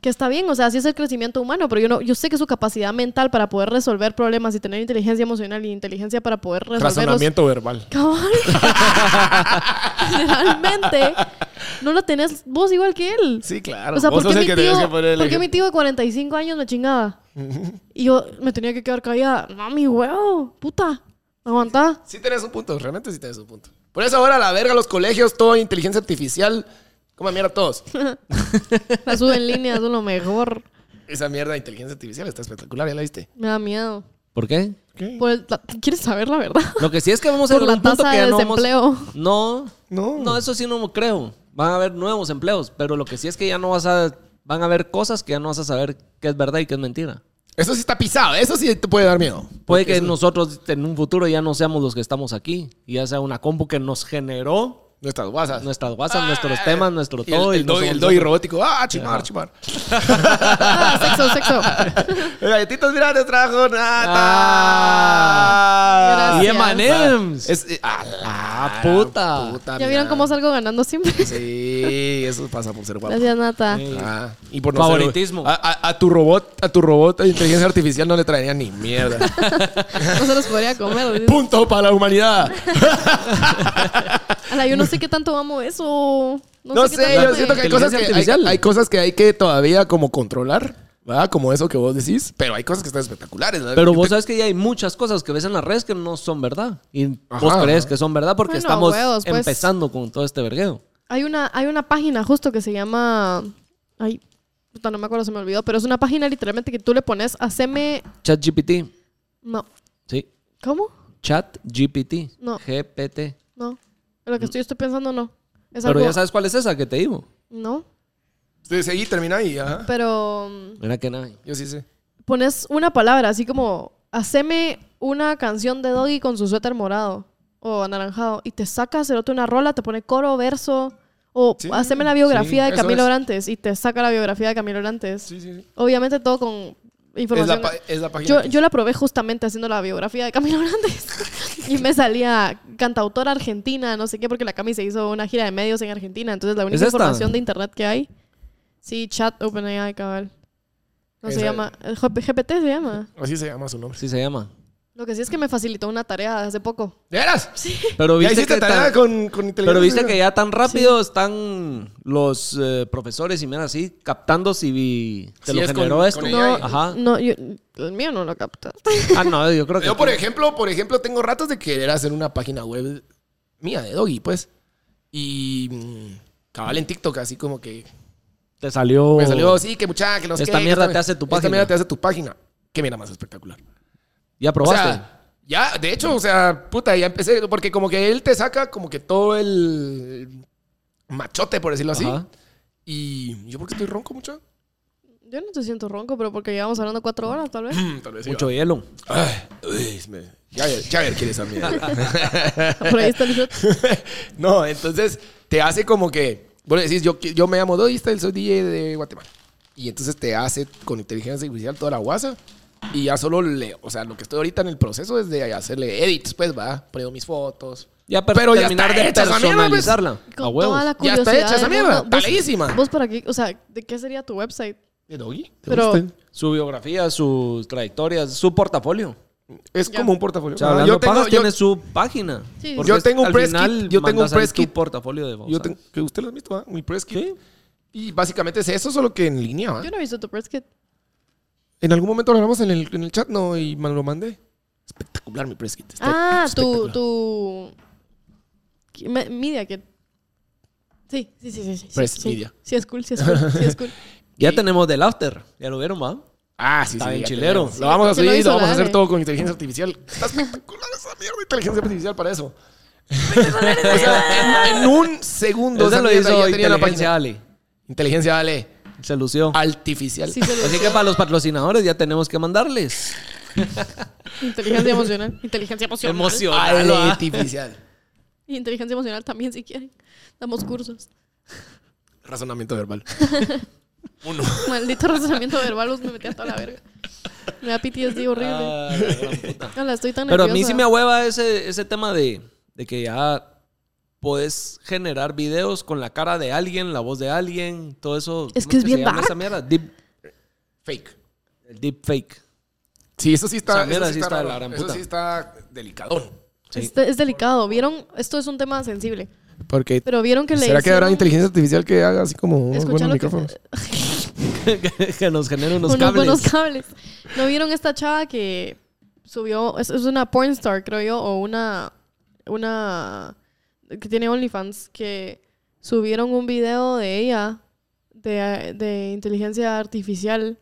[SPEAKER 1] que está bien, o sea, así es el crecimiento humano, pero yo no yo sé que su capacidad mental para poder resolver problemas y tener inteligencia emocional y inteligencia para poder resolverlos
[SPEAKER 3] Razonamiento verbal.
[SPEAKER 1] Cabal. Realmente no lo tenés vos igual que él.
[SPEAKER 3] Sí, claro.
[SPEAKER 1] O sea,
[SPEAKER 3] Vos
[SPEAKER 1] ¿por
[SPEAKER 3] sos
[SPEAKER 1] qué,
[SPEAKER 3] el
[SPEAKER 1] mi
[SPEAKER 3] que tenés que
[SPEAKER 1] tío,
[SPEAKER 3] poner el
[SPEAKER 1] por qué mi
[SPEAKER 3] ejemplo.
[SPEAKER 1] tío de 45 años me chingaba? y yo me tenía que quedar callada. Mami, huevo, puta. Aguantá.
[SPEAKER 3] Sí tenés un punto, realmente sí tenés un punto. Por eso ahora la verga, los colegios, todo inteligencia artificial, como mierda todos.
[SPEAKER 1] La sube en línea, eso es lo mejor.
[SPEAKER 3] Esa mierda de inteligencia artificial está espectacular, ya la viste.
[SPEAKER 1] Me da miedo.
[SPEAKER 2] ¿Por qué?
[SPEAKER 1] Por el- la- ¿Quieres saber la verdad?
[SPEAKER 2] Lo que sí es que vamos a
[SPEAKER 1] Por
[SPEAKER 2] llegar
[SPEAKER 1] la
[SPEAKER 2] a un punto
[SPEAKER 1] tasa
[SPEAKER 2] que ya
[SPEAKER 1] de
[SPEAKER 2] no vamos-
[SPEAKER 1] desempleo.
[SPEAKER 2] No,
[SPEAKER 3] No.
[SPEAKER 2] no, eso sí no creo. Van a haber nuevos empleos, pero lo que sí es que ya no vas a, van a haber cosas que ya no vas a saber qué es verdad y qué es mentira.
[SPEAKER 3] Eso sí está pisado, eso sí te puede dar miedo.
[SPEAKER 2] Puede que nosotros en un futuro ya no seamos los que estamos aquí y ya sea una compu que nos generó
[SPEAKER 3] Nuestras guasas.
[SPEAKER 2] nuestras WhatsApp, nuestros temas, nuestro
[SPEAKER 3] Y Ah, el,
[SPEAKER 2] todo.
[SPEAKER 3] el
[SPEAKER 2] no
[SPEAKER 3] doy,
[SPEAKER 2] somos
[SPEAKER 3] el doy
[SPEAKER 2] nosotros.
[SPEAKER 3] robótico. Ah, chimar, chimar.
[SPEAKER 1] Ah, sexo, sexo.
[SPEAKER 3] Galletitos, mira, te trajo
[SPEAKER 1] Ah,
[SPEAKER 3] nata.
[SPEAKER 2] Y
[SPEAKER 1] Gracias.
[SPEAKER 2] M&M's.
[SPEAKER 3] Es, eh, a la
[SPEAKER 2] puta.
[SPEAKER 1] ¿Ya vieron
[SPEAKER 3] mira.
[SPEAKER 1] cómo salgo ganando siempre?
[SPEAKER 3] Sí, eso pasa por ser guapo.
[SPEAKER 1] Gracias, Nata.
[SPEAKER 3] Ah, y por
[SPEAKER 2] Favoritismo.
[SPEAKER 3] ser- a, a- a tu robot, a tu robot de inteligencia artificial no le traería ni mierda.
[SPEAKER 1] No se los podría comer.
[SPEAKER 3] Punto para la humanidad.
[SPEAKER 1] Ala, yo no sé qué tanto amo eso. No,
[SPEAKER 3] No
[SPEAKER 1] qué
[SPEAKER 3] sé,
[SPEAKER 1] tanto
[SPEAKER 3] yo
[SPEAKER 1] me-
[SPEAKER 3] siento que hay cosas que hay,
[SPEAKER 2] Inteligencia artificial.
[SPEAKER 3] hay cosas que hay que todavía como controlar, ¿verdad? Como eso que vos decís, pero hay cosas que están espectaculares. ¿verdad?
[SPEAKER 2] Pero
[SPEAKER 3] Que
[SPEAKER 2] vos
[SPEAKER 3] te-
[SPEAKER 2] sabes que ya hay muchas cosas que ves en las redes que no son verdad. Y vos
[SPEAKER 3] Ajá.
[SPEAKER 2] crees que son verdad porque
[SPEAKER 1] Bueno,
[SPEAKER 2] estamos
[SPEAKER 1] huevos, pues.
[SPEAKER 2] empezando con todo este vergueo.
[SPEAKER 1] Hay una, hay una página justo que se llama. Ay, puta, no me acuerdo, se me olvidó. Pero es una página literalmente que tú le pones, haceme.
[SPEAKER 2] ChatGPT.
[SPEAKER 1] No.
[SPEAKER 2] Sí.
[SPEAKER 1] ¿Cómo?
[SPEAKER 2] ChatGPT.
[SPEAKER 1] No.
[SPEAKER 2] GPT.
[SPEAKER 1] No. Lo
[SPEAKER 3] Mm.
[SPEAKER 1] que estoy, estoy pensando, no. Es
[SPEAKER 2] Pero
[SPEAKER 1] algo-
[SPEAKER 2] ya sabes cuál es esa que te digo.
[SPEAKER 1] No.
[SPEAKER 3] Sí, seguí, termina y ajá.
[SPEAKER 1] Pero mm,
[SPEAKER 2] Mira que nadie.
[SPEAKER 3] Yo sí sé.
[SPEAKER 1] pones una palabra, así como, haceme una canción de Doggy con su suéter morado o anaranjado. Y te saca, cerote una rola, te pone coro, verso. O
[SPEAKER 3] Sí,
[SPEAKER 1] haceme la biografía
[SPEAKER 3] sí,
[SPEAKER 1] de
[SPEAKER 3] eso
[SPEAKER 1] Camilo
[SPEAKER 3] es.
[SPEAKER 1] Orantes. Y te saca la biografía de Camilo Orantes.
[SPEAKER 3] Sí, sí, sí.
[SPEAKER 1] Obviamente todo con
[SPEAKER 3] Es
[SPEAKER 1] información.
[SPEAKER 3] la, pa- es la página.
[SPEAKER 1] Yo,
[SPEAKER 3] que-
[SPEAKER 1] yo la probé justamente haciendo la biografía de Camilo Hernández y me salía cantautora argentina, no sé qué, porque la Cami se hizo una gira de medios en Argentina, entonces la única
[SPEAKER 2] ¿Es esta?
[SPEAKER 1] información de internet que hay. Sí, chat OpenAI, cabal. No se
[SPEAKER 3] Esa-
[SPEAKER 1] llama, el G- GPT se llama.
[SPEAKER 3] Así se llama su nombre.
[SPEAKER 2] Sí se llama.
[SPEAKER 1] Lo que sí es que me facilitó una tarea hace poco.
[SPEAKER 3] ¿De veras?
[SPEAKER 2] Pero
[SPEAKER 3] ¿Ya
[SPEAKER 2] viste
[SPEAKER 3] hiciste
[SPEAKER 2] que
[SPEAKER 3] tarea
[SPEAKER 2] tan-
[SPEAKER 3] con, con inteligencia
[SPEAKER 2] Pero viste que
[SPEAKER 3] artificial?
[SPEAKER 2] ya tan rápido están los eh, profesores y mira así captando si vi- te
[SPEAKER 3] Sí,
[SPEAKER 2] lo
[SPEAKER 3] es con-
[SPEAKER 2] generó
[SPEAKER 3] con
[SPEAKER 2] esto.
[SPEAKER 3] ella
[SPEAKER 1] No,
[SPEAKER 3] y-
[SPEAKER 2] Ajá.
[SPEAKER 1] no yo- el mío no lo capta.
[SPEAKER 2] Ah, no, yo creo que.
[SPEAKER 3] Yo, por ejemplo, por ejemplo, tengo ratos de querer hacer una página web mía de Doggy, pues. Y mm, cabal en TikTok, así como que
[SPEAKER 2] te salió.
[SPEAKER 3] me salió, sí, que muchacha, que no
[SPEAKER 2] Oh.
[SPEAKER 3] sé
[SPEAKER 2] Esta
[SPEAKER 3] qué, que
[SPEAKER 2] mierda te hace tu
[SPEAKER 3] Esta
[SPEAKER 2] página.
[SPEAKER 3] mierda te hace tu página. Qué mierda más espectacular.
[SPEAKER 2] Ya
[SPEAKER 3] O
[SPEAKER 2] probaste.
[SPEAKER 3] sea, ya, de hecho, o sea, puta, ya empecé, porque como que él te saca como que todo el machote, por decirlo así.
[SPEAKER 2] Ajá.
[SPEAKER 3] Y yo, ¿por qué estoy ronco, mucho?
[SPEAKER 1] Yo no te siento ronco, pero porque llevamos hablando cuatro horas, tal vez.
[SPEAKER 3] Tal vez sí,
[SPEAKER 2] Mucho
[SPEAKER 3] va.
[SPEAKER 2] hielo.
[SPEAKER 3] Ay, uy, me- ya ver, ya ver quién es esa mierda.
[SPEAKER 1] Por ahí está el shot.
[SPEAKER 3] no, entonces te hace como que, bueno, decís, yo, qui- yo me llamo Doy Style, soy DJ de Guatemala. Y entonces te hace con inteligencia artificial toda la guasa. Y ya solo le, o sea, lo que estoy ahorita en el proceso es de hacerle edits, pues va, poniendo mis fotos.
[SPEAKER 2] Ya para
[SPEAKER 3] Pero ya
[SPEAKER 2] terminar
[SPEAKER 3] está
[SPEAKER 2] de
[SPEAKER 3] hecha esa mierda, pues.
[SPEAKER 2] personalizarla.
[SPEAKER 1] Con
[SPEAKER 2] a huevos.
[SPEAKER 1] toda la
[SPEAKER 3] Ya
[SPEAKER 1] curiosidad.
[SPEAKER 3] está hecha esa
[SPEAKER 1] del
[SPEAKER 3] mierda,
[SPEAKER 1] mundo. Vos-
[SPEAKER 3] está leísima.
[SPEAKER 1] Vos para qué, o sea, ¿de qué sería tu website?
[SPEAKER 3] ¿De Doggy?
[SPEAKER 1] Pero-
[SPEAKER 2] Su biografía, sus trayectorias, su portfolio.
[SPEAKER 3] Es
[SPEAKER 1] Ya.
[SPEAKER 3] como un portafolio.
[SPEAKER 2] O sea,
[SPEAKER 3] Ah,
[SPEAKER 2] hablando
[SPEAKER 3] yo tengo,
[SPEAKER 2] pajas,
[SPEAKER 3] yo-
[SPEAKER 2] tiene su página.
[SPEAKER 1] Sí, sí.
[SPEAKER 2] Porque
[SPEAKER 3] Yo
[SPEAKER 2] es-
[SPEAKER 3] tengo un
[SPEAKER 2] al
[SPEAKER 3] press
[SPEAKER 2] final
[SPEAKER 3] kit, yo tengo
[SPEAKER 2] mandas
[SPEAKER 3] un
[SPEAKER 2] ahí
[SPEAKER 3] press
[SPEAKER 2] tu
[SPEAKER 3] kit.
[SPEAKER 2] portafolio de
[SPEAKER 3] yo
[SPEAKER 2] WhatsApp.
[SPEAKER 3] tengo- que usted lo ha visto, ¿va? Mi press kit. Y básicamente es eso, solo que en línea, ¿va?
[SPEAKER 1] Yo no he visto tu press kit.
[SPEAKER 3] En algún momento lo hablamos en el, en el chat, ¿no? Y me lo mandé. Espectacular mi press kit. está
[SPEAKER 1] Ah, tu,
[SPEAKER 3] espectacular.
[SPEAKER 1] tu... ¿Qué? Me- Media que... Sí, sí, sí, sí. sí,
[SPEAKER 3] Press
[SPEAKER 1] sí, sí.
[SPEAKER 3] Pues, media.
[SPEAKER 1] Sí es cool, sí es cool, sí es cool.
[SPEAKER 2] Ya tenemos del after. Ya lo vieron, ¿va?
[SPEAKER 3] Ah, sí,
[SPEAKER 2] Está
[SPEAKER 3] sí.
[SPEAKER 2] bien
[SPEAKER 3] ya
[SPEAKER 2] chilero.
[SPEAKER 3] tenemos. Lo vamos a
[SPEAKER 1] Sí, lo
[SPEAKER 3] subir y
[SPEAKER 1] hizo
[SPEAKER 3] lo vamos
[SPEAKER 1] la
[SPEAKER 3] a hacer
[SPEAKER 1] Ale.
[SPEAKER 3] todo con inteligencia artificial. Está espectacular esa mierda de inteligencia artificial para eso. O sea, en, en un segundo.
[SPEAKER 2] Eso
[SPEAKER 3] esa
[SPEAKER 2] lo
[SPEAKER 3] mierda
[SPEAKER 2] hizo
[SPEAKER 3] ya tenía la
[SPEAKER 2] Inteligencia
[SPEAKER 3] página.
[SPEAKER 2] Ali.
[SPEAKER 3] Inteligencia Ale.
[SPEAKER 2] Se lució.
[SPEAKER 3] Artificial.
[SPEAKER 1] Sí se lo
[SPEAKER 2] Así que para los patrocinadores ya tenemos que mandarles.
[SPEAKER 1] Inteligencia emocional. Inteligencia emocional.
[SPEAKER 2] Emocional.
[SPEAKER 3] Ale
[SPEAKER 2] ¿va?
[SPEAKER 3] artificial.
[SPEAKER 1] Y inteligencia emocional también, si quieren. Damos cursos.
[SPEAKER 3] Razonamiento verbal.
[SPEAKER 1] Maldito razonamiento verbal, los me metí a toda la verga. Me da PTSD horrible.
[SPEAKER 2] Ah, la gran puta.
[SPEAKER 1] Ala, estoy tan
[SPEAKER 2] Pero a mí
[SPEAKER 1] nerviosa.
[SPEAKER 2] sí me ahueva ese, ese tema de, de que ya puedes generar videos con la cara de alguien, la voz de alguien, todo eso.
[SPEAKER 1] Es
[SPEAKER 2] ¿Cómo
[SPEAKER 1] que es bien
[SPEAKER 2] se llama
[SPEAKER 1] dark.
[SPEAKER 2] esa mierda? Deep,
[SPEAKER 3] Fake.
[SPEAKER 2] el deep fake.
[SPEAKER 3] Sí, eso sí
[SPEAKER 2] Esa
[SPEAKER 3] está.
[SPEAKER 2] mierda sí
[SPEAKER 3] Eso sí
[SPEAKER 2] está
[SPEAKER 3] está,
[SPEAKER 2] de
[SPEAKER 3] raro.
[SPEAKER 2] la gran
[SPEAKER 3] Eso
[SPEAKER 2] puta.
[SPEAKER 3] sí está delicadón.
[SPEAKER 2] Sí.
[SPEAKER 1] Es, Este es delicado. ¿Vieron? Esto es un tema sensible.
[SPEAKER 3] Porque.
[SPEAKER 1] Pero vieron que le
[SPEAKER 3] ¿Será que habrá
[SPEAKER 1] hicieron-
[SPEAKER 3] inteligencia artificial que haga así como unos
[SPEAKER 1] Escucha
[SPEAKER 3] buenos
[SPEAKER 1] lo que-
[SPEAKER 3] micrófonos?
[SPEAKER 2] que, que nos genera unos,
[SPEAKER 1] unos
[SPEAKER 2] cables.
[SPEAKER 1] buenos cables. ¿No vieron esta chava que subió? Es, es una porn star, creo yo, o una. Una. que tiene OnlyFans, que subieron un video de ella, de, de inteligencia artificial,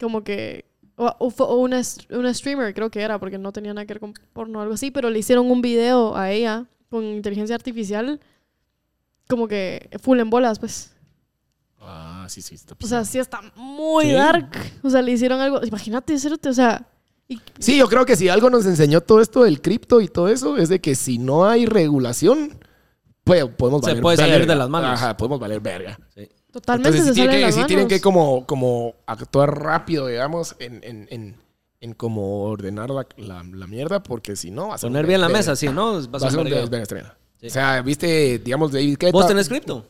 [SPEAKER 1] como que. O, o fue- o una, s- una streamer, creo que era, porque no tenía nada que ver con porno o algo así, pero le hicieron un video a ella con inteligencia artificial, como que full en bolas, pues.
[SPEAKER 3] Ah, sí, sí. Está
[SPEAKER 1] O sea, sí está muy
[SPEAKER 2] Sí.
[SPEAKER 1] dark. O sea, le hicieron algo. Imagínate, cerote, o sea. y-
[SPEAKER 3] Sí, yo creo que si algo nos enseñó todo esto del cripto y todo eso, es de que si no hay regulación, pues, podemos
[SPEAKER 2] Se
[SPEAKER 3] valer
[SPEAKER 2] puede
[SPEAKER 3] verga.
[SPEAKER 2] salir de las manos.
[SPEAKER 3] Ajá, podemos valer verga.
[SPEAKER 1] totalmente
[SPEAKER 3] Entonces,
[SPEAKER 1] se
[SPEAKER 3] sí,
[SPEAKER 1] sale
[SPEAKER 3] tienen
[SPEAKER 1] de
[SPEAKER 3] que,
[SPEAKER 1] las
[SPEAKER 3] sí
[SPEAKER 1] manos.
[SPEAKER 3] tienen que como, como actuar rápido, digamos, en, en, en, en como ordenar la, la, la mierda, porque si no, vas a
[SPEAKER 2] Poner bien la
[SPEAKER 3] desver-
[SPEAKER 2] mesa, sí, ¿no? Va a
[SPEAKER 3] Este, Vas a
[SPEAKER 2] ser
[SPEAKER 3] ser
[SPEAKER 2] un
[SPEAKER 3] un
[SPEAKER 2] vergueo.
[SPEAKER 3] desverga.
[SPEAKER 2] Sí.
[SPEAKER 3] O sea, viste, digamos, David Guetta.
[SPEAKER 2] ¿Vos tenés cripto?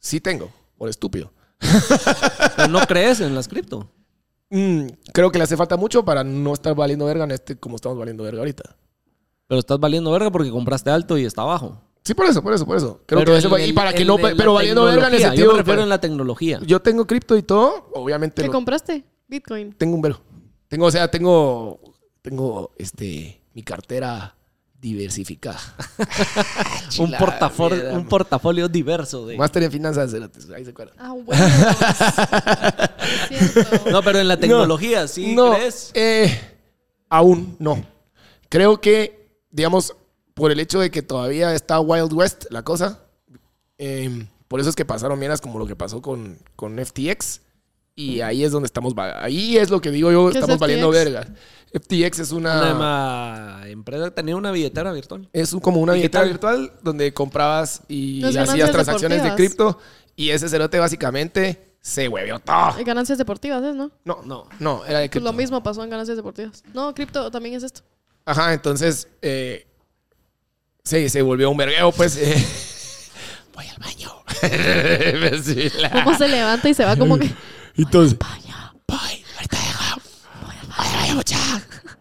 [SPEAKER 3] Sí tengo, por estúpido.
[SPEAKER 2] Pero ¿No crees en las cripto?
[SPEAKER 3] Mm, creo que le hace falta mucho para no estar valiendo verga en este como estamos valiendo verga ahorita.
[SPEAKER 2] Pero estás valiendo verga porque compraste alto y está bajo.
[SPEAKER 3] Sí, por eso, por eso, por eso. Creo
[SPEAKER 2] Pero
[SPEAKER 3] que eso
[SPEAKER 2] en
[SPEAKER 3] va-
[SPEAKER 2] el-
[SPEAKER 3] y para que
[SPEAKER 2] en
[SPEAKER 3] no,
[SPEAKER 2] el-
[SPEAKER 3] pe-
[SPEAKER 2] la
[SPEAKER 3] pero valiendo verga en el
[SPEAKER 2] tecnología.
[SPEAKER 3] sentido.
[SPEAKER 2] Yo me refiero
[SPEAKER 3] pero-
[SPEAKER 2] en la tecnología.
[SPEAKER 3] Yo tengo cripto y todo, obviamente
[SPEAKER 1] ¿Qué
[SPEAKER 3] lo-
[SPEAKER 1] compraste? Bitcoin.
[SPEAKER 3] tengo un velo. Tengo, o sea, tengo tengo este mi cartera diversificada.
[SPEAKER 2] un,
[SPEAKER 3] Chila,
[SPEAKER 2] portafolio-
[SPEAKER 3] mierda,
[SPEAKER 2] un portafolio diverso. De...
[SPEAKER 3] Master en finanzas, cerotes, ahí se acuerdan.
[SPEAKER 1] Ah, bueno. Es cierto.
[SPEAKER 2] No, pero en la tecnología, ¿sí
[SPEAKER 3] no,
[SPEAKER 2] crees?
[SPEAKER 3] eh, aún no. Creo que, digamos, por el hecho de que todavía está Wild West la cosa, eh, por eso es que pasaron mierdas como lo que pasó con, con FTX. Y ahí es donde estamos, va- ahí es lo que digo yo,
[SPEAKER 1] ¿Qué es
[SPEAKER 3] estamos valiendo
[SPEAKER 1] FTX?
[SPEAKER 3] verga. FTX es una...
[SPEAKER 2] Una ma- empresa tenía una billetera virtual.
[SPEAKER 3] Es un- como una billetera
[SPEAKER 2] Digital.
[SPEAKER 3] virtual donde comprabas y
[SPEAKER 1] Las
[SPEAKER 3] hacías
[SPEAKER 1] ganancias
[SPEAKER 3] transacciones de
[SPEAKER 1] deportivas.
[SPEAKER 3] cripto. Y ese cerote básicamente se huevió todo.
[SPEAKER 1] En Ganancias deportivas, ¿es, no?
[SPEAKER 3] No,
[SPEAKER 2] No.
[SPEAKER 3] no, no, era de
[SPEAKER 1] Pues
[SPEAKER 3] cripto.
[SPEAKER 1] lo mismo pasó en ganancias deportivas. No, cripto también es esto.
[SPEAKER 3] Ajá, entonces, eh, sí, se volvió un vergueo, pues. eh. Voy al baño. Sí, la-
[SPEAKER 1] Cómo se levanta y se va como que.
[SPEAKER 3] entonces,
[SPEAKER 1] Vaya.
[SPEAKER 3] voy, ahorita dejo. Voy al baño, Chuck.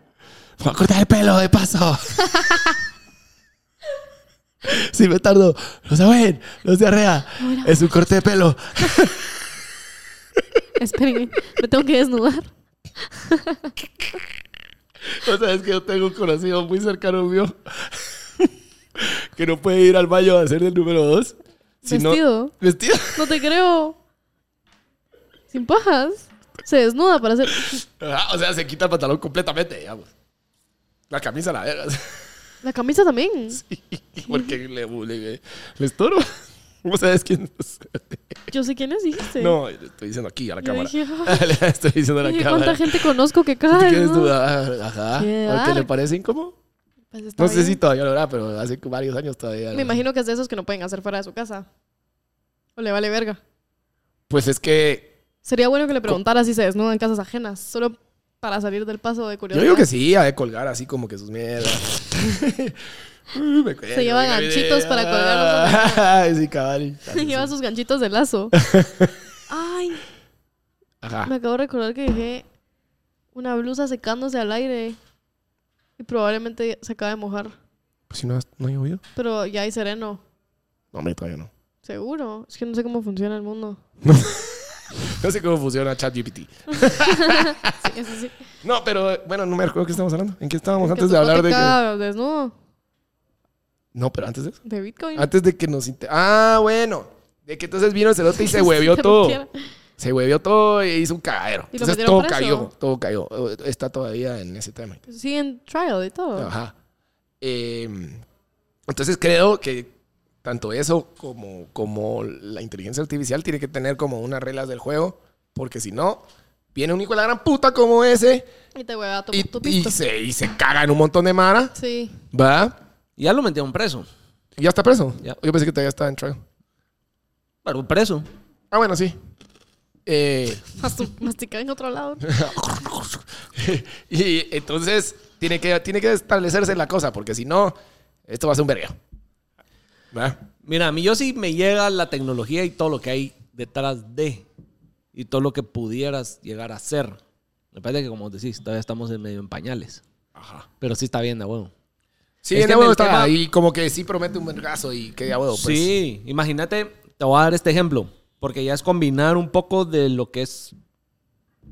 [SPEAKER 3] Voy a cortar el pelo de paso. Si me tardo, lo saben, no se arrea. Es un corte de pelo.
[SPEAKER 1] Esperen, eh, me tengo que desnudar.
[SPEAKER 3] O sea, es que yo tengo un conocido muy cercano mío que no puede ir al baño a hacer el número dos. si no-
[SPEAKER 1] Vestido.
[SPEAKER 3] Vestido.
[SPEAKER 1] No te creo. Sin pajas. Se desnuda para hacer.
[SPEAKER 3] Ajá, o sea, se quita el pantalón completamente, digamos. La camisa la verga.
[SPEAKER 1] La camisa también.
[SPEAKER 3] Porque le, le, le estorba. ¿Cómo sabes quién? es?
[SPEAKER 1] Yo sé quiénes dijiste.
[SPEAKER 3] No, le estoy diciendo aquí a la
[SPEAKER 1] Yo
[SPEAKER 3] cámara.
[SPEAKER 1] dije,
[SPEAKER 3] Le estoy diciendo a la
[SPEAKER 1] Dije,
[SPEAKER 3] cámara.
[SPEAKER 1] ¿Cuánta gente conozco que
[SPEAKER 3] ¿Tú
[SPEAKER 1] cae?
[SPEAKER 3] quieres
[SPEAKER 1] no?
[SPEAKER 3] dudar? Ajá.
[SPEAKER 1] Qué
[SPEAKER 3] Porque le
[SPEAKER 1] dark.
[SPEAKER 3] parece incómodo.
[SPEAKER 1] Pues está
[SPEAKER 3] No sé
[SPEAKER 1] bien.
[SPEAKER 3] si todavía lo hará, pero hace varios años todavía.
[SPEAKER 1] Me imagino que es de esos que no pueden hacer fuera de su casa. O le vale verga.
[SPEAKER 3] Pues es que
[SPEAKER 1] Sería bueno que le preguntara si se desnudan en casas ajenas, solo para salir del paso de
[SPEAKER 3] Yo
[SPEAKER 1] curiosidad.
[SPEAKER 3] digo que sí, ha de colgar así como que sus mierdas. Uy, me cuelgo,
[SPEAKER 1] Se lleva
[SPEAKER 3] me
[SPEAKER 1] ganchitos para
[SPEAKER 3] cuelgo.
[SPEAKER 1] colgarlos.
[SPEAKER 3] Ay, sí, cabal.
[SPEAKER 1] Lleva sus ganchitos de lazo. Ay, me
[SPEAKER 3] Ajá.
[SPEAKER 1] acabo de recordar que dejé una blusa secándose al aire y probablemente se acaba de mojar.
[SPEAKER 3] Pues si no, no ha llovido.
[SPEAKER 1] Pero ya hay sereno,
[SPEAKER 3] No, hombre, todavía no.
[SPEAKER 1] seguro. Es que no sé cómo funciona el mundo.
[SPEAKER 3] No sé cómo funciona ChatGPT.
[SPEAKER 1] Sí, eso sí.
[SPEAKER 3] No, pero bueno, no me recuerdo qué estamos hablando. ¿En qué estábamos
[SPEAKER 1] Que
[SPEAKER 3] antes
[SPEAKER 1] tu
[SPEAKER 3] de hablar
[SPEAKER 1] cuate
[SPEAKER 3] de que...
[SPEAKER 1] caga desnudo
[SPEAKER 3] No, pero antes de eso.
[SPEAKER 1] de Bitcoin.
[SPEAKER 3] Antes de que nos... inte- Ah, bueno. De que entonces vino el celote y se huevió
[SPEAKER 1] Se
[SPEAKER 3] todo.
[SPEAKER 1] metiera.
[SPEAKER 3] Se huevió todo y hizo un cagadero.
[SPEAKER 1] ¿Y lo
[SPEAKER 3] Entonces
[SPEAKER 1] metieron
[SPEAKER 3] todo
[SPEAKER 1] preso?
[SPEAKER 3] cayó, todo cayó. Está todavía en ese tema.
[SPEAKER 1] Sí, en trial y todo.
[SPEAKER 3] Ajá. Eh, entonces creo que tanto eso como, como la inteligencia artificial tiene que tener como unas reglas del juego, porque si no, viene un hijo de la gran puta como ese
[SPEAKER 1] Y te hueva tu,
[SPEAKER 3] y,
[SPEAKER 1] tu
[SPEAKER 3] y
[SPEAKER 1] pito.
[SPEAKER 3] se, y se caga en un montón de mara,
[SPEAKER 1] Sí.
[SPEAKER 3] ¿va?
[SPEAKER 2] Ya lo metieron preso.
[SPEAKER 3] ¿Ya está preso?
[SPEAKER 2] Ya.
[SPEAKER 3] Yo pensé que todavía estaba en trial.
[SPEAKER 2] Pero preso.
[SPEAKER 3] Ah, bueno, sí. Eh,
[SPEAKER 1] Mastu- Masticar en otro lado.
[SPEAKER 3] y entonces tiene que, tiene que establecerse la cosa, porque si no, esto va a ser un vergueo. ¿Va?
[SPEAKER 2] Mira, a mí yo sí me llega la tecnología y todo lo que hay detrás de y todo lo que pudieras llegar a ser. Me parece que, como decís, todavía estamos en medio en pañales. Ajá. Pero sí está bien, de huevo. Es que
[SPEAKER 3] Sí, en
[SPEAKER 2] en
[SPEAKER 3] Este huevo
[SPEAKER 2] el
[SPEAKER 3] está
[SPEAKER 2] tema-
[SPEAKER 3] ahí, como que sí promete un vergazo y que ya huevo, pues.
[SPEAKER 2] Sí, imagínate, te voy a dar este ejemplo, porque ya es combinar un poco de lo que es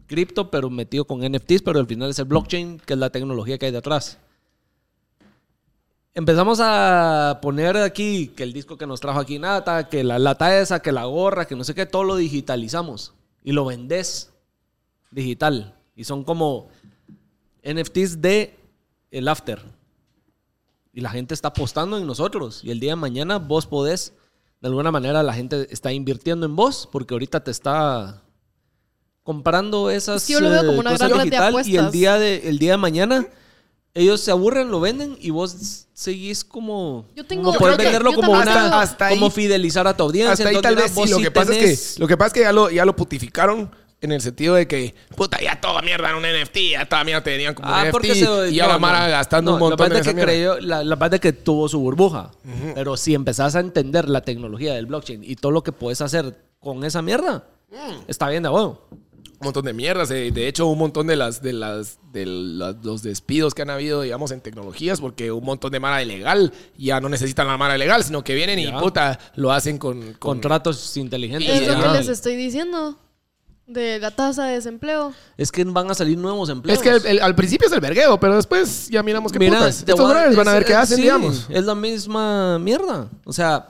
[SPEAKER 2] cripto, pero metido con NFTs, pero al final es el blockchain, que es la tecnología que hay detrás. Empezamos a poner aquí que el disco que nos trajo aquí Nata, que la lata esa, que la gorra, que no sé qué, todo lo digitalizamos y lo vendes digital. Y son como NFTs de el after. Y la gente está apostando en nosotros. Y el día de mañana vos podés, de alguna manera la gente está invirtiendo en vos porque ahorita te está comprando esas
[SPEAKER 1] Sí, yo lo veo
[SPEAKER 2] eh,
[SPEAKER 1] como una
[SPEAKER 2] cosas
[SPEAKER 1] gran red de
[SPEAKER 2] digital y el
[SPEAKER 1] apuestas.
[SPEAKER 2] día de el día de mañana ellos se aburren, lo venden y vos seguís como
[SPEAKER 1] Yo tengo-
[SPEAKER 2] como
[SPEAKER 1] yo
[SPEAKER 2] poder
[SPEAKER 1] creo que-
[SPEAKER 2] venderlo
[SPEAKER 1] yo
[SPEAKER 2] como
[SPEAKER 1] también
[SPEAKER 2] una
[SPEAKER 1] tengo-
[SPEAKER 3] Hasta ahí-
[SPEAKER 2] como fidelizar a tu audiencia,
[SPEAKER 3] Hasta ahí
[SPEAKER 2] entonces,
[SPEAKER 3] tal
[SPEAKER 2] mira,
[SPEAKER 3] vez sí,
[SPEAKER 2] vos
[SPEAKER 3] lo
[SPEAKER 2] sí
[SPEAKER 3] que pasa es
[SPEAKER 2] tenés-
[SPEAKER 3] que lo que pasa es que ya lo, ya lo putificaron en el sentido de que puta, ya toda mierda era un NFT, ya toda mierda te tenían como
[SPEAKER 2] Ah,
[SPEAKER 3] un NFT
[SPEAKER 2] porque se
[SPEAKER 3] y ya la
[SPEAKER 2] no,
[SPEAKER 3] mara
[SPEAKER 2] no.
[SPEAKER 3] gastando
[SPEAKER 2] No,
[SPEAKER 3] un montón
[SPEAKER 2] la
[SPEAKER 3] de
[SPEAKER 2] parte que creyó- la, la parte que tuvo su burbuja. Pero si empezás a entender la tecnología del blockchain y todo lo que puedes hacer con esa mierda,
[SPEAKER 1] Mm.
[SPEAKER 2] está bien de huevo.
[SPEAKER 3] un montón de mierdas, eh, de hecho un montón de las de las de las- los despidos que han habido, digamos, en tecnologías porque un montón de mara ilegal ya no necesitan la mara legal, sino que vienen y
[SPEAKER 2] Ya.
[SPEAKER 3] puta lo hacen con, con
[SPEAKER 2] Contratos inteligentes.
[SPEAKER 1] Es lo que
[SPEAKER 2] ya.
[SPEAKER 1] les estoy diciendo. De la tasa de desempleo.
[SPEAKER 2] Es que van a salir nuevos empleos.
[SPEAKER 3] es que el- el- al principio es el vergueo, pero después ya miramos qué
[SPEAKER 2] Mira,
[SPEAKER 3] putas.
[SPEAKER 2] te
[SPEAKER 3] Estos
[SPEAKER 2] voy a-
[SPEAKER 3] brothers van a
[SPEAKER 2] es-
[SPEAKER 3] ver qué
[SPEAKER 2] es-
[SPEAKER 3] hacen,
[SPEAKER 2] sí,
[SPEAKER 3] digamos.
[SPEAKER 2] Es la misma mierda. O sea,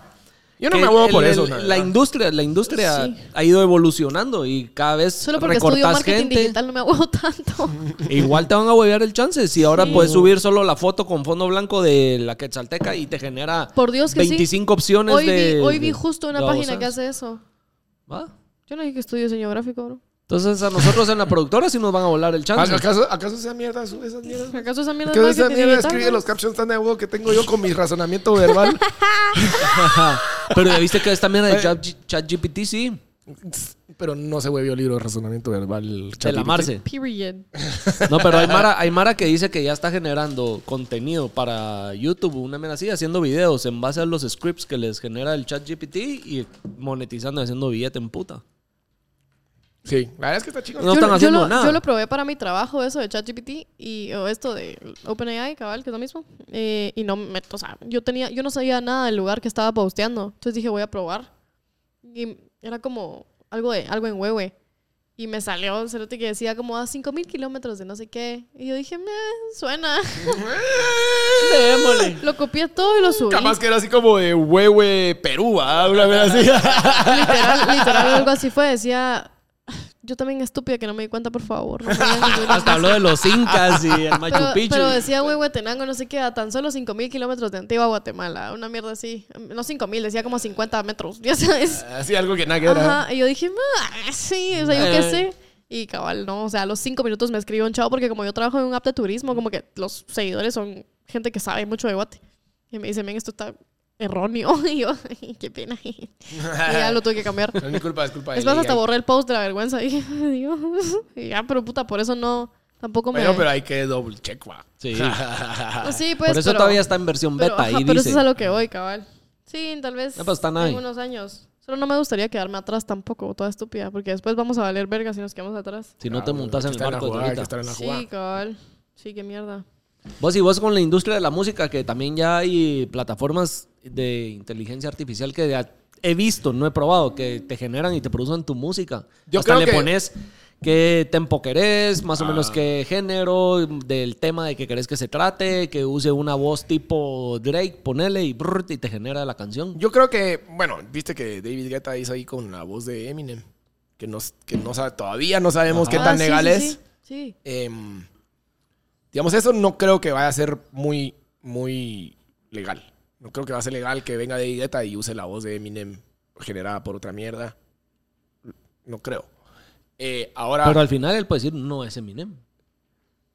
[SPEAKER 3] Yo no
[SPEAKER 2] que
[SPEAKER 3] me huevo
[SPEAKER 2] el-
[SPEAKER 3] por
[SPEAKER 2] el-
[SPEAKER 3] eso.
[SPEAKER 2] La,
[SPEAKER 3] verdad.
[SPEAKER 2] industria, la industria
[SPEAKER 1] Sí.
[SPEAKER 2] ha ido evolucionando y cada vez
[SPEAKER 1] Solo porque estudio
[SPEAKER 2] recortás
[SPEAKER 1] marketing
[SPEAKER 2] gente.
[SPEAKER 1] digital no me hago tanto.
[SPEAKER 2] Igual te van a huevear el chance. Si ahora
[SPEAKER 1] Sí.
[SPEAKER 2] puedes subir solo la foto con fondo blanco de la Quetzalteca y te genera
[SPEAKER 1] Por Dios Pues que sí.
[SPEAKER 2] 25 opciones
[SPEAKER 1] hoy,
[SPEAKER 2] de.
[SPEAKER 1] vi, hoy vi
[SPEAKER 2] de-
[SPEAKER 1] justo una
[SPEAKER 2] de
[SPEAKER 1] página
[SPEAKER 2] babosadas.
[SPEAKER 1] que hace eso.
[SPEAKER 2] Va.
[SPEAKER 1] Yo no dije que estudio diseño gráfico, bro.
[SPEAKER 2] Entonces a nosotros en la productora sí nos van a volar el chance.
[SPEAKER 3] ¿Acaso, ¿Acaso esa mierda, su- esas mierdas?
[SPEAKER 1] ¿Acaso esa mierda
[SPEAKER 3] ¿Acaso
[SPEAKER 1] es
[SPEAKER 3] esa
[SPEAKER 1] marketing
[SPEAKER 3] mierda
[SPEAKER 1] digital, no?
[SPEAKER 3] escribe los captions tan de huevo que tengo yo con mi razonamiento verbal?
[SPEAKER 2] Pero ya viste que esta mierda de Chat- ChatGPT sí.
[SPEAKER 3] pero no se huevió el libro de razonamiento verbal.
[SPEAKER 2] De la
[SPEAKER 3] ChatGPT.
[SPEAKER 2] Marce.
[SPEAKER 1] Period.
[SPEAKER 2] No, pero hay Mara, hay Mara que dice que ya está generando contenido para YouTube, una mierda así, haciendo videos en base a los scripts que les genera el ChatGPT y monetizando, haciendo billete en puta.
[SPEAKER 3] Sí, la verdad es que está chico.
[SPEAKER 2] No están
[SPEAKER 1] lo-
[SPEAKER 2] haciendo
[SPEAKER 1] lo,
[SPEAKER 2] nada.
[SPEAKER 1] Yo lo probé para mi trabajo, eso de ChatGPT y o esto de OpenAI, cabal, que es lo mismo. Eh, y no me, o sea, yo tenía, yo no sabía nada del lugar que estaba posteando. Entonces dije, voy a probar. Y era como algo de, algo en huehue. Y me salió un cerote que decía como a 5000 kilómetros de no sé qué. Y yo dije, "Meh, suena.
[SPEAKER 2] Démosle.
[SPEAKER 1] lo copié todo y lo subí.
[SPEAKER 3] Capaz que era así como de huehue Perú, ¿ah? una vez así.
[SPEAKER 1] Literal, literal, algo así fue. Decía, yo también estúpida que no me di cuenta, por favor. no me hagan ninguna
[SPEAKER 2] Hasta habló de los incas y el Machu
[SPEAKER 1] Pero,
[SPEAKER 2] Picchu.
[SPEAKER 1] pero decía Huehuetenango, no sé qué, a tan solo 5.000 kilómetros de Antigua Guatemala. Una mierda así. No 5.000, decía como 50 metros. Ya sabes.
[SPEAKER 2] Ah,
[SPEAKER 3] así algo que nada que era.
[SPEAKER 1] Ajá. Y yo dije, "Ah, sí, o sea, yo qué
[SPEAKER 2] Eh.
[SPEAKER 1] sé. Y cabal, no. O sea, a los 5 minutos me escribió un chavo porque como yo trabajo en un app de turismo, como que los seguidores son gente que sabe mucho de Guate. Y me dice, men, esto está erróneo. Y yo, "Ay, qué pena. Y
[SPEAKER 2] Ah.
[SPEAKER 1] ya lo tuve que cambiar.
[SPEAKER 3] No es mi culpa, es culpa de
[SPEAKER 1] Es más,
[SPEAKER 3] ella.
[SPEAKER 1] hasta borré el post de la vergüenza. Y dije, Dios. Y ya, pero puta, por eso no. Tampoco me.
[SPEAKER 3] Bueno, pero hay que doble check, va.
[SPEAKER 2] Sí.
[SPEAKER 1] Sí, pues,
[SPEAKER 2] Por eso
[SPEAKER 1] pero-
[SPEAKER 2] todavía está en versión
[SPEAKER 1] Pero,
[SPEAKER 2] beta
[SPEAKER 1] ajá,
[SPEAKER 2] y
[SPEAKER 1] pero
[SPEAKER 2] dice.
[SPEAKER 1] eso es a lo que voy, cabal. Sí, tal vez
[SPEAKER 2] Ya, pues, están ahí.
[SPEAKER 1] en unos años. Solo no me gustaría quedarme atrás tampoco, toda estúpida, porque después vamos a valer verga si nos quedamos atrás.
[SPEAKER 2] Si no te montas en el
[SPEAKER 3] la
[SPEAKER 2] barco de
[SPEAKER 3] jugada, hay que
[SPEAKER 2] ahorita.
[SPEAKER 3] estar Ah, en la jugada.
[SPEAKER 1] Sí, cabal. Sí, qué mierda.
[SPEAKER 2] Vos y vos con la industria de la música, que también ya hay plataformas de inteligencia artificial que ya he visto, no he probado, que te generan y te producen tu música.
[SPEAKER 3] Yo
[SPEAKER 2] Hasta
[SPEAKER 3] creo
[SPEAKER 2] le
[SPEAKER 3] que- Ah.
[SPEAKER 2] pones qué tempo querés, más o menos qué género, del tema de que querés que se trate, que use una voz tipo Drake, ponele y, brrrt, y te genera la canción.
[SPEAKER 3] Yo creo que, bueno, viste que David Guetta hizo ahí con la voz de Eminem, que, nos, que no sabe, todavía no sabemos qué
[SPEAKER 1] Ah,
[SPEAKER 3] tan
[SPEAKER 1] sí,
[SPEAKER 3] legal
[SPEAKER 1] sí,
[SPEAKER 3] es.
[SPEAKER 1] Sí, sí.
[SPEAKER 3] Em, digamos, eso no creo que vaya a ser muy, muy legal. No creo que va a ser legal que venga David Guetta y use la voz de Eminem generada por otra mierda. No creo. Eh, ahora,
[SPEAKER 2] Pero al final él puede decir, no es Eminem.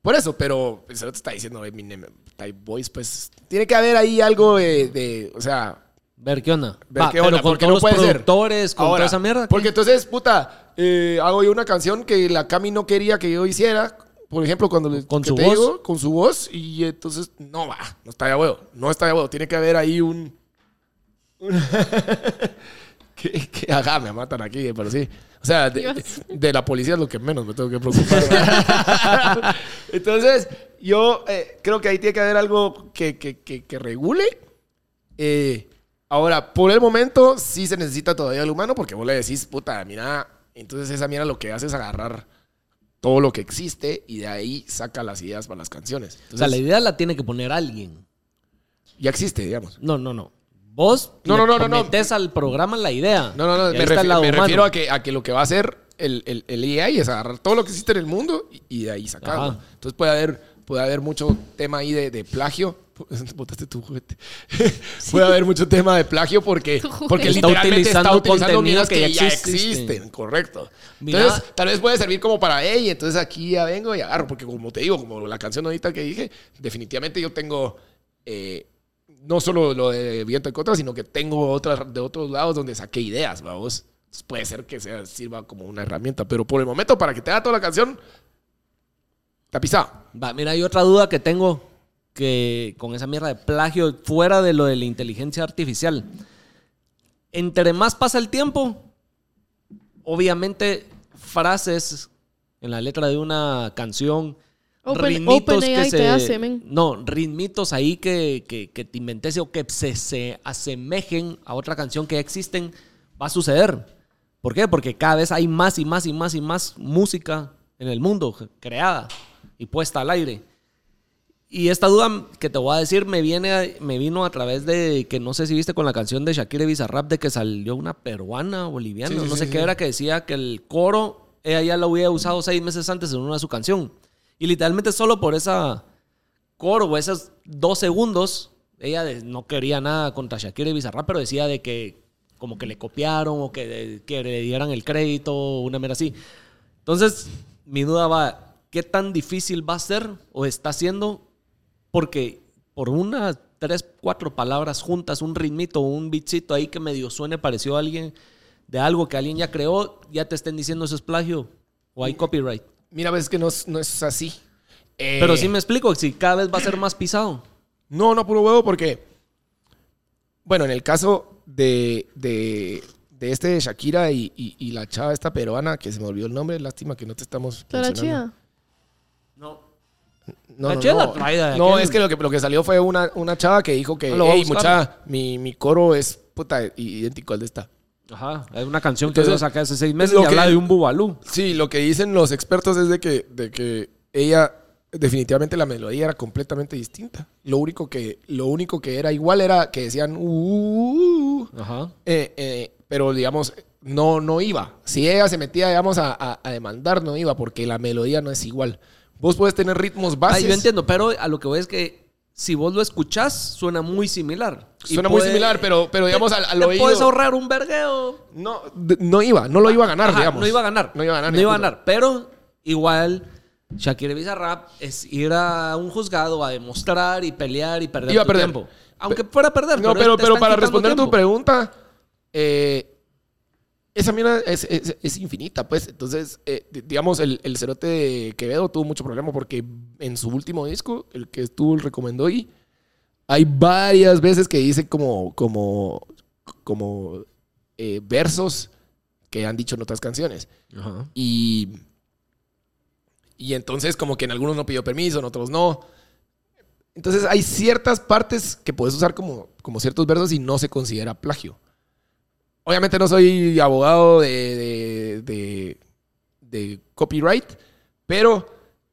[SPEAKER 3] por eso, pero el cerote está diciendo Eminem, Type Voice, pues tiene que haber ahí algo de, de, o sea,
[SPEAKER 2] Ver qué onda.
[SPEAKER 3] Ver
[SPEAKER 2] Va,
[SPEAKER 3] qué
[SPEAKER 2] pero
[SPEAKER 3] onda,
[SPEAKER 2] con
[SPEAKER 3] porque
[SPEAKER 2] todos
[SPEAKER 3] no
[SPEAKER 2] los
[SPEAKER 3] puede ser.
[SPEAKER 2] productores, con
[SPEAKER 3] Ahora,
[SPEAKER 2] toda esa mierda. ¿qué?
[SPEAKER 3] Porque entonces, puta, eh, hago yo una canción que la Cami no quería que yo hiciera. Por ejemplo, cuando le-
[SPEAKER 2] Con
[SPEAKER 3] que
[SPEAKER 2] su
[SPEAKER 3] te
[SPEAKER 2] voz.
[SPEAKER 3] digo, con su voz. Y entonces, no va. No está de huevo. No está de huevo. Tiene que haber ahí un. un- que, que, ajá, me matan aquí, eh, pero sí. O sea, de,
[SPEAKER 1] Dios.
[SPEAKER 3] de la policía es lo que menos me tengo que preocupar. ¿verdad? entonces, yo eh, creo que ahí tiene que haber algo que, que, que, que regule. Eh, ahora, por el momento, sí se necesita todavía el humano porque vos le decís, puta, mira, entonces esa mira lo que hace es agarrar todo lo que existe y de ahí saca las ideas para las canciones.
[SPEAKER 2] O sea,
[SPEAKER 3] Entonces,
[SPEAKER 2] la idea la tiene que poner alguien.
[SPEAKER 3] ya existe, digamos.
[SPEAKER 2] No, no, no. Vos
[SPEAKER 3] No,
[SPEAKER 2] le
[SPEAKER 3] no, no, no, no.
[SPEAKER 2] metes al programa la idea.
[SPEAKER 3] No, no, no,
[SPEAKER 2] Y
[SPEAKER 3] me,
[SPEAKER 2] ahí está
[SPEAKER 3] refi-
[SPEAKER 2] el lado
[SPEAKER 3] me
[SPEAKER 2] humano.
[SPEAKER 3] refiero a que, a que lo que va a hacer el, el, el AI es agarrar todo lo que existe en el mundo y, y de ahí sacarlo.
[SPEAKER 2] Ajá.
[SPEAKER 3] Entonces puede haber, puede haber mucho tema ahí de, de plagio. Botaste tu juguete. Puede haber mucho tema de plagio porque,
[SPEAKER 1] Tu juguete.
[SPEAKER 3] porque
[SPEAKER 2] Está
[SPEAKER 3] literalmente
[SPEAKER 2] utilizando
[SPEAKER 3] está utilizando
[SPEAKER 2] contenido
[SPEAKER 3] minas que,
[SPEAKER 2] que ya
[SPEAKER 3] ya
[SPEAKER 2] existe.
[SPEAKER 3] existen. Correcto.
[SPEAKER 2] Mira.
[SPEAKER 3] Entonces, tal vez puede servir como para, hey, entonces aquí ya vengo y agarro. Porque como te digo, como la canción ahorita que dije, definitivamente yo tengo... eh, no solo lo de viento en contra, sino que tengo otras de otros lados donde saqué ideas, vamos. Entonces, puede ser que sea, sirva como una herramienta, pero por el momento, para que te haga toda la canción, tapizado.
[SPEAKER 2] Va, mira, hay otra duda que tengo que con esa mierda de plagio fuera de lo de la inteligencia artificial. Entre más pasa el tiempo, obviamente frases en la letra de una canción,
[SPEAKER 1] Open-
[SPEAKER 2] ritmitos
[SPEAKER 1] OpenAI
[SPEAKER 2] que
[SPEAKER 1] te
[SPEAKER 2] se
[SPEAKER 1] hace, men.
[SPEAKER 2] no, ritmitos ahí que, que, que te inventes o que se, se asemejen a otra canción que ya existen, va a suceder. ¿Por qué? Porque cada vez hay más y más y más y más música en el mundo creada y puesta al aire. Y esta duda que te voy a decir me, viene, a- me vino a través de que no sé si viste con la canción de Shakira y Bizarrap de que salió una peruana, boliviana,
[SPEAKER 3] Sí, sí,
[SPEAKER 2] no
[SPEAKER 3] sí,
[SPEAKER 2] sé
[SPEAKER 3] sí.
[SPEAKER 2] qué era, que decía que el coro ella ya lo había usado seis meses antes en una de su canción. Y literalmente solo por esa coro o esos dos segundos, ella de- no quería nada contra Shakira y Bizarrap, pero decía de que como que le copiaron o que, de- que le dieran el crédito o una mera así. Entonces, mi duda va, ¿qué tan difícil va a ser o está siendo? Porque por unas tres, cuatro palabras juntas, un ritmito, un beatcito ahí que medio suene parecido a alguien, de algo que alguien ya creó, ya te estén diciendo eso es plagio o hay copyright.
[SPEAKER 3] Mira, ves que no, es- no es así. Eh,
[SPEAKER 2] Pero sí me explico, si cada vez va a ser más pisado.
[SPEAKER 3] No, no puro huevo, porque. Bueno, en el caso de, de, de este de Shakira y, y- y la chava esta peruana, que se me olvidó el nombre, lástima que no te estamos.
[SPEAKER 1] Clara
[SPEAKER 3] mencionando.
[SPEAKER 1] Chía.
[SPEAKER 2] No.
[SPEAKER 3] No,
[SPEAKER 2] La
[SPEAKER 3] no,
[SPEAKER 2] chela
[SPEAKER 3] no.
[SPEAKER 2] traída de
[SPEAKER 3] No,
[SPEAKER 2] aquel.
[SPEAKER 3] es que lo, que lo que salió fue una, una chava que dijo que,
[SPEAKER 2] Ah, lo voy a
[SPEAKER 3] hey,
[SPEAKER 2] buscar.
[SPEAKER 3] mucha, mi, mi coro es puta idéntico al de esta.
[SPEAKER 2] Ajá, es una canción
[SPEAKER 3] Entonces,
[SPEAKER 2] que yo saqué hace seis meses
[SPEAKER 3] lo
[SPEAKER 2] y
[SPEAKER 3] que-
[SPEAKER 2] habla de un bubalú.
[SPEAKER 3] Sí, lo que dicen los expertos es de que, de que ella, definitivamente la melodía era completamente distinta. Lo único que, lo único que era igual era que decían, "Uh, uh, uh".
[SPEAKER 2] Ajá.
[SPEAKER 3] Eh, eh, pero digamos, no, no iba. Si ella se metía, digamos, a, a- a demandar, no iba, porque la melodía no es igual. Vos puedes tener ritmos
[SPEAKER 2] Ah, yo
[SPEAKER 3] básicos.
[SPEAKER 2] entiendo, pero a lo que voy es que si vos lo escuchás, suena muy similar. Y
[SPEAKER 3] Suena muy
[SPEAKER 2] puede-
[SPEAKER 3] similar, pero, pero digamos al, al
[SPEAKER 2] te
[SPEAKER 3] oído.
[SPEAKER 2] puedes ahorrar un vergueo.
[SPEAKER 3] No, d- no iba, no lo iba a ganar,
[SPEAKER 2] Ah, Ajá,
[SPEAKER 3] digamos.
[SPEAKER 2] No iba a ganar.
[SPEAKER 3] No iba a ganar.
[SPEAKER 2] No
[SPEAKER 3] ni
[SPEAKER 2] iba a
[SPEAKER 3] puta.
[SPEAKER 2] ganar. Pero igual, Shakira y Bizarrap es ir a un juzgado a demostrar y pelear y perder
[SPEAKER 3] Iba a
[SPEAKER 2] tu
[SPEAKER 3] perder.
[SPEAKER 2] tiempo. Aunque fuera a perder.
[SPEAKER 3] No, pero,
[SPEAKER 2] te
[SPEAKER 3] pero
[SPEAKER 2] están
[SPEAKER 3] para
[SPEAKER 2] quitando
[SPEAKER 3] responder tu
[SPEAKER 2] tiempo.
[SPEAKER 3] pregunta, eh, esa mierda es, es- es infinita, pues. Entonces, eh, di- digamos, el, el cerote de Quevedo tuvo mucho problema porque en su último disco, el que tú el recomendó y hay varias veces que dice como, como, como eh, versos que han dicho en otras canciones.
[SPEAKER 2] Ajá.
[SPEAKER 3] Y, y entonces como que en algunos no pidió permiso, en otros no. Entonces hay ciertas partes que puedes usar como, como ciertos versos y no se considera plagio. Obviamente no soy abogado de, de, de- de copyright, pero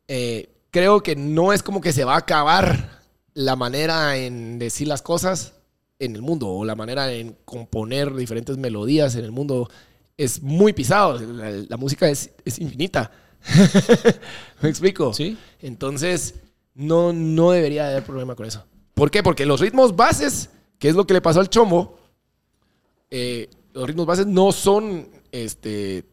[SPEAKER 3] eh, creo que no es como que se va a acabar la manera en decir las cosas en el mundo o la manera en componer diferentes melodías en el mundo. Es muy pisado, la, la música es, es infinita. ¿Me explico?
[SPEAKER 2] Sí.
[SPEAKER 3] Entonces, no, no debería haber problema con eso. ¿Por qué? Porque los ritmos bases, que es lo que le pasó al chombo, eh, los ritmos bases no son, este,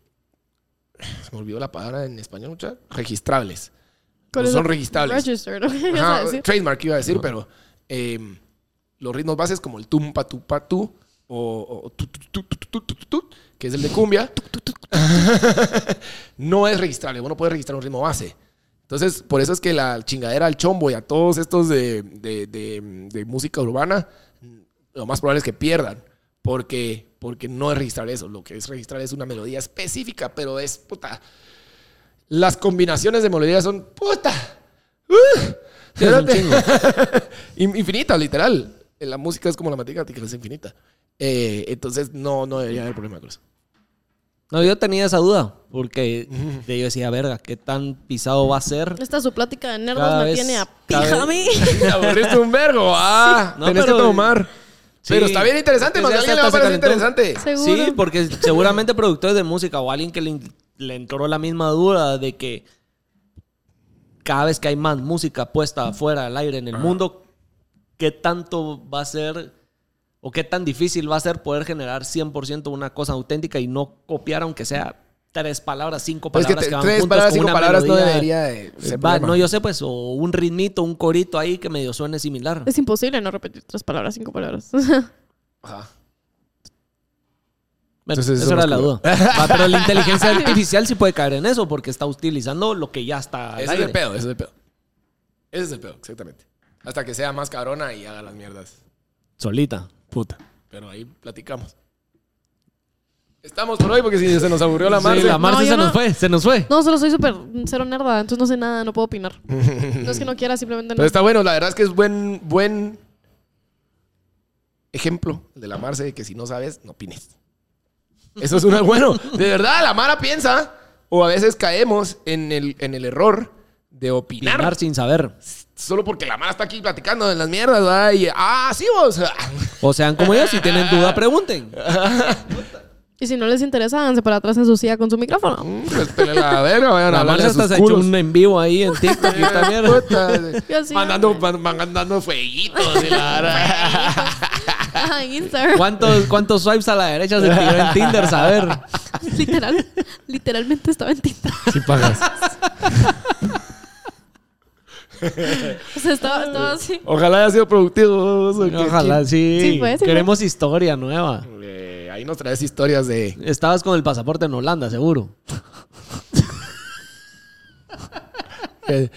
[SPEAKER 3] se me olvidó la palabra en español, mucha, registrables.
[SPEAKER 1] ¿Cuál
[SPEAKER 3] No
[SPEAKER 1] es
[SPEAKER 3] Pues son
[SPEAKER 1] la-
[SPEAKER 3] registrables.
[SPEAKER 1] Registered, ¿ok? Ya
[SPEAKER 3] Ajá,
[SPEAKER 1] sabes, sí.
[SPEAKER 3] trademark iba a decir, pero eh, los ritmos bases como el tumpa tupa tu o, o tu, tu, tu, tu, tu, tu, tu, tu, que es el de cumbia, no es registrable. Uno puede registrar un ritmo base. Entonces, por eso es que la chingadera al chombo y a todos estos de, de- de- de música urbana, lo más probable es que pierdan. Porque, porque no es registrar eso. Lo que es registrar es una melodía específica, pero es puta. Las combinaciones de melodías son puta. ¡Uh!
[SPEAKER 2] Sí, es un chingo.
[SPEAKER 3] In- Infinita, literal. Eh, La música es como la matemática, es infinita. Eh, entonces no, no debería haber problema con eso.
[SPEAKER 2] No, yo tenía esa duda, porque yo decía, verga, ¿qué tan pisado va a ser?
[SPEAKER 1] Esta su plática de nerdos
[SPEAKER 2] Cada
[SPEAKER 1] me
[SPEAKER 2] vez-
[SPEAKER 1] tiene a
[SPEAKER 2] cada
[SPEAKER 1] pija
[SPEAKER 2] vez-
[SPEAKER 1] a mí.
[SPEAKER 3] Te aburriste un vergo. Ah,
[SPEAKER 2] No,
[SPEAKER 3] tenés que
[SPEAKER 2] pero-
[SPEAKER 3] tomar.
[SPEAKER 2] Sí.
[SPEAKER 3] Pero está bien interesante,
[SPEAKER 2] Pues
[SPEAKER 3] porque
[SPEAKER 2] ya
[SPEAKER 3] a alguien
[SPEAKER 2] está,
[SPEAKER 3] le va a
[SPEAKER 2] está
[SPEAKER 3] parecer
[SPEAKER 2] calentón.
[SPEAKER 3] interesante.
[SPEAKER 1] Seguro.
[SPEAKER 2] Sí, porque seguramente productores de música o alguien que le, le entró la misma duda de que cada vez que hay más música puesta afuera al aire en el mundo, ¿qué tanto va a ser o qué tan difícil va a ser poder generar 100% una cosa auténtica y no copiar aunque sea tres palabras, cinco
[SPEAKER 3] Pues
[SPEAKER 2] palabras
[SPEAKER 3] que
[SPEAKER 2] que,
[SPEAKER 3] te-
[SPEAKER 2] van
[SPEAKER 3] tres
[SPEAKER 2] juntas
[SPEAKER 3] palabras,
[SPEAKER 2] con
[SPEAKER 3] cinco
[SPEAKER 2] una
[SPEAKER 3] palabras no
[SPEAKER 2] melodía?
[SPEAKER 3] debería de ser
[SPEAKER 2] Va,
[SPEAKER 3] problema.
[SPEAKER 2] no, yo sé pues, o un ritmito, un corito ahí que medio suene similar.
[SPEAKER 1] Es imposible no repetir tres palabras, cinco palabras.
[SPEAKER 3] Ajá.
[SPEAKER 2] Bueno,
[SPEAKER 3] Entonces,
[SPEAKER 2] esa
[SPEAKER 3] eso
[SPEAKER 2] era la
[SPEAKER 3] nos
[SPEAKER 2] duda. Va, pero la inteligencia artificial sí puede caer en eso porque está utilizando lo que ya está. al
[SPEAKER 3] Ese es el
[SPEAKER 2] aire.
[SPEAKER 3] pedo, ese es el pedo. Ese es el pedo, exactamente. Hasta que sea más cabrona y haga las mierdas.
[SPEAKER 2] Solita.
[SPEAKER 3] Puta. Pero ahí platicamos. Estamos por hoy porque si se nos aburrió la
[SPEAKER 2] La Marce,
[SPEAKER 3] marcha.
[SPEAKER 2] la Marce
[SPEAKER 1] No, yo
[SPEAKER 2] se nos
[SPEAKER 1] no.
[SPEAKER 2] fue, se nos fue.
[SPEAKER 1] No, solo soy súper cero nerda, entonces no sé nada, no puedo opinar. No es que no quiera, simplemente no.
[SPEAKER 3] Pero está bueno, la verdad es que es buen, buen ejemplo el de la Marce de que si no sabes, no opines. Eso es una bueno. De verdad, la Mara piensa, o a veces caemos en el, en el error de opinar.
[SPEAKER 2] Opinar sin saber.
[SPEAKER 3] Solo porque la Mara está aquí platicando de las mierdas, ¿verdad? Y, ah, sí, vos.
[SPEAKER 2] O sean como yo, si tienen duda, pregunten.
[SPEAKER 1] Y si no les interesa, háganse para atrás en su silla con su micrófono.
[SPEAKER 3] Pues, pele la verga, vayan a
[SPEAKER 2] La
[SPEAKER 3] hablarle
[SPEAKER 2] Marce
[SPEAKER 3] a sus
[SPEAKER 2] hasta se ha hecho
[SPEAKER 3] culos.
[SPEAKER 2] un en vivo ahí en TikTok y esta mierda.
[SPEAKER 3] Puta.
[SPEAKER 1] Yo sí,
[SPEAKER 3] mandando,
[SPEAKER 1] hombre.
[SPEAKER 3] man- mandando fueguitos y la verdad.
[SPEAKER 1] Ajá, en Instagram.
[SPEAKER 2] ¿Cuántos, ¿Cuántos swipes a la derecha se tiró en Tinder? Saber.
[SPEAKER 1] Literal, literalmente estaba en tinta.
[SPEAKER 2] Si pagas.
[SPEAKER 1] O sea, estaba, estaba así.
[SPEAKER 3] Ojalá haya sido productivo. vos, o que-
[SPEAKER 2] Ojalá, sí.
[SPEAKER 1] Sí, fue, sí fue.
[SPEAKER 2] Queremos historia nueva.
[SPEAKER 3] Eh, ahí nos traes historias de.
[SPEAKER 2] Estabas con el pasaporte en Holanda, seguro.
[SPEAKER 3] eh,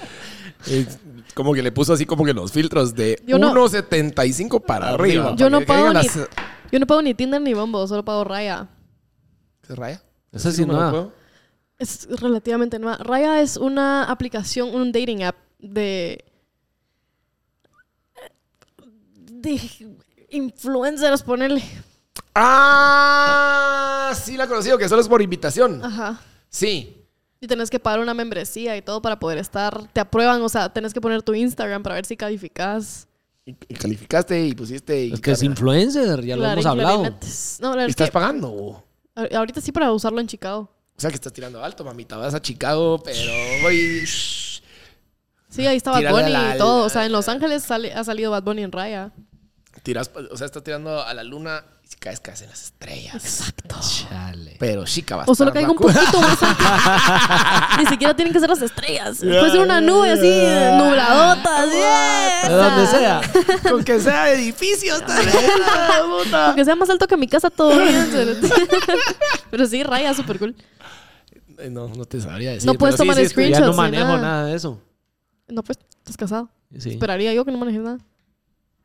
[SPEAKER 3] eh, como que le puso así como que los filtros de
[SPEAKER 1] Yo no-
[SPEAKER 3] 1.75 para arriba.
[SPEAKER 1] Yo
[SPEAKER 3] para
[SPEAKER 1] no
[SPEAKER 3] que
[SPEAKER 1] pago
[SPEAKER 3] caigan
[SPEAKER 1] ni,
[SPEAKER 3] las-
[SPEAKER 1] yo no pago ni Tinder ni Bombo, solo pago Raya.
[SPEAKER 3] ¿Se raya?
[SPEAKER 2] Eso sí,
[SPEAKER 3] ¿Sí me lo
[SPEAKER 2] nueva.
[SPEAKER 3] puedo?
[SPEAKER 1] Es relativamente nueva. Raya es una aplicación, un dating app de. de influencers, ponerle.
[SPEAKER 3] Ah, sí la he conocido, que solo es por invitación.
[SPEAKER 1] Ajá.
[SPEAKER 3] Sí.
[SPEAKER 1] Y tenés que pagar una membresía y todo para poder estar. Te aprueban, o sea, tenés que poner tu Instagram para ver si calificas.
[SPEAKER 3] Y, y calificaste y pusiste. Y
[SPEAKER 2] Es que es
[SPEAKER 3] Claro.
[SPEAKER 2] influencer, ya lo
[SPEAKER 1] Clarín,
[SPEAKER 2] hemos hablado.
[SPEAKER 1] clarinetes. No, la
[SPEAKER 3] ¿Y
[SPEAKER 1] verdad
[SPEAKER 3] estás
[SPEAKER 1] es que
[SPEAKER 3] pagando. O
[SPEAKER 1] ahor- ahorita sí para usarlo en Chicago.
[SPEAKER 3] sea que estás tirando alto, mamita. Vas a Chicago, pero voy.
[SPEAKER 1] Sí, ahí estaba
[SPEAKER 3] Tírale
[SPEAKER 1] Bad
[SPEAKER 3] a
[SPEAKER 1] Bunny
[SPEAKER 3] la-
[SPEAKER 1] y todo.
[SPEAKER 3] la-
[SPEAKER 1] O sea, en Los Ángeles sale- ha salido Bad Bunny en Raya.
[SPEAKER 3] Tiras, o sea, estás tirando a la luna y si caes, caes en las estrellas.
[SPEAKER 1] Exacto.
[SPEAKER 2] Chale.
[SPEAKER 3] Pero chica, vas
[SPEAKER 1] O solo caiga un poquito más alto. Ni siquiera tienen que ser las estrellas. Puede ser una nube así, nubladota. así, eh,
[SPEAKER 2] De donde
[SPEAKER 1] esa.
[SPEAKER 2] sea.
[SPEAKER 3] Con que sea edificios, tal vez. puta.
[SPEAKER 1] Aunque sea más alto que mi casa, todo bien. Pero sí, Raya, súper cool.
[SPEAKER 3] Eh, No, no te sabría decir.
[SPEAKER 1] No puedes
[SPEAKER 3] pero sí,
[SPEAKER 1] tomar
[SPEAKER 3] sí, estoy-
[SPEAKER 1] screenshots.
[SPEAKER 2] Ya no
[SPEAKER 1] ni
[SPEAKER 2] manejo nada.
[SPEAKER 1] nada.
[SPEAKER 2] de eso.
[SPEAKER 1] No, pues, estás casado.
[SPEAKER 2] Sí.
[SPEAKER 1] Esperaría yo que no manejes nada.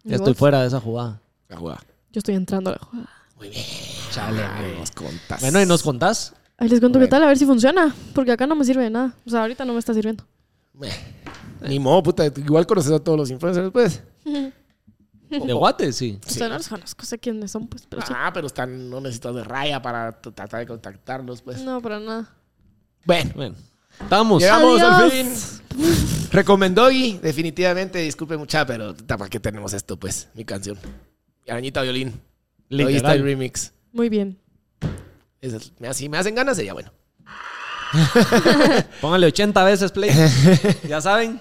[SPEAKER 1] ¿Y
[SPEAKER 2] Ya estoy
[SPEAKER 1] vos?
[SPEAKER 2] fuera de esa jugada.
[SPEAKER 3] La jugada.
[SPEAKER 1] Yo estoy entrando a la jugada.
[SPEAKER 3] Muy bien. Chale, nos contás.
[SPEAKER 2] Bueno, ¿y nos contás?
[SPEAKER 1] Ahí les cuento
[SPEAKER 3] Bueno.
[SPEAKER 1] qué tal, a ver si funciona. Porque acá no me sirve de nada. O sea, ahorita no me está sirviendo.
[SPEAKER 3] Ni modo, puta. Igual conoces a todos los influencers, pues.
[SPEAKER 2] De Guate, sí.
[SPEAKER 1] O sea, no los conozco, sé quiénes son, pues, pero sí.
[SPEAKER 3] Ah, pero están, no necesitas de raya para t- tratar de contactarlos, pues.
[SPEAKER 1] No, para nada.
[SPEAKER 3] Bueno,
[SPEAKER 2] Bueno, estamos.
[SPEAKER 3] llegamos al fin.
[SPEAKER 1] Adiós.
[SPEAKER 3] Recomendó y definitivamente, disculpe mucha, pero ¿para qué tenemos esto, pues? Mi canción. Arañita Violín. Hoy está el
[SPEAKER 2] Literal.
[SPEAKER 3] remix.
[SPEAKER 1] Muy bien.
[SPEAKER 3] Esa es- me- si me hacen ganas, sería bueno.
[SPEAKER 2] Póngale 80 veces play. ya saben.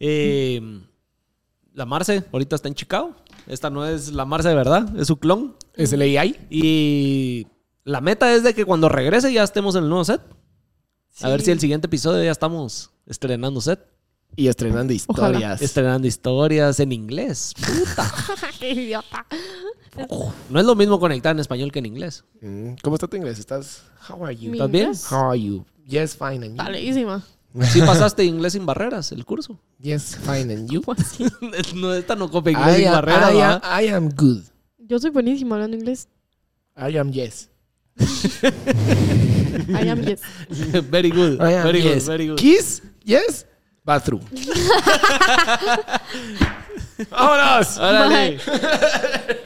[SPEAKER 2] eh, la Marce ahorita está en Chicago. Esta no es la Marce de verdad, es su clon.
[SPEAKER 3] Es el AI.
[SPEAKER 2] Y la meta es de que cuando regrese ya estemos en el nuevo set. A ver si el siguiente episodio ya estamos estrenando set.
[SPEAKER 3] Y estrenando
[SPEAKER 1] Ojalá.
[SPEAKER 3] historias.
[SPEAKER 2] Estrenando historias en inglés.
[SPEAKER 1] ¡Qué idiota!
[SPEAKER 2] No es lo mismo conectar en español que en inglés.
[SPEAKER 3] Mm, ¿Cómo está tu inglés? ¿Estás? How are you?
[SPEAKER 1] Mi
[SPEAKER 2] ¿Estás bien?
[SPEAKER 1] inglés
[SPEAKER 3] How are you? Yes, fine and
[SPEAKER 1] Está
[SPEAKER 3] you.
[SPEAKER 1] leísima.
[SPEAKER 2] Sí pasaste inglés sin barreras, el curso.
[SPEAKER 3] Yes, fine and you.
[SPEAKER 2] no, esta no copia inglés
[SPEAKER 3] I
[SPEAKER 2] sin
[SPEAKER 3] am,
[SPEAKER 2] barreras.
[SPEAKER 3] I am-
[SPEAKER 2] ¿verdad?
[SPEAKER 3] I am good.
[SPEAKER 1] Yo soy buenísima hablando inglés.
[SPEAKER 3] I am yes.
[SPEAKER 1] I am yes.
[SPEAKER 2] very good,
[SPEAKER 3] I am
[SPEAKER 2] very
[SPEAKER 3] Ah, yes.
[SPEAKER 2] good, very good.
[SPEAKER 3] Kiss, yes, bathroom. ¡Vámonos!
[SPEAKER 2] Órale.
[SPEAKER 1] Bye.